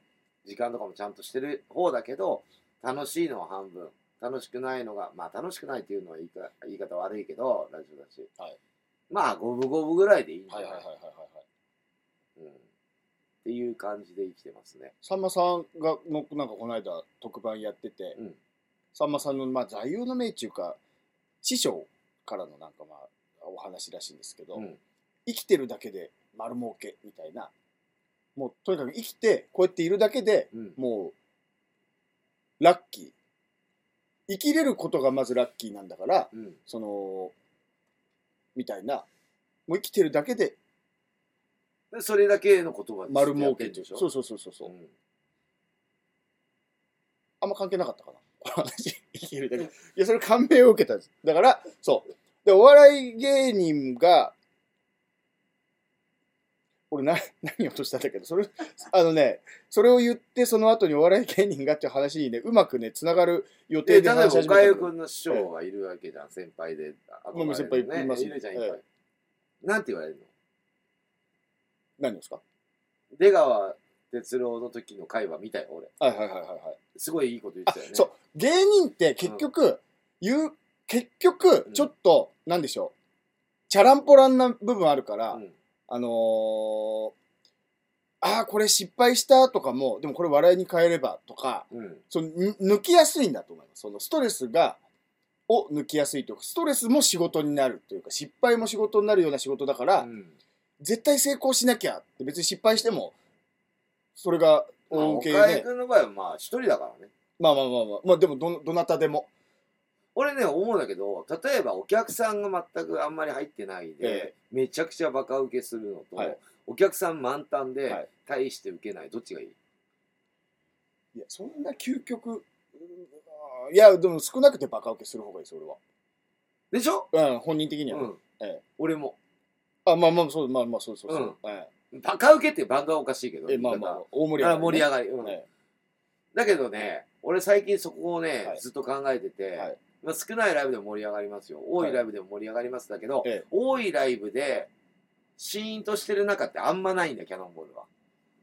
Speaker 1: 時間とかもちゃんとしてる方だけど、楽しいのは半分。楽しくないのが、まあ楽しくないっていうのは言いか言い方悪いけど、ラジオだし。
Speaker 2: はい
Speaker 1: まあ五分五分ぐらいでいいん
Speaker 2: え
Speaker 1: じゃ
Speaker 2: はい
Speaker 1: ない
Speaker 2: はいはいはいはいはい
Speaker 1: うんっていう感じで生きてますね。
Speaker 2: さんまさんがのなんかこの間特番やってて、
Speaker 1: うん
Speaker 2: さんまさんの、まあ、座右の銘っていうか師匠からのなんかまあお話らしいんですけど、
Speaker 1: うん
Speaker 2: 生きてるだけで丸儲けみたいなもうとにかく生きてこうやっているだけで
Speaker 1: うん。
Speaker 2: もうラッキー生きれることがまずラッキーなんだから
Speaker 1: うん。
Speaker 2: そのみたいなもう生きてるだけで
Speaker 1: でそれだけの言葉で
Speaker 2: 丸儲
Speaker 1: やって
Speaker 2: け
Speaker 1: んでしょ
Speaker 2: そうそうそうそうそう
Speaker 1: うん
Speaker 2: あんま関係なかったかな。この話、生きるだけ。いや、それ感銘を受けたんです。だから、そう。で、お笑い芸人が、俺な、 何を落としたんだけど、それ、 あのね、それを言って、その後にお笑い芸人がっていう話にね、うまくね、つながる予
Speaker 1: で、
Speaker 2: 定で
Speaker 1: 例えば、
Speaker 2: 話し始め
Speaker 1: 岡井
Speaker 2: たんだけど
Speaker 1: 君の師匠がいるわけじゃん、先輩で。あ
Speaker 2: まあ先輩いっぱいいます
Speaker 1: いるじゃん、いっ
Speaker 2: え
Speaker 1: ぱい。なんて言われるの
Speaker 2: 何ですか
Speaker 1: 出川哲郎の時の会話見たよ、俺。
Speaker 2: はいはいはいはいはい。
Speaker 1: すごいいいこと言っ
Speaker 2: あ
Speaker 1: てたよね。
Speaker 2: そう芸人って結局、言う結局
Speaker 1: うん
Speaker 2: ちょっと、なんでしょうチャランポランな部分あるから、
Speaker 1: うん
Speaker 2: あのーああこれ失敗したとかもでもこれ笑いに変えればとか
Speaker 1: うん。
Speaker 2: そのぬ抜きやすいんだと思いますそのストレスがを抜きやすいというかストレスも仕事になるというか失敗も仕事になるような仕事だから、
Speaker 1: うん
Speaker 2: 絶対成功しなきゃって別に失敗してもそれが
Speaker 1: まあ
Speaker 2: 恩恵
Speaker 1: 岡井
Speaker 2: で
Speaker 1: 君の場合は、まあ、一人だからね。
Speaker 2: まあまあまあまあまあでもどのどなたでも
Speaker 1: 俺ね思うんだけど例えばお客さんが全くあんまり入ってないで、
Speaker 2: え
Speaker 1: めちゃくちゃバカ受けするのと、
Speaker 2: はい
Speaker 1: お客さん満タンで、
Speaker 2: はい
Speaker 1: 大して受けないどっちがいい
Speaker 2: いや、そんな究極、うんいや、でも少なくてバカ受けする方がいいです、
Speaker 1: で
Speaker 2: 俺
Speaker 1: しょ、
Speaker 2: は。うん、本人的には。
Speaker 1: うん
Speaker 2: ええ
Speaker 1: 俺も
Speaker 2: あ、まあまあ、そう、まあまあ、そうそうそう。え
Speaker 1: バカ受けってバカはおかしいけど
Speaker 2: ええまあまあ、大盛
Speaker 1: 言い方あ
Speaker 2: り上がり、ね。
Speaker 1: 盛り上がり、うん
Speaker 2: え
Speaker 1: だけどね俺最近そこをね、
Speaker 2: はい
Speaker 1: ずっと考えてて、
Speaker 2: はい
Speaker 1: まあ、少ないライブでも盛り上がりますよ多いライブでも盛り上がりますだけど、
Speaker 2: ええ
Speaker 1: 多いライブでシーンとしてる中ってあんまないんだキャノンボールは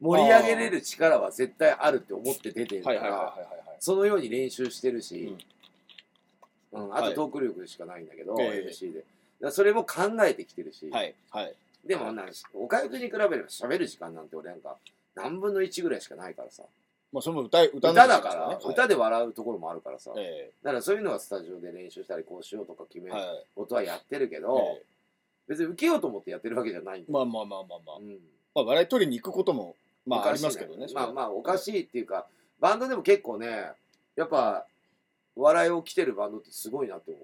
Speaker 1: 盛り上げれる力は絶対あるって思って出て
Speaker 2: え
Speaker 1: るか
Speaker 2: はい
Speaker 1: ら、
Speaker 2: はいはいはいはい。
Speaker 1: そのように練習してるし、うんあとトーク力しかないんだけど、
Speaker 2: はい
Speaker 1: MC で。だからそれも考えてきてるし、
Speaker 2: はい、はい。
Speaker 1: でもなんか、おかゆくに比べれば喋る時間なんて俺なんか、何分の1ぐらいしかないからさ。
Speaker 2: まあ、その歌い、歌
Speaker 1: 歌
Speaker 2: の話
Speaker 1: だ
Speaker 2: で
Speaker 1: か
Speaker 2: す
Speaker 1: ら、
Speaker 2: ね
Speaker 1: 歌で笑うところもあるからさ。
Speaker 2: はい、
Speaker 1: だ
Speaker 2: え
Speaker 1: からそういうのはスタジオで練習したり、こうしようとか決
Speaker 2: え
Speaker 1: める
Speaker 2: はい。
Speaker 1: ことはやってるけど、
Speaker 2: え
Speaker 1: 別に受けようと思ってやってるわけじゃないんだよ
Speaker 2: えまあまあまあまあまあ
Speaker 1: う。ん
Speaker 2: まあ、笑い取りに行くことも、ま
Speaker 1: お
Speaker 2: あ、あ
Speaker 1: か
Speaker 2: り
Speaker 1: しいな
Speaker 2: ますけどね。
Speaker 1: まあま
Speaker 2: あ。
Speaker 1: あ、おかしいっていうか、バンドでも結構ね、やっぱ、笑いを来てるバンドってすごいなって思う。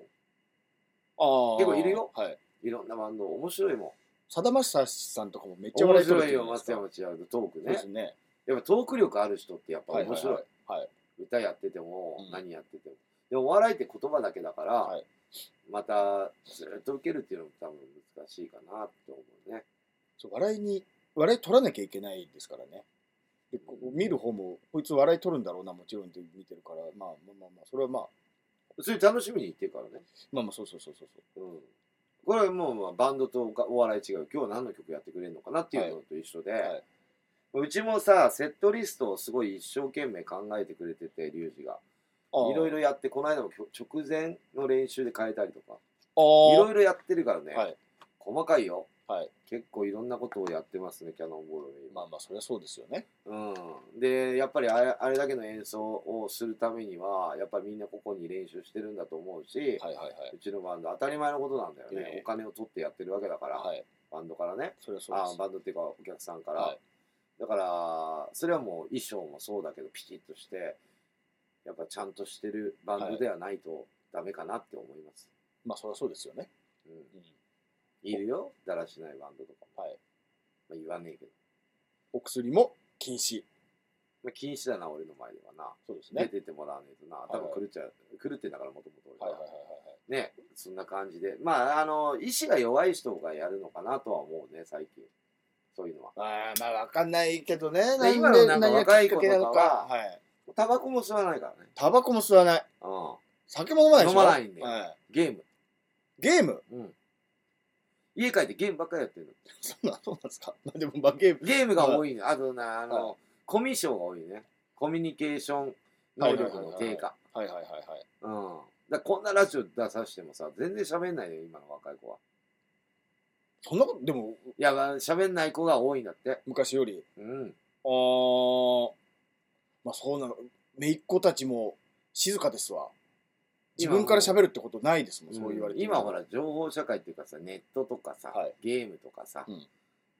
Speaker 2: ああ。
Speaker 1: 結構いるよ。
Speaker 2: はい。
Speaker 1: いろんなバンド面白いもん。
Speaker 2: さだまさしさんとかもめっちゃ
Speaker 1: 面
Speaker 2: 笑い取
Speaker 1: 白
Speaker 2: れ
Speaker 1: い
Speaker 2: てる
Speaker 1: よ、
Speaker 2: じゃな
Speaker 1: 松山千
Speaker 2: いですか。
Speaker 1: 春のトーク
Speaker 2: そうで
Speaker 1: ね
Speaker 2: す。ね。
Speaker 1: やっぱトーク力ある人ってやっぱ
Speaker 2: はいはい
Speaker 1: 面白い。
Speaker 2: はい。はい。
Speaker 1: 歌やってても
Speaker 2: うん、
Speaker 1: 何やってても。でもお笑いって言葉だけだから、
Speaker 2: はい
Speaker 1: またずっと受けるっていうのも多分難しいかなって思うね。
Speaker 2: そう笑いに笑い取らなきゃいけないですからねでここ見る方もこいつ笑い取るんだろうなもちろんって見てるからまあまあまあまあそれはまあ
Speaker 1: それ楽しみに言ってるからね。
Speaker 2: まあまあそうそうそうそうそう
Speaker 1: うん。これはもうまあバンドとおかお笑い違う。今日は何の曲やってくれるのかなっていうのと一緒で、
Speaker 2: はいはいう
Speaker 1: ちもさ、セットリストをすごい一生懸命考えてくれてて、リュウジが。
Speaker 2: ああ
Speaker 1: いろいろやって、この間も直前の練習で変えたりとか。い
Speaker 2: ああ
Speaker 1: ろいろやってるからね、
Speaker 2: はい
Speaker 1: 細かいよ、
Speaker 2: はい
Speaker 1: 結構いろんなことをやってますねキャノンボールに、
Speaker 2: まあまあそりゃそうですよね
Speaker 1: うん、でやっぱりあれあれだけの演奏をするためにはやっぱりみんなここに練習してるんだと思うし、
Speaker 2: はいはいはいう
Speaker 1: ちのバンド当たり前のことなんだよね、
Speaker 2: ええ
Speaker 1: お金を取ってやってるわけだから、
Speaker 2: はい
Speaker 1: バンドからね
Speaker 2: そりゃそうで
Speaker 1: あ
Speaker 2: す
Speaker 1: バンドっていうかお客さんから、
Speaker 2: はい
Speaker 1: だからそれはもう衣装もそうだけどピチッとしてやっぱちゃんとしてるバンドではないとダメかなって思います、
Speaker 2: まあそりゃそうですよね
Speaker 1: うん
Speaker 2: うん
Speaker 1: いるよ、だらしないバンドとかも。
Speaker 2: はい
Speaker 1: まあ、言わねえけど。
Speaker 2: お薬も禁止
Speaker 1: まあ、禁止だな、俺の前ではな。
Speaker 2: そうですね
Speaker 1: 出てってもらわねえとな。多分狂っちゃう。狂ってんだから、もともと俺
Speaker 2: はい
Speaker 1: は。
Speaker 2: はいはいはいはい
Speaker 1: ね、そんな感じで。まあ、あの、意志が弱い人がやるのかなとは思うね、最近。そういうのは。
Speaker 2: ああまあわかんないけどねなんで
Speaker 1: 今のなんか
Speaker 2: 何が
Speaker 1: 若い
Speaker 2: きっ
Speaker 1: 子
Speaker 2: か
Speaker 1: と
Speaker 2: け
Speaker 1: か
Speaker 2: な
Speaker 1: は
Speaker 2: のかはい
Speaker 1: タバコも吸わないからね。
Speaker 2: タバコも吸わない
Speaker 1: うん。
Speaker 2: 酒も飲まないでしょ
Speaker 1: 飲まないんだよ
Speaker 2: は
Speaker 1: ゲーム。
Speaker 2: ゲーム
Speaker 1: うん。家帰ってゲームばっかりやってるの。
Speaker 2: そうなんそうなんですか まあでもまあゲーム
Speaker 1: ゲームが多いね。あとな、あの、
Speaker 2: は
Speaker 1: コミュ障が多いね。コミュニケーション能力の低下。
Speaker 2: はいはいはいはい
Speaker 1: うん。だからこんなラジオ出さしてもさ、全然喋んないよ、今の若い子は。
Speaker 2: そんなことでも
Speaker 1: いや、まあ喋んない子が多いんだって。
Speaker 2: 昔より
Speaker 1: うん。
Speaker 2: あーまあそうなの姪っ子たちも静かですわ自分から喋るってことないですもんそう言われて
Speaker 1: 今ほら、情報社会っていうかさ、ネットとかさ、
Speaker 2: はい
Speaker 1: ゲームとかさ、
Speaker 2: うん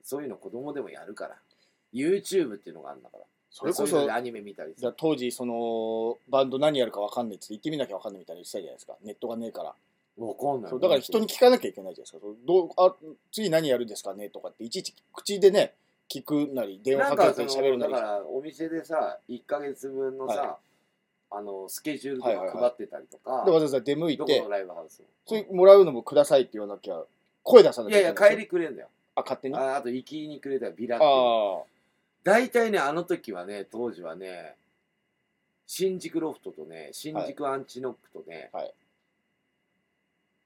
Speaker 1: そういうの子供でもやるから YouTube っていうのがあるんだから
Speaker 2: それこ
Speaker 1: ういう
Speaker 2: そ
Speaker 1: のでアニメ見たりす
Speaker 2: じゃあ
Speaker 1: る
Speaker 2: 当時そのバンド何やるか分かんないっつって行ってみなきゃ分かんないみたいに言ってたじゃないですかネットがねえから
Speaker 1: わかんない
Speaker 2: そうだから人に聞かなきゃいけないじゃないですかそうどうあ次何やるんですかねとかっていちいち口でね聞くなり電
Speaker 1: な
Speaker 2: 話
Speaker 1: ん
Speaker 2: か
Speaker 1: か
Speaker 2: け
Speaker 1: そ
Speaker 2: たり喋る
Speaker 1: のだ
Speaker 2: なり
Speaker 1: からお店でさ1か月分のさ、
Speaker 2: は
Speaker 1: あのスケジュールと
Speaker 2: はいはいは
Speaker 1: か
Speaker 2: い
Speaker 1: 配ってたりとか、
Speaker 2: でわざわざ出向い
Speaker 1: どこ
Speaker 2: て
Speaker 1: のライブハウスも
Speaker 2: それもらうのもくださいって言わなきゃ声出さないきゃ
Speaker 1: やい
Speaker 2: け
Speaker 1: や
Speaker 2: ない
Speaker 1: 帰りくれんだよ
Speaker 2: あ勝手にあ
Speaker 1: ああと行きにくれたらビラっていう
Speaker 2: あ
Speaker 1: 大体ねあの時はね当時はね新宿ロフトとね新宿アンチノックとね、
Speaker 2: はい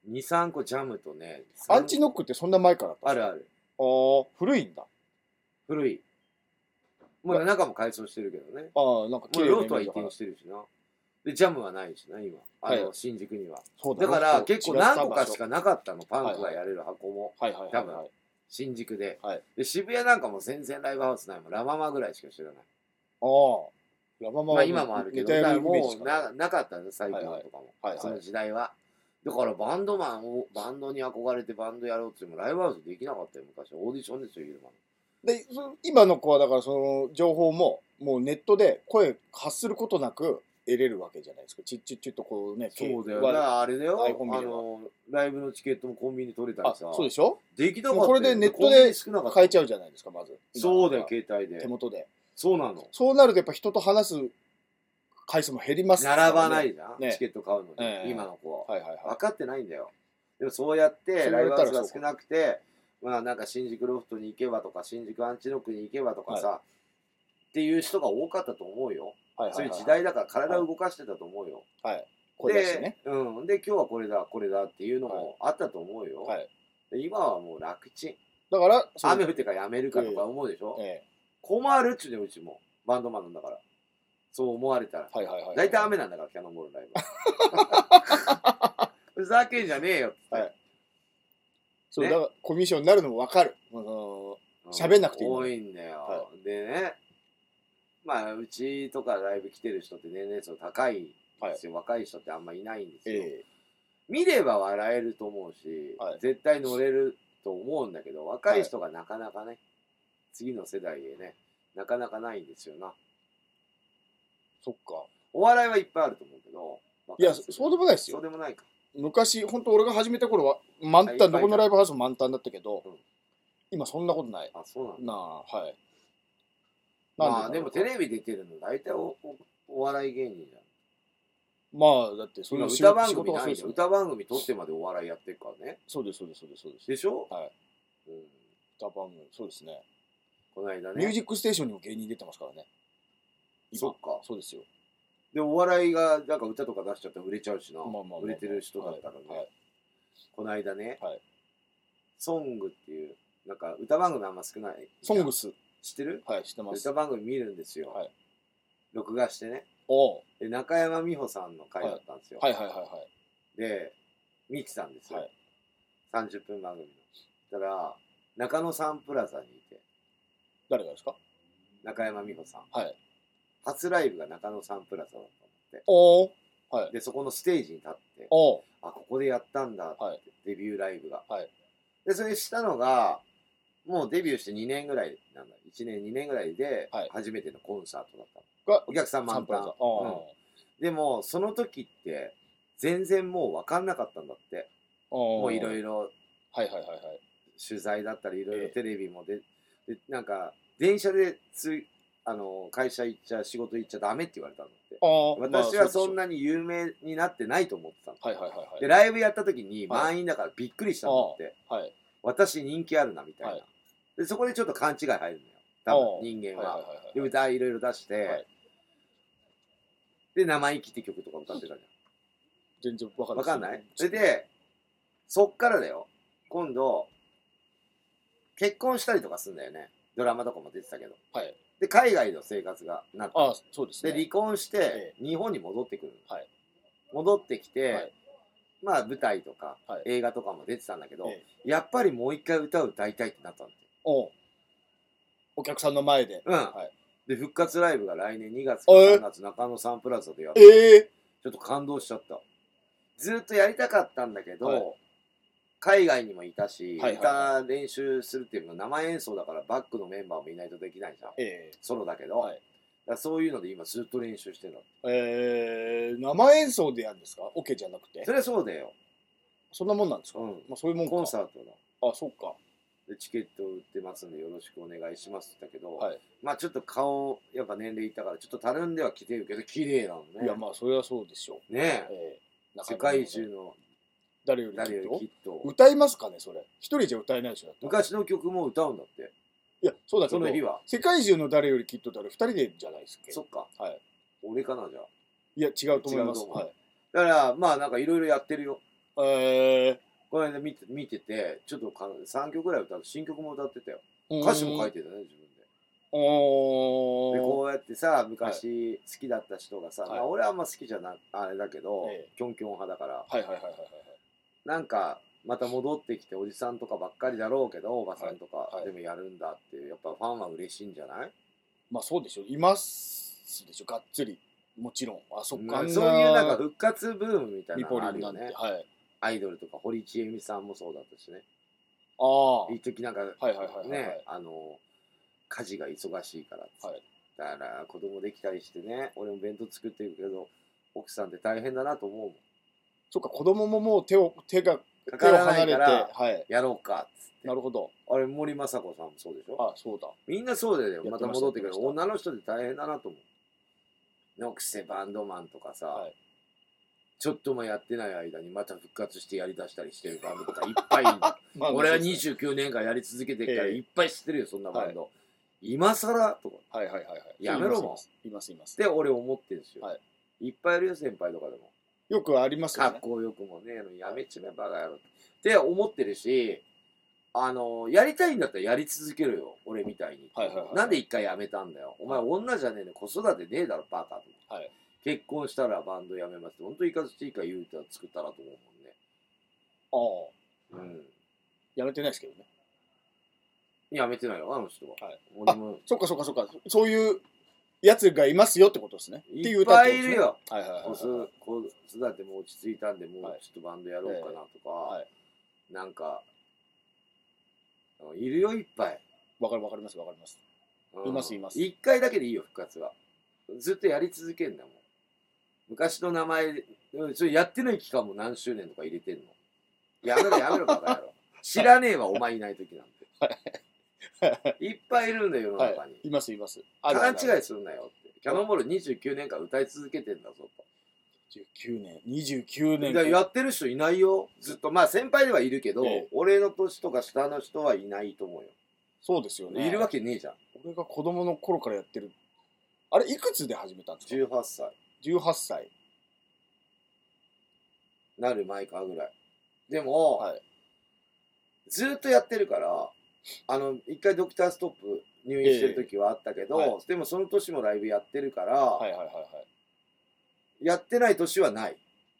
Speaker 1: 23個ジャムとね
Speaker 2: アンチノックってそんな前からあった
Speaker 1: ある
Speaker 2: あ
Speaker 1: ある
Speaker 2: あー古いんだ
Speaker 1: 古いもう中も改装してるけどね
Speaker 2: ああなんか綺
Speaker 1: もう
Speaker 2: 麗
Speaker 1: ロ
Speaker 2: な
Speaker 1: ートは
Speaker 2: イメー
Speaker 1: 移転して
Speaker 2: ジだから
Speaker 1: るしなでジャムはないしな今あの、
Speaker 2: はい
Speaker 1: 新宿には
Speaker 2: そう
Speaker 1: だから結構何個かし
Speaker 2: か
Speaker 1: かなかったのパンクがやれる箱も
Speaker 2: はいはいは
Speaker 1: 多
Speaker 2: い、
Speaker 1: 分
Speaker 2: はい、
Speaker 1: 新宿で,、
Speaker 2: はい
Speaker 1: で渋谷なんかもう全然ライブハウスないもんラママぐらいしか知らない
Speaker 2: ああラバマ
Speaker 1: ま
Speaker 2: は
Speaker 1: あ今もあるけ
Speaker 2: 似
Speaker 1: ど、
Speaker 2: た
Speaker 1: だか
Speaker 2: よ
Speaker 1: ら
Speaker 2: うなイメージ
Speaker 1: も
Speaker 2: し
Speaker 1: う
Speaker 2: かない
Speaker 1: ななかったんです、最近のとかも、
Speaker 2: はいはいはいはい
Speaker 1: その時代は。だからバンドマンを、バンドに憧れてバンドやろうって言ってもライブハウスできなかったよ、昔。オーディションですよ、昼間の。
Speaker 2: でそ今の子はだからその情報ももうネットで声発することなく得れるわけじゃないですかちっちゅっちゅっとこうね
Speaker 1: そうだよ。だか
Speaker 2: 携
Speaker 1: らあれだよ、
Speaker 2: iPhone 見
Speaker 1: あ
Speaker 2: れば
Speaker 1: の、ライブのチケットもコンビニで取れたり
Speaker 2: あ
Speaker 1: さ。
Speaker 2: そうでしょ
Speaker 1: できなかった
Speaker 2: も
Speaker 1: よ
Speaker 2: うこれでネット
Speaker 1: コ
Speaker 2: で
Speaker 1: ンビニ少なかった
Speaker 2: 変えちゃうじゃないですかまず
Speaker 1: そうだよ、
Speaker 2: 今
Speaker 1: 携帯
Speaker 2: 手
Speaker 1: で。
Speaker 2: 元で
Speaker 1: そうなの。
Speaker 2: そうなるとやっぱ人と話す回数も減りますからね
Speaker 1: 並ばないじゃん、
Speaker 2: ね
Speaker 1: チケット買うのに、
Speaker 2: ええ
Speaker 1: 今の子は。
Speaker 2: はいはいは
Speaker 1: 分かってないんだよ。でもそうやって
Speaker 2: そう
Speaker 1: ライブハウス
Speaker 2: やったら
Speaker 1: が
Speaker 2: そう
Speaker 1: 少なくて、まあなんか新宿ロフトに行けばとか、新宿アンチノックに行けばとかさ、っていう人が多かったと思うよ。
Speaker 2: いはい
Speaker 1: そういう時
Speaker 2: はい
Speaker 1: 代だから体を動かしてたと思うよ。
Speaker 2: はい声出してね
Speaker 1: で、うん。で、今日はこれだ、これだっていうのもあったと思うよ。
Speaker 2: はい
Speaker 1: で今はもう楽ちん。
Speaker 2: だからそう
Speaker 1: 雨降ってからやめるかとか思うでしょ。
Speaker 2: ええ
Speaker 1: 困るっちゅうね、うちも。バンドマンなんだから。そう思われたら。
Speaker 2: はいはいはい
Speaker 1: 大体雨なんだから、キャノンボールライ ブ。ふざけんじゃねえよっつって。
Speaker 2: はいそう
Speaker 1: ね
Speaker 2: だからコミュ障になるのもわかるその喋んなくていいの
Speaker 1: 多いんだよ、
Speaker 2: は
Speaker 1: でねまあうちとかライブ来てる人って年齢層高いんですよ、若い人ってあんまいないんですよ、
Speaker 2: ええ
Speaker 1: 見れば笑えると思うし、
Speaker 2: はい
Speaker 1: 絶対乗れると思うんだけど若い人がなかなかね、次の世代へねなかなかないんですよな
Speaker 2: そっか
Speaker 1: お笑いはいっぱいあると思うけど
Speaker 2: いやそそうでもないですよ
Speaker 1: そうでもないか
Speaker 2: 昔本当俺が始めた頃は満
Speaker 1: あいっぱ
Speaker 2: タ
Speaker 1: いい
Speaker 2: ン
Speaker 1: た
Speaker 2: どこのライブハウスも満タンだったけど、
Speaker 1: うん
Speaker 2: 今そんなことない
Speaker 1: あそうなんだ
Speaker 2: なあはい
Speaker 1: まあでもテ
Speaker 2: ビ
Speaker 1: レビ出てるの大体おおお笑い芸人じゃん
Speaker 2: まあだってそ
Speaker 1: 今
Speaker 2: の仕
Speaker 1: 歌
Speaker 2: 事
Speaker 1: 番
Speaker 2: 仕
Speaker 1: 組
Speaker 2: 事が
Speaker 1: な
Speaker 2: そう
Speaker 1: いじゃん
Speaker 2: ですよね
Speaker 1: 歌番組撮ってまでお笑いやってるからね
Speaker 2: そうですそうですそうですそうです
Speaker 1: でしょ
Speaker 2: はい
Speaker 1: うん
Speaker 2: 歌番組そうですね
Speaker 1: この間
Speaker 2: ミュー
Speaker 1: ね。
Speaker 2: ジックステーションにも芸人出てますからね今
Speaker 1: そっか
Speaker 2: そうですよ
Speaker 1: で、お笑いが、なんか歌とか出しちゃったら売れちゃうしな。
Speaker 2: まあまあまあまあ
Speaker 1: 売れてる人だったらね。
Speaker 2: はいはい
Speaker 1: この間ね、
Speaker 2: はい
Speaker 1: ソングっていう、なんか歌番組あんま少ない。
Speaker 2: ソングス
Speaker 1: 知ってる
Speaker 2: はい知ってます
Speaker 1: 歌番組見るんですよ。
Speaker 2: はい
Speaker 1: 録画してね。
Speaker 2: おう
Speaker 1: で、中山美穂さんの回だったんですよ。
Speaker 2: はいはいはいはい
Speaker 1: で、見てたんですよ。
Speaker 2: はい
Speaker 1: 30分番組の。そしたら、中野サンプラザにいて、
Speaker 2: 誰がですか
Speaker 1: 中山美穂さん。
Speaker 2: はい
Speaker 1: 初ライブが中野サンプラザだったんだっ
Speaker 2: おう
Speaker 1: て。で、そこのステージに立って、
Speaker 2: おう
Speaker 1: あ、ここでやったんだって、
Speaker 2: はい
Speaker 1: デビューライブが。
Speaker 2: はい
Speaker 1: で、それしたのが、もうデビューして2年ぐらいなんだ。1年、2年ぐらいで
Speaker 2: はい、
Speaker 1: 初めてのコンサートだったの。
Speaker 2: が
Speaker 1: お客さん
Speaker 2: サン
Speaker 1: 満
Speaker 2: プラザ
Speaker 1: タ
Speaker 2: あ
Speaker 1: ン。
Speaker 2: あ
Speaker 1: うんでも、その時って、全然もう分かんなかったんだって。
Speaker 2: も
Speaker 1: もういろ
Speaker 2: ろ
Speaker 1: いろ
Speaker 2: はいはいはいはい
Speaker 1: 取材だったり、いろい
Speaker 2: え
Speaker 1: ろ
Speaker 2: え
Speaker 1: テレビもで、でなんか、電車でつ、あの、会社行っちゃ、仕事行っちゃダメって言われたんだって。
Speaker 2: ああ
Speaker 1: 私はそん
Speaker 2: な
Speaker 1: なに有名になってないと思ってたの。
Speaker 2: はいはいはいはい
Speaker 1: で、ライブやった時に
Speaker 2: はい
Speaker 1: 満員だからびっくりしたんだって。
Speaker 2: はい
Speaker 1: 私人気あるなみたいな、
Speaker 2: はい
Speaker 1: でそこでちょっと勘違い入るのよ多分人間は,、
Speaker 2: はいはいはいはい
Speaker 1: で歌いろいろ出して、
Speaker 2: はい
Speaker 1: で「生意気」って曲とか歌ってたじ
Speaker 2: 全然わか
Speaker 1: ゃ
Speaker 2: ん
Speaker 1: ん
Speaker 2: な
Speaker 1: わかん
Speaker 2: い
Speaker 1: ないそれでそっからだよ今度結婚したりとかすんだよねドラマとかも出てたけど
Speaker 2: はい
Speaker 1: で海外の生活がなって
Speaker 2: ああそうです
Speaker 1: で
Speaker 2: ね
Speaker 1: 離婚し
Speaker 2: え
Speaker 1: て日本に戻ってくるの、
Speaker 2: はい
Speaker 1: 戻ってきて、
Speaker 2: はい
Speaker 1: まあ舞台とか
Speaker 2: はい
Speaker 1: 映画とかも出てたんだけど、
Speaker 2: え
Speaker 1: やっぱりもう一回歌を歌いたいってなったんだよ
Speaker 2: おうお客さんの前で
Speaker 1: うん、
Speaker 2: はい
Speaker 1: で復活ライブが来年2月か
Speaker 2: えー
Speaker 1: 3月中野サンプラザでやる
Speaker 2: ええ
Speaker 1: ちょっと感動しちゃったずーっとやりたかったんだけど、
Speaker 2: はい
Speaker 1: 海外にもいたし、
Speaker 2: はいは
Speaker 1: 歌
Speaker 2: い
Speaker 1: 練習するっていうのは生演奏だからバックのメンバーもいないとできないじゃん
Speaker 2: え
Speaker 1: ソロだけど、
Speaker 2: はい
Speaker 1: だからそういうので今ずっと練習してるの
Speaker 2: ええー生演奏でやるんですかオケじゃなくて
Speaker 1: そ。れはそうだよ、
Speaker 2: そんなもんなんですか、
Speaker 1: うん、
Speaker 2: まあ、そういうもんか。
Speaker 1: コンサートの
Speaker 2: あ、そっか。
Speaker 1: でチケット売ってますんでよろしくお願いしますって言ったけど、
Speaker 2: はい
Speaker 1: まあちょっと顔やっぱ年齢いったからちょっとたるんではきてるけど綺麗なのね
Speaker 2: いや、まあ、それはそうでしょう。
Speaker 1: ねえ
Speaker 2: ええ
Speaker 1: 世
Speaker 2: なかなかね
Speaker 1: 界中の
Speaker 2: 誰より
Speaker 1: 誰より
Speaker 2: き
Speaker 1: き
Speaker 2: っ
Speaker 1: っと
Speaker 2: と歌いますかね、それ。一人じゃ歌えないでしょ。だって
Speaker 1: 昔の曲も歌うんだって
Speaker 2: いや、そうだけ
Speaker 1: そ
Speaker 2: ど
Speaker 1: の、日は
Speaker 2: 世界中の誰よりきっと誰、二人でじゃないですっけ
Speaker 1: そっか
Speaker 2: はい。
Speaker 1: 俺かなじゃあ
Speaker 2: いや、違うと思います。
Speaker 1: 違うと思う
Speaker 2: はい。
Speaker 1: だからまあなんかいろいろやってるよ
Speaker 2: え
Speaker 1: この間見て見ててちょっとか3曲ぐらい歌う新曲も歌ってたよ
Speaker 2: ー、
Speaker 1: 歌詞も書い
Speaker 2: て。
Speaker 1: てたね自分で
Speaker 2: お
Speaker 1: で
Speaker 2: ー。
Speaker 1: こうやってさ昔好きだった人がさ、
Speaker 2: はい
Speaker 1: まあ、俺はあんま好きじゃなあれだけど、
Speaker 2: ええ
Speaker 1: キョンキョン派だから
Speaker 2: はいはいはいはいはい。
Speaker 1: なんかまた戻ってきておじさんとかばっかりだろうけどおばさんとか
Speaker 2: いはい
Speaker 1: でもやるんだってやっぱファンは嬉しいんじゃない、
Speaker 2: まあ、そうでしょ。いますでしょ、がっつり。もちろん。あ、そっか。あ
Speaker 1: うんんそういうなんか復活ブームみたい
Speaker 2: リ
Speaker 1: な
Speaker 2: ポ
Speaker 1: の
Speaker 2: リ
Speaker 1: あるよ
Speaker 2: ンなんて。
Speaker 1: ね
Speaker 2: はい。
Speaker 1: アイドルとか堀ちえみさんもそうだったしね
Speaker 2: ああ。はい
Speaker 1: 一時なんかね、
Speaker 2: はいはいはいはい。
Speaker 1: あの家事が忙しいからっつって
Speaker 2: はい
Speaker 1: だから子供できたりしてね俺も弁当作ってるけど奥さんって大変だなと思うもん
Speaker 2: そっか、子供ももう手を、手が、
Speaker 1: か
Speaker 2: 手
Speaker 1: か
Speaker 2: を
Speaker 1: らな
Speaker 2: 離
Speaker 1: い
Speaker 2: れ
Speaker 1: か
Speaker 2: て、
Speaker 1: ら
Speaker 2: はい。
Speaker 1: やろうかっつって
Speaker 2: なるほど。
Speaker 1: あれ森昌子さんもそうでしょ
Speaker 2: あ、そうだ。
Speaker 1: みんなそうだよね。
Speaker 2: や
Speaker 1: ま
Speaker 2: って
Speaker 1: た
Speaker 2: ました
Speaker 1: 戻ってく
Speaker 2: や
Speaker 1: る。
Speaker 2: ってました
Speaker 1: 女の人で大変だなと思う。ノクセバンドマンとかさ、
Speaker 2: はい
Speaker 1: ちょっともやってない間にまた復活してやりだしたりしてるバンドとかいっぱいいる
Speaker 2: まあ
Speaker 1: 俺は
Speaker 2: そうですね
Speaker 1: 29年間やり続けてるから
Speaker 2: ええ
Speaker 1: いっぱい知ってるよ、そんなバンド。今更とか。
Speaker 2: はいはいはいはい。
Speaker 1: やめろも
Speaker 2: う。いますいます。
Speaker 1: で、俺思ってるんですよ。、
Speaker 2: はい
Speaker 1: っぱいいるよ、先輩とかでも。
Speaker 2: よくありますよ
Speaker 1: 格
Speaker 2: ね。
Speaker 1: 好よくもねえの、やめちまえばがやろって思ってるし、あの、やりたいんだったらやり続けるよ、俺みたいに。
Speaker 2: はいはいはい。
Speaker 1: なんで一回やめたんだよ。お前女じゃねえの子育てねえだろ、バカと。
Speaker 2: はい
Speaker 1: 結婚したらバンドやめますって。ほんといかずちいか言うたら作ったらと思
Speaker 2: あ
Speaker 1: うもんね。
Speaker 2: あ、やめてないですけどね。
Speaker 1: うん。やめてないよ、あの人は。
Speaker 2: はい
Speaker 1: 俺も。
Speaker 2: そっかそっかそっか。そういうやつがいますよってことですね。ってい
Speaker 1: いっ
Speaker 2: う歌
Speaker 1: ぱ
Speaker 2: て
Speaker 1: いい
Speaker 2: ことです
Speaker 1: る
Speaker 2: ね。
Speaker 1: よ。
Speaker 2: はいはいはい
Speaker 1: 子
Speaker 2: はい。
Speaker 1: 育ても落ち着いたんで、もうちょっとバンドやろうかなとか、
Speaker 2: はい
Speaker 1: なんか、いるよ、いっぱい。
Speaker 2: わかるわかりますわかります。
Speaker 1: うん
Speaker 2: いますいます
Speaker 1: 一回だけでいいよ、復活は。ずっとやり続けんだもん。昔の名前、うんそれやってない期間も何周年とか入れてんの。やめろやめろ、バカ野 郎。知らねえわ、お前いない時なんて。いっぱいいるんだよ、世の中に。
Speaker 2: いますいます。あるあ
Speaker 1: 勘
Speaker 2: る
Speaker 1: 違いするなよって。キャノンボール29年間歌い続けてんだぞと。
Speaker 2: 19年、29
Speaker 1: だ
Speaker 2: 年。
Speaker 1: からやってる人いないよ。ずっと。まあ先輩ではいるけど、
Speaker 2: ええ
Speaker 1: 俺の年とか下の人はいないと思うよ。
Speaker 2: そうですよね。
Speaker 1: いるわけねえじゃん。
Speaker 2: 俺が子供の頃からやってる。あれ、いくつで始めたんですか
Speaker 1: 18歳。
Speaker 2: ?18 歳。
Speaker 1: なる前かぐらい。でも、
Speaker 2: はい
Speaker 1: ずーっとやってるから、あの、一回ドクターストップ入院してる時はあったけど、
Speaker 2: ええは
Speaker 1: でもその年もライブやってるから、
Speaker 2: はいはいはいはい。
Speaker 1: やってない年はない。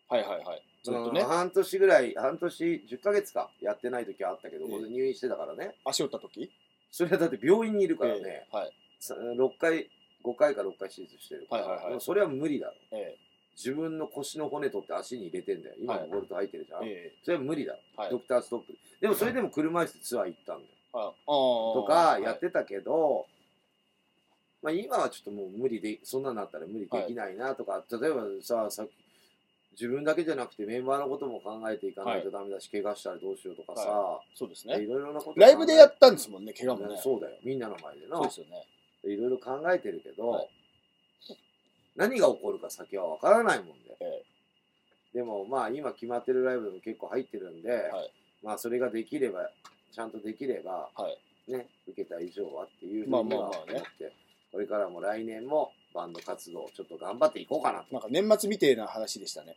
Speaker 2: はいはいはい。ずっとね
Speaker 1: うん、半年ぐらい、半年、10ヶ月か、やってない時はあったけど、
Speaker 2: ええ
Speaker 1: 俺入院してたからね。
Speaker 2: 足を打った時
Speaker 1: それはだって病院にいるから
Speaker 2: え
Speaker 1: ね、
Speaker 2: えはい。
Speaker 1: さ6回、5回か6回手術してるから、
Speaker 2: はいはいはい
Speaker 1: でもそれは無理だろ。
Speaker 2: え
Speaker 1: 自分の腰の骨取って足に入れてんだよ。今も
Speaker 2: はい
Speaker 1: ボルト入ってるじゃん。
Speaker 2: ええ
Speaker 1: それは無理だろ。
Speaker 2: えはい
Speaker 1: ド。クターストップ。でもそれでも車椅子ツアー行ったんだよ。
Speaker 2: あ
Speaker 1: と
Speaker 2: と
Speaker 1: かやってたけど、まあ今はちょっともう無理で、そんなになったら無理できないなとか、例えばさ、さっき、自分だけじゃなくてメンバーのことも考えていかないとダメだし、怪我したらどうしようとかさ、
Speaker 2: そうです
Speaker 1: い
Speaker 2: ね。
Speaker 1: ろいろなこと考え
Speaker 2: ライブでやったんですもんね、怪我もね。そう
Speaker 1: そうだよ、みんなの前で
Speaker 2: で
Speaker 1: な。
Speaker 2: すよね。
Speaker 1: いろいろ考えてるけど、
Speaker 2: はい
Speaker 1: 何が起こるか先は分からないもんで。
Speaker 2: え
Speaker 1: でもまあ今決まってるライブでも結構入ってるんで、
Speaker 2: い
Speaker 1: まあそれができれば、ちゃんとできれば、
Speaker 2: はい
Speaker 1: ね、受けた以上はっていうふうに
Speaker 2: ま
Speaker 1: は
Speaker 2: あ
Speaker 1: 思
Speaker 2: まあ
Speaker 1: っ
Speaker 2: まあ
Speaker 1: て、
Speaker 2: ね
Speaker 1: これからも来年もバンド活動をちょっと頑張っていこうかなと。
Speaker 2: なんか年末みてえな話でしたね。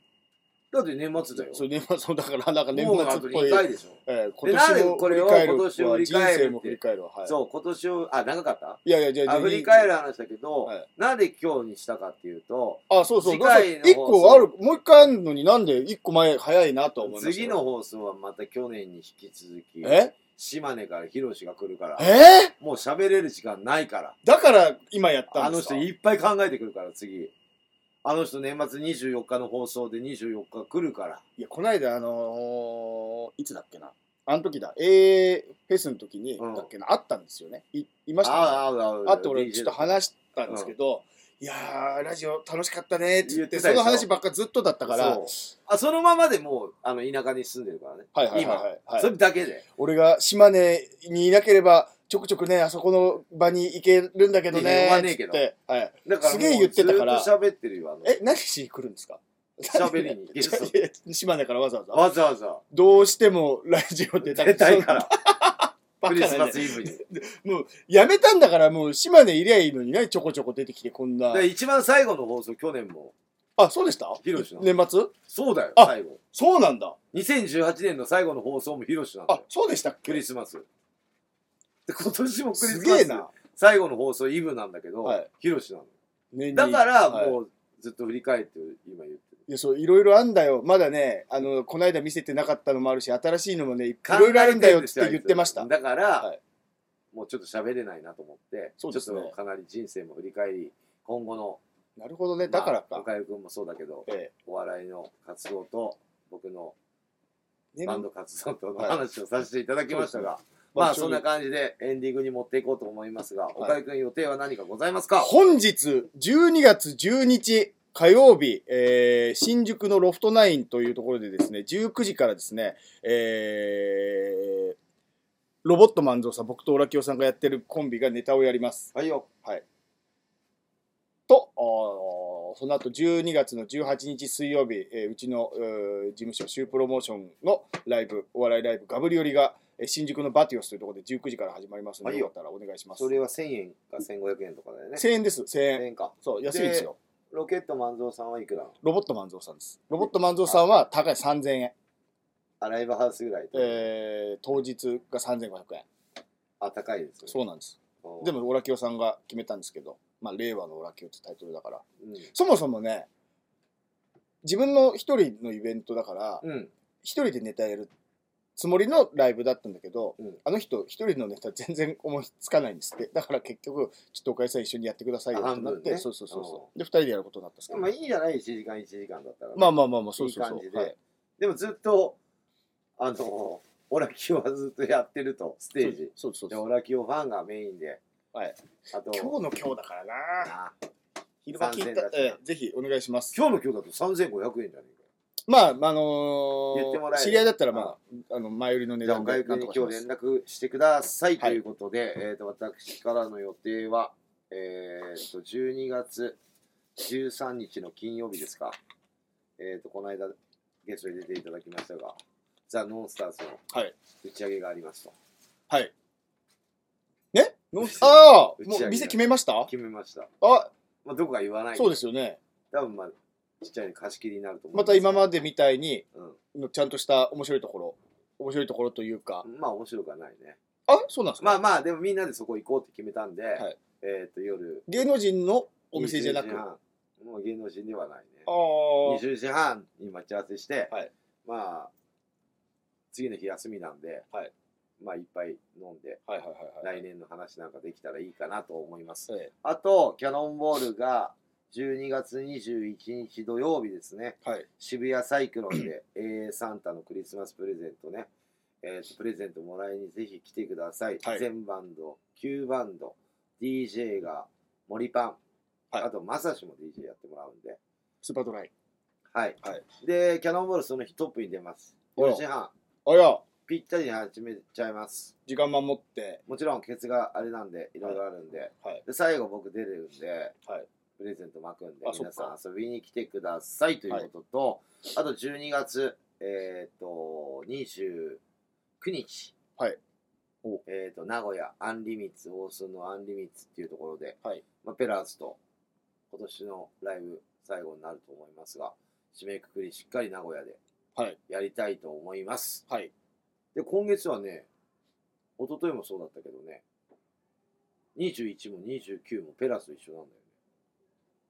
Speaker 1: だって年末だよ。
Speaker 2: そう、年末、そうだから、なんか年
Speaker 1: もうあ
Speaker 2: 末
Speaker 1: と
Speaker 2: っぽい
Speaker 1: 2。回でしょ。
Speaker 2: ええ
Speaker 1: で
Speaker 2: 今年
Speaker 1: なん
Speaker 2: も
Speaker 1: でこ
Speaker 2: 振
Speaker 1: れ
Speaker 2: り
Speaker 1: を
Speaker 2: 返る
Speaker 1: 今年を振り
Speaker 2: 人
Speaker 1: 返るって
Speaker 2: 生も振り返るわ。はい。
Speaker 1: そう、今年を、あ、長かった
Speaker 2: いやいや、じゃ
Speaker 1: あ、振り返
Speaker 2: る。
Speaker 1: る話だけど、
Speaker 2: はい
Speaker 1: なんで今日にしたかっていうと、
Speaker 2: あ、そうそう。
Speaker 1: 次
Speaker 2: だから
Speaker 1: 回の
Speaker 2: 一
Speaker 1: 放
Speaker 2: 個
Speaker 1: 送
Speaker 2: ある、もう一回あるのになんで一個前早いなとは思いました。
Speaker 1: 次の。放送はまた去年に引き続き、
Speaker 2: え
Speaker 1: 島根からヒロシが来るから、
Speaker 2: え
Speaker 1: もう喋れる時間ないから。
Speaker 2: だから今やった
Speaker 1: あ
Speaker 2: んで
Speaker 1: の
Speaker 2: すか
Speaker 1: 人いっぱい考えてくるから、次。あの人年末24日の放送で24日来るから。
Speaker 2: いや、この間、あのーいつだっけな。あの時だ。A フェスの時に、
Speaker 1: うん
Speaker 2: だっけな、あったんですよね。い、いました、ね、
Speaker 1: ああ、ああ、
Speaker 2: あって俺
Speaker 1: DJ
Speaker 2: ちょっと話したんですけど、いやーラジオ楽しかったねって言って
Speaker 1: 言ってた
Speaker 2: そ
Speaker 1: でしょ
Speaker 2: の話ばっかずっとだったから
Speaker 1: そうあそのままでもうあの田舎に住んでるからね、
Speaker 2: はいはい
Speaker 1: 今、
Speaker 2: はいはいはい
Speaker 1: それだけで
Speaker 2: 俺が島根にいなければちょくちょくねあそこの場に行けるんだけど
Speaker 1: いや
Speaker 2: ね
Speaker 1: 呼ばねえけど
Speaker 2: つってはい、
Speaker 1: だから
Speaker 2: すげえ言ってたから
Speaker 1: もうずっと喋ってるよあ
Speaker 2: え何しに来るんですか
Speaker 1: の喋りにゲスト
Speaker 2: 島根からわざわざ
Speaker 1: わざわざ
Speaker 2: どうしてもラジオ出た
Speaker 1: 出たいから
Speaker 2: バ
Speaker 1: ク
Speaker 2: カ
Speaker 1: リス
Speaker 2: だ
Speaker 1: マ
Speaker 2: ね
Speaker 1: スイブに、
Speaker 2: やめたんだからもう島根いりゃいいのにねちょこちょこ出てきてこんな
Speaker 1: で一番最後の放送去年も
Speaker 2: あそうでした
Speaker 1: ヒロシの
Speaker 2: 年末
Speaker 1: そうだよ
Speaker 2: あ
Speaker 1: 最後
Speaker 2: そうなんだ
Speaker 1: 2018年の最後の放送もヒロシなんだ
Speaker 2: あ
Speaker 1: よ
Speaker 2: そうでしたっ
Speaker 1: ク
Speaker 2: け
Speaker 1: リスマスで今年もクリ
Speaker 2: す
Speaker 1: ス
Speaker 2: げえ
Speaker 1: マス
Speaker 2: な
Speaker 1: 最後の放送イブなんだけど、
Speaker 2: はい
Speaker 1: ヒロシなの
Speaker 2: 年に
Speaker 1: だから
Speaker 2: はい
Speaker 1: もうずっと振り返って今言ってる
Speaker 2: いや、そう、いろいろあんだよ。まだね、あの、この間見せてなかったのもあるし、新しいのもね、いろいろあるんだよって言ってました。
Speaker 1: だから、
Speaker 2: はい
Speaker 1: もうちょっと喋れないなと思って、
Speaker 2: そうですね
Speaker 1: ちょっとかなり人生も振り返り、今後の、
Speaker 2: なるほどね、だから
Speaker 1: まあ
Speaker 2: か。
Speaker 1: 岡井君もそうだけど、
Speaker 2: え
Speaker 1: お笑いの活動と、僕の
Speaker 2: えね
Speaker 1: バンド活動との
Speaker 2: はい
Speaker 1: 話をさせていただきましたが、まあそんな感じでエンディングに持っていこうと思いますが、岡井君予定は何かございますか
Speaker 2: 本日、12月12日、火曜日、えー新宿のロフトナインというところでですね、19時からですね、えーロボット万蔵さん、僕とオラキオさんがやってるコンビがネタをやります。
Speaker 1: はいよ。
Speaker 2: と、あーその後12月の18日水曜日、えーうちのえー事務所、シュープロモーションのライブ、お笑いライブ、ガブリオリが、えー新宿のバティオスというところで19時から始まりますの
Speaker 1: は
Speaker 2: で、
Speaker 1: いよ
Speaker 2: よかったらお願いします。
Speaker 1: それは1000円か1500円とかだよね。
Speaker 2: 1000円です、1000
Speaker 1: 1000
Speaker 2: 円。
Speaker 1: 円か。
Speaker 2: そう、安いんですよ。
Speaker 1: ロケット万蔵さんはいくらなの
Speaker 2: ロボット万蔵さんです。ロボット万蔵さんは高い3000円。
Speaker 1: アライブハウスぐらい。
Speaker 2: えー当日が3500円。
Speaker 1: あ、高いです、ね。
Speaker 2: そうなんです。
Speaker 1: うん
Speaker 2: で、も、オラキオさんが決めたんですけど、まあ、令和のオラキオってタイトルだから。
Speaker 1: う
Speaker 2: そもそもね、自分の一人のイベントだから、
Speaker 1: ん。うん。
Speaker 2: 一人でネタやるつもりのライブだったんだけど、
Speaker 1: うん
Speaker 2: あの人一人のネタ全然思いつかないんですってだから結局ちょっとおかえりさん一緒にやってくださいよってなっ
Speaker 1: 半分
Speaker 2: て、
Speaker 1: ね
Speaker 2: そうそうそうそうで二人でやることになったんですけど、
Speaker 1: まあいいじゃない ?1 時間1時間だったらね、
Speaker 2: まあまあまあまあそうそうそう
Speaker 1: いい感じで
Speaker 2: はい
Speaker 1: でもずっと、あの、オラキオはずっとやってると、ステージ。
Speaker 2: そうそう
Speaker 1: で、
Speaker 2: そう
Speaker 1: オラキオファンがメインで、
Speaker 2: はい
Speaker 1: あと、
Speaker 2: 今日の今日だからな
Speaker 1: あ
Speaker 2: 昼間聞い
Speaker 1: 3000だ、
Speaker 2: た
Speaker 1: し
Speaker 2: ええぜひお願いします
Speaker 1: 今日の今日だと3500円じゃね
Speaker 2: まああの
Speaker 1: 言っても
Speaker 2: ー、
Speaker 1: らえる
Speaker 2: 知り合いだったらまああの前売りの
Speaker 1: え
Speaker 2: 値
Speaker 1: かよ。じゃあ、
Speaker 2: 段
Speaker 1: 岡
Speaker 2: で
Speaker 1: 井
Speaker 2: な
Speaker 1: 君
Speaker 2: ん
Speaker 1: に今日連
Speaker 2: とかします
Speaker 1: 絡してくださいと
Speaker 2: はい
Speaker 1: いうことで、えっ、と、私からの予定は、えっ、と、12月13日の金曜日ですか。えっ、と、この間、ゲストに出ていただきましたが、ザ・ノンスターズの
Speaker 2: はい
Speaker 1: 打ち上げがありますと。
Speaker 2: はいね のああ
Speaker 1: 打ち上
Speaker 2: も
Speaker 1: げだ
Speaker 2: う店決めました
Speaker 1: 決めました。
Speaker 2: あ
Speaker 1: まあ、どこか言わないけど
Speaker 2: そうですよね
Speaker 1: 多分まあちっちゃいに貸し切りになると思う
Speaker 2: また今までみたいに
Speaker 1: うん
Speaker 2: のちゃんとした面白いところ面白いところというか、
Speaker 1: まあ面白くはないね
Speaker 2: あそうなんですか、
Speaker 1: まあまあでもみんなでそこ行こうって決めたんで、
Speaker 2: い
Speaker 1: えっ、と夜
Speaker 2: 芸能人のお店じゃなく
Speaker 1: 20時
Speaker 2: あ
Speaker 1: 半もう芸能人ではないね
Speaker 2: あー
Speaker 1: 20時半に待ち合わせして、
Speaker 2: はい
Speaker 1: まあ次の日休みなんで、
Speaker 2: はい
Speaker 1: まあいっぱい飲んで
Speaker 2: はいはいはいはい
Speaker 1: 来年の話なんかできたらいいかなと思います、
Speaker 2: え
Speaker 1: あとキャノンボールが12月21日土曜日ですね
Speaker 2: えはい
Speaker 1: 渋谷サイクロン で AA サンタのクリスマスプレゼントね、えーとプレゼントもらいにぜひ来てください、
Speaker 2: はい
Speaker 1: 全バンド9バンド DJ が森パン、
Speaker 2: はい
Speaker 1: あとまさしも DJ やってもらうんで
Speaker 2: スーパードライ
Speaker 1: はい、
Speaker 2: はい
Speaker 1: でキャノンボールその日トップに出ます
Speaker 2: あら
Speaker 1: 4時半
Speaker 2: あいや
Speaker 1: ぴったりに始めちゃいます
Speaker 2: 時間守って
Speaker 1: もちろんケツがあれなんでいろいろあるんで,、
Speaker 2: はい
Speaker 1: で最後僕出れるんで、
Speaker 2: はい
Speaker 1: プレゼント巻くんで
Speaker 2: あ
Speaker 1: 皆
Speaker 2: そ
Speaker 1: さん遊びに来てくださいということと、あと12月えっ、と29日
Speaker 2: はいお
Speaker 1: えっ、と名古屋アンリミッツ大須のアンリミッツっていうところで、
Speaker 2: はい
Speaker 1: まあ、ペラーズと今年のライブ最後になると思いますが締めくくりしっかり名古屋で
Speaker 2: はい
Speaker 1: やりたいと思います、
Speaker 2: はい
Speaker 1: で今月はね一昨日もそうだったけどね21も29もペラーズと一緒なんだよね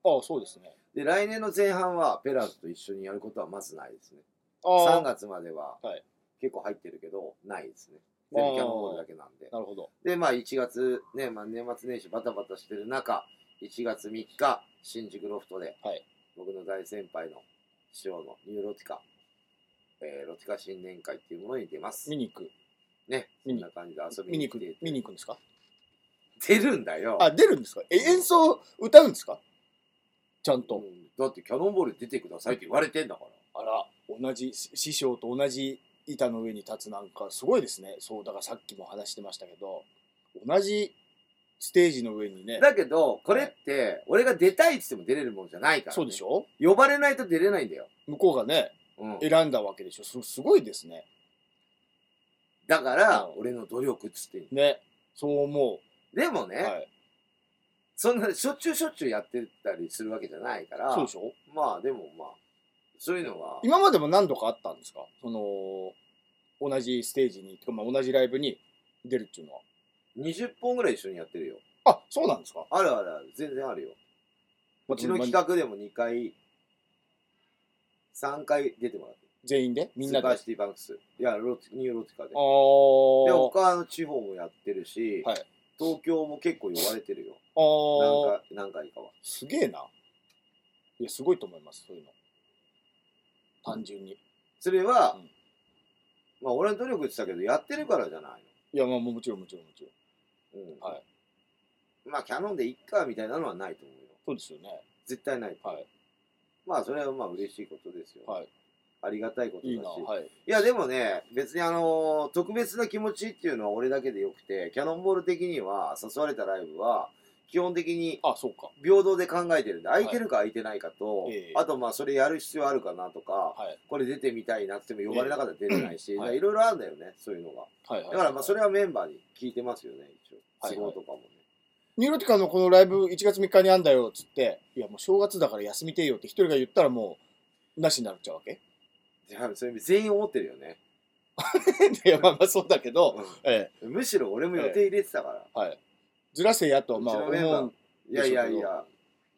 Speaker 2: ああそうですね
Speaker 1: で来年の前半はペラーズと一緒にやることはまずないですね
Speaker 2: ああ
Speaker 1: 3月までは
Speaker 2: はい
Speaker 1: 結構入ってるけどないですね全部キャノンボールだけなんで
Speaker 2: なるほど
Speaker 1: でまあ1月ね、まあ、年末年始バタバタしてる中1月3日新宿ロフトで、
Speaker 2: はい
Speaker 1: 僕の大先輩の師匠のニューロティカ、えーロティカ新年会っていうものに出ます。
Speaker 2: 見に行く
Speaker 1: ね、
Speaker 2: 見
Speaker 1: そん
Speaker 2: に
Speaker 1: な感じで遊び
Speaker 2: 見
Speaker 1: に
Speaker 2: に
Speaker 1: 来
Speaker 2: 行
Speaker 1: て
Speaker 2: く見に行くんですか
Speaker 1: 出るんだよ。
Speaker 2: あ出るんですかえ演奏歌うんですかちゃん
Speaker 1: う
Speaker 2: と
Speaker 1: んだってキャノンボール出てくださいって言われてんだから。
Speaker 2: あら同じし師匠と同じ板の上に立つなんかすごいですねそうだからさっきも話してましたけど同じステージの上にね
Speaker 1: だけど、これって、俺が出たいって言っても出れるもんじゃないから、
Speaker 2: そうでし
Speaker 1: ょ。
Speaker 2: ょ
Speaker 1: 呼ばれないと出れないんだよ。
Speaker 2: 向こうがね
Speaker 1: うん。
Speaker 2: 選んだわけでしょすすごいですね
Speaker 1: だから、
Speaker 2: うん
Speaker 1: 俺の努力っつってんの
Speaker 2: ねそう思
Speaker 1: でも
Speaker 2: う、
Speaker 1: ね、
Speaker 2: はい、
Speaker 1: そんなしょっちゅうしょっちゅうやってたりするわけじゃないから、
Speaker 2: そうでしょ
Speaker 1: まあでもまあ、そういうのは、
Speaker 2: 今までも何度かあったんですかその同じステージにてかまあ同じライブに出るっていうのは
Speaker 1: 20本ぐらい一緒にやってるよ。
Speaker 2: あそうなんですか
Speaker 1: あるあるある、全然あるよ。うちの企画でも2回、3回出てもらってる。
Speaker 2: 全員でみんな
Speaker 1: スー
Speaker 2: で
Speaker 1: パ
Speaker 2: あ
Speaker 1: ーシティバンクス。いや、ロニューロティカで。で、
Speaker 2: あー
Speaker 1: 他の地方もやってるし、
Speaker 2: はい
Speaker 1: 東京も結構呼ばれてるよ。
Speaker 2: あー
Speaker 1: 何回、何回かは。
Speaker 2: すげえな。いや、すごいと思います、そういうの。単純に。
Speaker 1: それは、
Speaker 2: うん
Speaker 1: まあ俺の努力って言ってたけど、やってるからじゃない
Speaker 2: いや、まあ、もちろん、もちろん、もちろん。
Speaker 1: の。うん。
Speaker 2: はい
Speaker 1: まあキャノンでいっか、みたいなのはないと思うよ。
Speaker 2: そうですよね。
Speaker 1: 絶対ない。
Speaker 2: はい。
Speaker 1: まあそれはまあ嬉しいことですよ。
Speaker 2: はい。
Speaker 1: ありがたいことだし。
Speaker 2: いいな、はい。
Speaker 1: いや、でもね、別にあのー特別な気持ちっていうのは俺だけでよくて、キャノンボール的には、誘われたライブは、基本的に
Speaker 2: あ、そうか。
Speaker 1: 平等で考えてるんで、空
Speaker 2: い
Speaker 1: いてるか空いてないかと、
Speaker 2: ええ
Speaker 1: あとまあ、それやる必要あるかなとか、
Speaker 2: はい。
Speaker 1: これ出てみたいなって言っても呼ばれなかったら出れないし、
Speaker 2: ええ
Speaker 1: だから
Speaker 2: はい
Speaker 1: いろいろあるんだよね、そういうのが。
Speaker 2: はい、はい。
Speaker 1: だからまあ、それ
Speaker 2: は。
Speaker 1: はメンバーに聞いてますよね、一応。
Speaker 2: はい
Speaker 1: 都合とかもね。
Speaker 2: ニューロティカのこのライブ1月3日にあんだよ、つって、いや、もう正月だから休みてえよって一人が言ったらもう、なしになっちゃうわけ
Speaker 1: じゃあ、それ全員思ってるよね。
Speaker 2: いや、まあまあ、そうだけど、
Speaker 1: うん
Speaker 2: ええ、
Speaker 1: むしろ俺も予定入れてたから。
Speaker 2: はい。ずらせやと、まあ、
Speaker 1: うち
Speaker 2: 思
Speaker 1: のメンバー
Speaker 2: う。
Speaker 1: いやいやいや、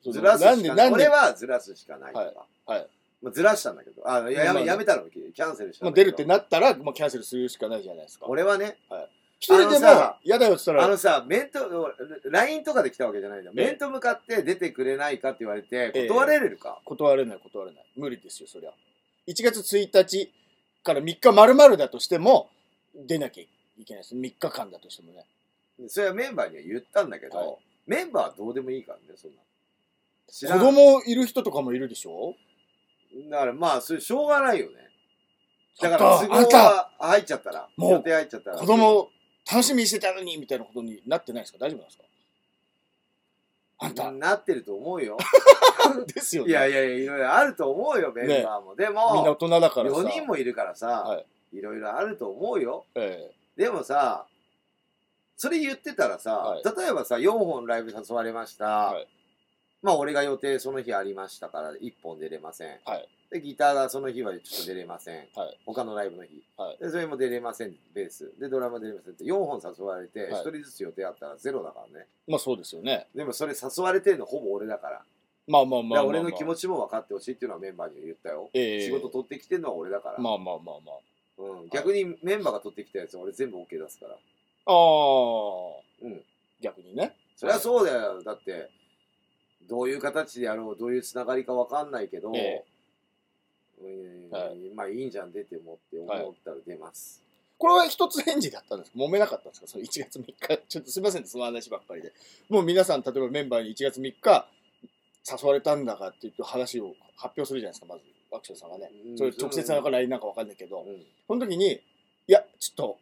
Speaker 2: その
Speaker 1: ずらすし
Speaker 2: なんで、
Speaker 1: かな。
Speaker 2: ないん
Speaker 1: 俺
Speaker 2: で、
Speaker 1: はずらすしかないとか。
Speaker 2: はいはい
Speaker 1: まあ、ずらしたんだけど、あやや
Speaker 2: まあ
Speaker 1: めやめたの、キャンセルした
Speaker 2: まあ、
Speaker 1: んだけ
Speaker 2: 出る
Speaker 1: ど
Speaker 2: ってなったら、まあ、キャンセルするしかないじゃないですか。
Speaker 1: 俺はね、
Speaker 2: 一人で
Speaker 1: あのさ
Speaker 2: も、嫌だよって言った
Speaker 1: あ
Speaker 2: ら、
Speaker 1: のさ、面と、LINE とかで来たわけじゃないんだよ。
Speaker 2: ええ
Speaker 1: 面と向かって出てくれないかって言われて、
Speaker 2: ええ
Speaker 1: 断れるか。
Speaker 2: 断れない断れない無理ですよそりゃ1月1日から3日丸々だとしても出なきゃいけないです3日間だとしてもね
Speaker 1: それはメンバーには言ったんだけど、
Speaker 2: はい
Speaker 1: メンバーはどうでもいいからね、そんな。知
Speaker 2: 子
Speaker 1: らん
Speaker 2: 供いる人とかもいるでしょ
Speaker 1: だからまあ、それしょうがないよね。だか
Speaker 2: あ
Speaker 1: ら、
Speaker 2: ん
Speaker 1: 都
Speaker 2: たあん
Speaker 1: 合
Speaker 2: た
Speaker 1: が入っちゃったら、
Speaker 2: もう
Speaker 1: 予定入っちゃったら。
Speaker 2: 子供楽しみにしてたのにみたいなことになってないですか大丈夫なんですかあんた
Speaker 1: なってると思う よ。
Speaker 2: ですよ
Speaker 1: い
Speaker 2: ね
Speaker 1: やいやいや、いろいろあると思うよ、メンバーも。で
Speaker 2: みんな大
Speaker 1: も、
Speaker 2: 人だからさ
Speaker 1: 4人もいるからさ、、
Speaker 2: はい
Speaker 1: ろいろあると思うよ。
Speaker 2: え
Speaker 1: でもさ、それ言ってたらさ、
Speaker 2: はい
Speaker 1: 例えばさ、4本ライブ誘われました。
Speaker 2: はい
Speaker 1: まあ、俺が予定その日ありましたから、1本出れません。
Speaker 2: はい
Speaker 1: で、ギターがその日はちょっと出れません。
Speaker 2: はい
Speaker 1: 他のライブの日、
Speaker 2: はい
Speaker 1: で、それも出れません、ベース。で、ドラマ出れませんって、4本誘われて、
Speaker 2: い
Speaker 1: 1人ずつ予定あったらゼロだからね。
Speaker 2: えまあそうですよね
Speaker 1: でもそれ誘われてるのほぼ俺だから。
Speaker 2: まあまあ
Speaker 1: だ
Speaker 2: ま
Speaker 1: から
Speaker 2: あまあまあ
Speaker 1: 俺の気持ちも分かってほしいっていうのはメンバーには言ったよ。
Speaker 2: ええ
Speaker 1: 仕事取ってきてるのは俺だから、
Speaker 2: まあまあまあま
Speaker 1: うん、逆にメンバーが取ってきたやつは俺全部 OK 出すから
Speaker 2: あああ
Speaker 1: うん
Speaker 2: 逆にね
Speaker 1: そりゃそうだよだってどういう形でやろうどういうつながりか分かんないけど、
Speaker 2: え
Speaker 1: うん
Speaker 2: はい
Speaker 1: まあいいんじゃん出てもって思ったら出ます、
Speaker 2: これは一つ返事だったんですか揉めなかったんですかその1月3日。ちょっとすいませんね、その話ばっかりで。もう皆さん、例えばメンバーに1月3日誘われたんだかって言って話を発表するじゃないですか、まず、アクションさんがね。
Speaker 1: うん
Speaker 2: それ直接なのか LINE なんかわかんないけど、
Speaker 1: うん
Speaker 2: その時に、いや、ちょっと、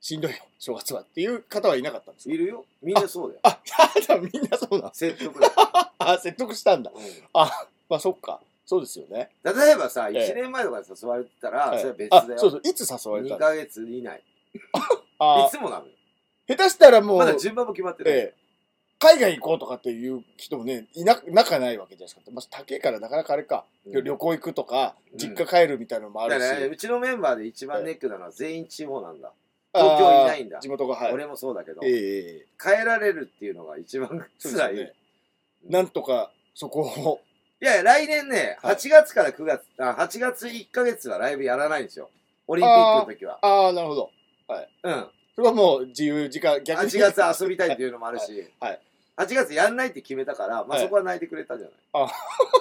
Speaker 2: しんどいよ、正月はっていう方はいなかったんですか
Speaker 1: いるよみんなそうだよ
Speaker 2: あ、ただみんなそうなんです
Speaker 1: 説得だ、
Speaker 2: あ、説得したんだ。
Speaker 1: う
Speaker 2: まあそっか。そうですよね。
Speaker 1: ん例えばさ
Speaker 2: え
Speaker 1: 1
Speaker 2: え
Speaker 1: 年前とかに誘われてたら、
Speaker 2: はい
Speaker 1: それは別
Speaker 2: あ
Speaker 1: だ、
Speaker 2: そ
Speaker 1: よ、
Speaker 2: うそう。いつ誘われた
Speaker 1: 2
Speaker 2: の
Speaker 1: ヶ月以内い
Speaker 2: あ
Speaker 1: つもなのよ
Speaker 2: 下手したらもう、
Speaker 1: まだ順番も決まってない、
Speaker 2: ええ、海外行こうとかっていう人もね、いな、仲ないわけじゃないですか。まあ、高いからなかなかあれか、
Speaker 1: うん
Speaker 2: 旅行行くとか、
Speaker 1: うん
Speaker 2: 実家帰るみたいなのもあ
Speaker 1: だ
Speaker 2: るし、
Speaker 1: からねうちのメンバーで一番ネックなのは全員地方なんだ、
Speaker 2: あー
Speaker 1: 東京いないんだ
Speaker 2: 地元が、はい。
Speaker 1: 俺もそうだけど、
Speaker 2: ええええええ
Speaker 1: 帰られるっていうのが一番
Speaker 2: そうです
Speaker 1: 辛
Speaker 2: よ
Speaker 1: い。
Speaker 2: ね。なんとか、そこを、
Speaker 1: いや、来年ね、
Speaker 2: はい
Speaker 1: 8月から9月、あ8月1ヶ月はライブやらないんですよ。オリンピックの時は。
Speaker 2: ああ、なるほど。
Speaker 1: うん。
Speaker 2: それはもう自由時間、逆に。
Speaker 1: 8月遊びたいっていうのもあるし。
Speaker 2: はいはい
Speaker 1: 8月やんないって決めたから、ま
Speaker 2: は
Speaker 1: あ、
Speaker 2: い
Speaker 1: そこは泣いてくれたじゃない。
Speaker 2: あ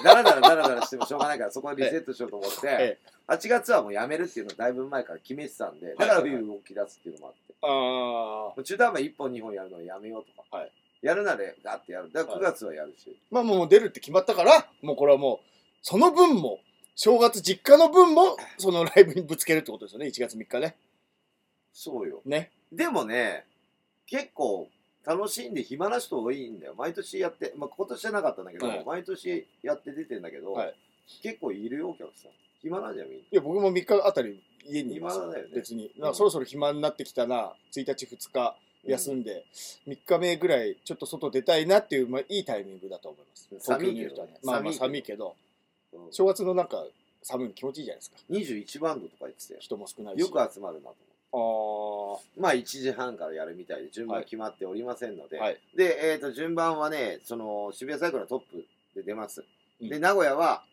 Speaker 1: だらだらだらだらしてもしょうがないから、そこはリセットしようと思って、
Speaker 2: え
Speaker 1: 8月はもうやめるっていうのはだいぶ前から決めてたんで、だから冬動き出すっていうのもあって。
Speaker 2: あ
Speaker 1: もう中途半端1本2本やるのはやめようとか。
Speaker 2: はい
Speaker 1: やるならガッてやる。だから9月はやるし。
Speaker 2: まあもう出るって決まったから、もうこれはもう、その分も、正月実家の分も、そのライブにぶつけるってことですよね、1月3日ね。
Speaker 1: そうよ。
Speaker 2: ね。
Speaker 1: でもね、結構楽しんで暇な人多いんだよ。毎年やって、まあ、今年じゃなかったんだけど、
Speaker 2: はい
Speaker 1: 毎年やって出てんだけど、
Speaker 2: はい
Speaker 1: 結構いるよ、お客さん。暇なんじゃんみんな。
Speaker 2: いや、僕も3日あたり家にいます
Speaker 1: 暇だよね
Speaker 2: 別に。なんかそろそろ暇になってきたな、1日2日休んで、3日目ぐらいちょっと外出たいなっていう、まあいいタイミングだと思います。
Speaker 1: 寒い
Speaker 2: 東京にると
Speaker 1: け
Speaker 2: ね
Speaker 1: どね
Speaker 2: まあま
Speaker 1: 寒
Speaker 2: あ寒
Speaker 1: い
Speaker 2: い
Speaker 1: け
Speaker 2: けど、
Speaker 1: うん
Speaker 2: 正月のなんか寒いの気持ちいいじゃないですか。
Speaker 1: 21バンドとか言ってたよ。
Speaker 2: 人も少ないし。
Speaker 1: よ
Speaker 2: あ
Speaker 1: く集まるなと思って。
Speaker 2: ー
Speaker 1: まあ1時半からやるみたいで順番は決まっておりませんので、
Speaker 2: はい
Speaker 1: で、えー、と順番はねその渋谷サイクルのトップで出ます、
Speaker 2: うん
Speaker 1: で名古屋は、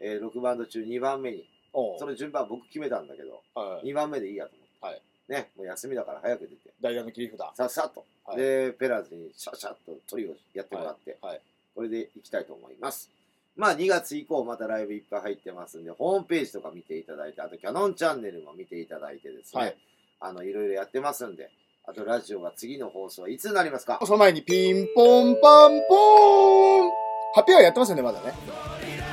Speaker 1: え6バンド中2番目に
Speaker 2: おう
Speaker 1: その順番僕決めたんだけど
Speaker 2: はい
Speaker 1: 2番目でいいやと思って、
Speaker 2: はい
Speaker 1: ね、もう休みだから早く出て
Speaker 2: 代打の切り札。
Speaker 1: さっさっと、
Speaker 2: はい
Speaker 1: でペラーズにシャシャッとトリをやってもらって、
Speaker 2: はいはい
Speaker 1: これでいきたいと思いますまあ2月以降またライブいっぱい入ってますんでホームページとか見ていただいてあとキャノンチャンネルも見ていただいてですね、
Speaker 2: はい
Speaker 1: あのいろいろやってますんであとラジオが次の放送はいつになりますか
Speaker 2: その前にピンポンパンポーンハッピーアワーやってますよね、まだね。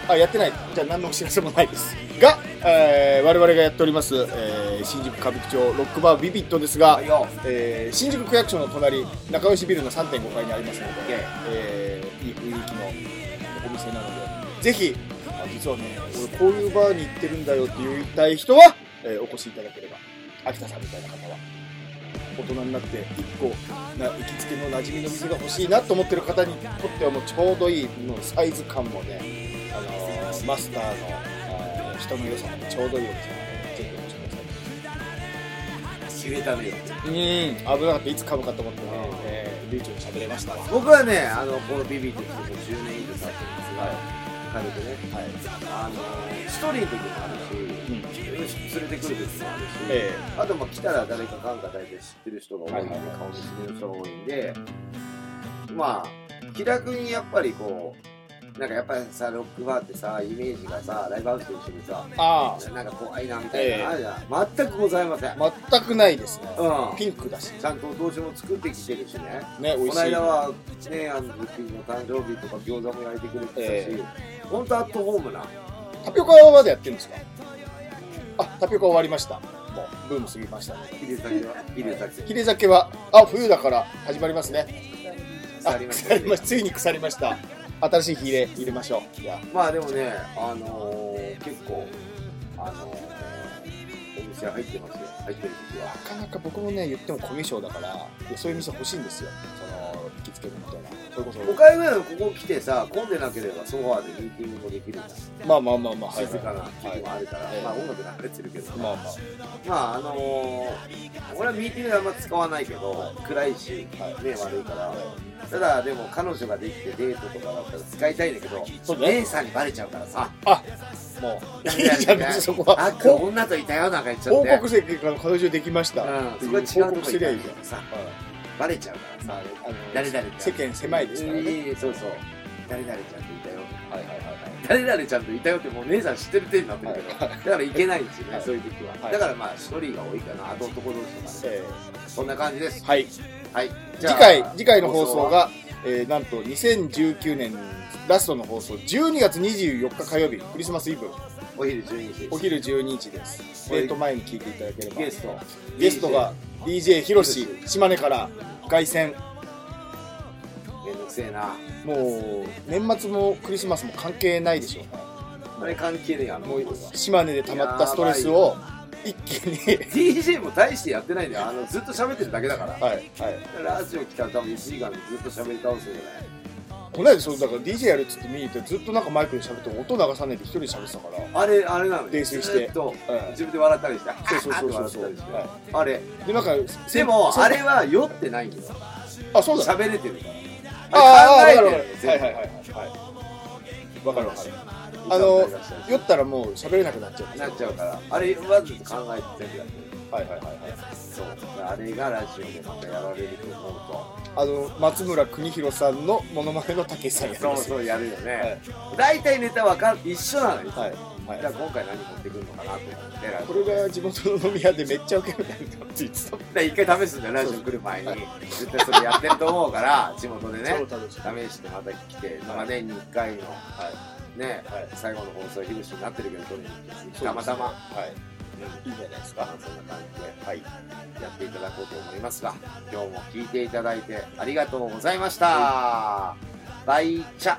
Speaker 2: あ、やってない。じゃあ何のお知らせもないです。が、えー我々がやっております、えー新宿歌舞伎町ロックバービビットですが
Speaker 1: はい、よ
Speaker 2: えー新宿区役所の隣、仲良しビルの3.5階にありますので、
Speaker 1: OK
Speaker 2: えーいい雰囲気のお店なので、ぜひ、あ実はね、俺こういうバーに行ってるんだよって言いたい人は、えーお越しいただければ、秋田さんみたいな方は、大人になって1個な行きつけの馴染みの店が欲しいなと思ってる方にとってはもうちょうどいいのサイズ感もね、あのーマスターのあー人の良さもちょうどいいお店なので、ぜひお越しください。
Speaker 1: 決めたね
Speaker 2: うん危なかったいつ噛むかと思ってね、えー、流暢に喋れましたわは
Speaker 1: 僕はねあのこのビビってきてもう10年以上経ってるんですが軽くね
Speaker 2: い、
Speaker 1: あのストーリーの時もあるし、
Speaker 2: うん、
Speaker 1: 連れてくる時もあるし、
Speaker 2: え
Speaker 1: あとまあ来たら誰か感化大体知ってる人が多いんで、
Speaker 2: はいはいはい
Speaker 1: 顔見知りの人が多いんで、まあ、気楽にやっぱりこう、なんかやっぱりさ、ロックバーってさ、イメージがさ、ライブハウスと一緒にさ、
Speaker 2: ー、あ
Speaker 1: なんか怖いなみたいな、
Speaker 2: ええ
Speaker 1: あるじゃん全くございません。
Speaker 2: あ全くないですね、
Speaker 1: うん
Speaker 2: ピンクだしね
Speaker 1: ちゃんと同時も作ってきてるしね。
Speaker 2: 美味
Speaker 1: こ
Speaker 2: し
Speaker 1: の
Speaker 2: い
Speaker 1: 間は、ね、あの、君の誕生日とか餃子も焼いてくれてたし、
Speaker 2: え
Speaker 1: ほんとアットホームな。
Speaker 2: タピオカはまだやってるんですかあタピオカ終わりましたもうブーム過ぎましたね
Speaker 1: ヒデ先は、ヒデ先。
Speaker 2: ヒレ酒はあ冬だから始まります ね
Speaker 1: 腐りました
Speaker 2: あまついに腐りました新しいヒレ入れましょういや
Speaker 1: まあでもね、あのー、結構、あのー、お店入ってますよ、入ってる時は
Speaker 2: な。かなか僕もね言ってもコミュ障だからいやそういう店欲しいんですよその行きつけるみたいなそれこ
Speaker 1: 5
Speaker 2: そ
Speaker 1: 回目のここ来てさ、混んでなければソファーでミーティングもできるじゃん
Speaker 2: まあまあまあまあはい
Speaker 1: 静かな時期もあるから、
Speaker 2: はい
Speaker 1: まあ音楽流れてるけど、
Speaker 2: まあまあ
Speaker 1: まああのー、俺はミーティングであんま使わないけど、
Speaker 2: はい
Speaker 1: 暗いし、
Speaker 2: はい
Speaker 1: 目悪いから、ただでも彼女ができてデートとかだったら使いたいんだけど、
Speaker 2: そうね
Speaker 1: 姉さんにバレちゃうからさ、
Speaker 2: あもう いいじゃん別にそこは
Speaker 1: あっくん女といたよなんか言っちゃっ
Speaker 2: 報
Speaker 1: て。
Speaker 2: 告せきから彼女できました
Speaker 1: うん、
Speaker 2: って
Speaker 1: そ
Speaker 2: い
Speaker 1: こは違
Speaker 2: う
Speaker 1: うと
Speaker 2: 報告
Speaker 1: こ
Speaker 2: す
Speaker 1: 行
Speaker 2: り
Speaker 1: か
Speaker 2: ゃ
Speaker 1: ない
Speaker 2: い
Speaker 1: い
Speaker 2: じゃん
Speaker 1: からさ、
Speaker 2: はい
Speaker 1: バレちゃうからさ。
Speaker 2: まああの
Speaker 1: 誰々
Speaker 2: 世間狭いですからね
Speaker 1: ね。そうそう。誰々ちゃんといたよ。
Speaker 2: はいはいはい
Speaker 1: 誰々ちゃんといたよってもう姉さん知ってる手になってるけど、
Speaker 2: は
Speaker 1: だからいけないんですよね、
Speaker 2: はい
Speaker 1: そういう時は。
Speaker 2: はい
Speaker 1: だからまあ、一人が多いかな、あと男同士とかね。
Speaker 2: え
Speaker 1: そんな感じです
Speaker 2: ー。はい
Speaker 1: はい。じ
Speaker 2: 次
Speaker 1: ゃあ
Speaker 2: 回次回の放送。がえーなんと2019年ラストの放送12月24日火曜日クリスマスイブ
Speaker 1: お昼12時。
Speaker 2: お昼12時です
Speaker 1: はい
Speaker 2: デート前に聞いていただければ
Speaker 1: ゲスト。
Speaker 2: ゲストが DJ ひろし島根から凱旋
Speaker 1: めんどくせえな。
Speaker 2: もう年末もクリスマスも関係ないでしょうね
Speaker 1: あれ関係ねえや
Speaker 2: も
Speaker 1: ろ。
Speaker 2: う島根で溜まったストレスを一気に
Speaker 1: DJ も大してやってないんだよ。あの、ずっと喋ってるだけだから。
Speaker 2: はいはい
Speaker 1: ラジオ来たら多分1時間ずっと喋り倒すんじゃない
Speaker 2: この間そうだから DJ やるっつって見に行ってずっとなんかマイクで喋って音流さないで一人で喋ってたから
Speaker 1: あれ、あれなのよ
Speaker 2: 泥酔して
Speaker 1: ずっと
Speaker 2: うん
Speaker 1: 自分で笑ったりして、
Speaker 2: そうそうそうそう
Speaker 1: あーって笑ったり
Speaker 2: は
Speaker 1: して。あれ。
Speaker 2: でなんか
Speaker 1: でも、あれ
Speaker 2: は
Speaker 1: は酔ってないんだよ。
Speaker 2: あそうだ
Speaker 1: 喋れてるから。
Speaker 2: ああ
Speaker 1: あ
Speaker 2: 分
Speaker 1: れ
Speaker 2: かる
Speaker 1: 考
Speaker 2: 分か
Speaker 1: えて
Speaker 2: る
Speaker 1: るよね
Speaker 2: はいはいはいはい分かる分かるあ
Speaker 1: 全
Speaker 2: の
Speaker 1: 部歌ったり
Speaker 2: 酔ったらもう喋れなくなっちゃう
Speaker 1: 出したりなっちゃうから、あれ、わずか考えて全部やってる。
Speaker 2: はいはいはいはい
Speaker 1: そう。あれがラジオでまたやられると思うと、
Speaker 2: あの松村邦弘さんのモノマネのたけしさんやり
Speaker 1: そ
Speaker 2: ま
Speaker 1: う
Speaker 2: す
Speaker 1: そうやるよね、
Speaker 2: はい
Speaker 1: 大体ネタわかん一緒なのよ、
Speaker 2: はいはい
Speaker 1: じゃあ今回何持ってくるのかなと思って
Speaker 2: これが地元の飲み屋でめっちゃウケるんだって言ってた
Speaker 1: で一回試すんだよラジオ来る前に絶対それやってると思うから地元でね
Speaker 2: 楽しい
Speaker 1: 試してまた来て、まあ、年に1回の、ね、
Speaker 2: はい
Speaker 1: 最後の放送樋口になってるけど取りに行って
Speaker 2: です
Speaker 1: たまたま、
Speaker 2: はいいいんじゃないです
Speaker 1: ま
Speaker 2: か
Speaker 1: あそんな感じで
Speaker 2: はい
Speaker 1: やっていただこうと思いますが今日も聞いていただいてありがとうございました、バイチャ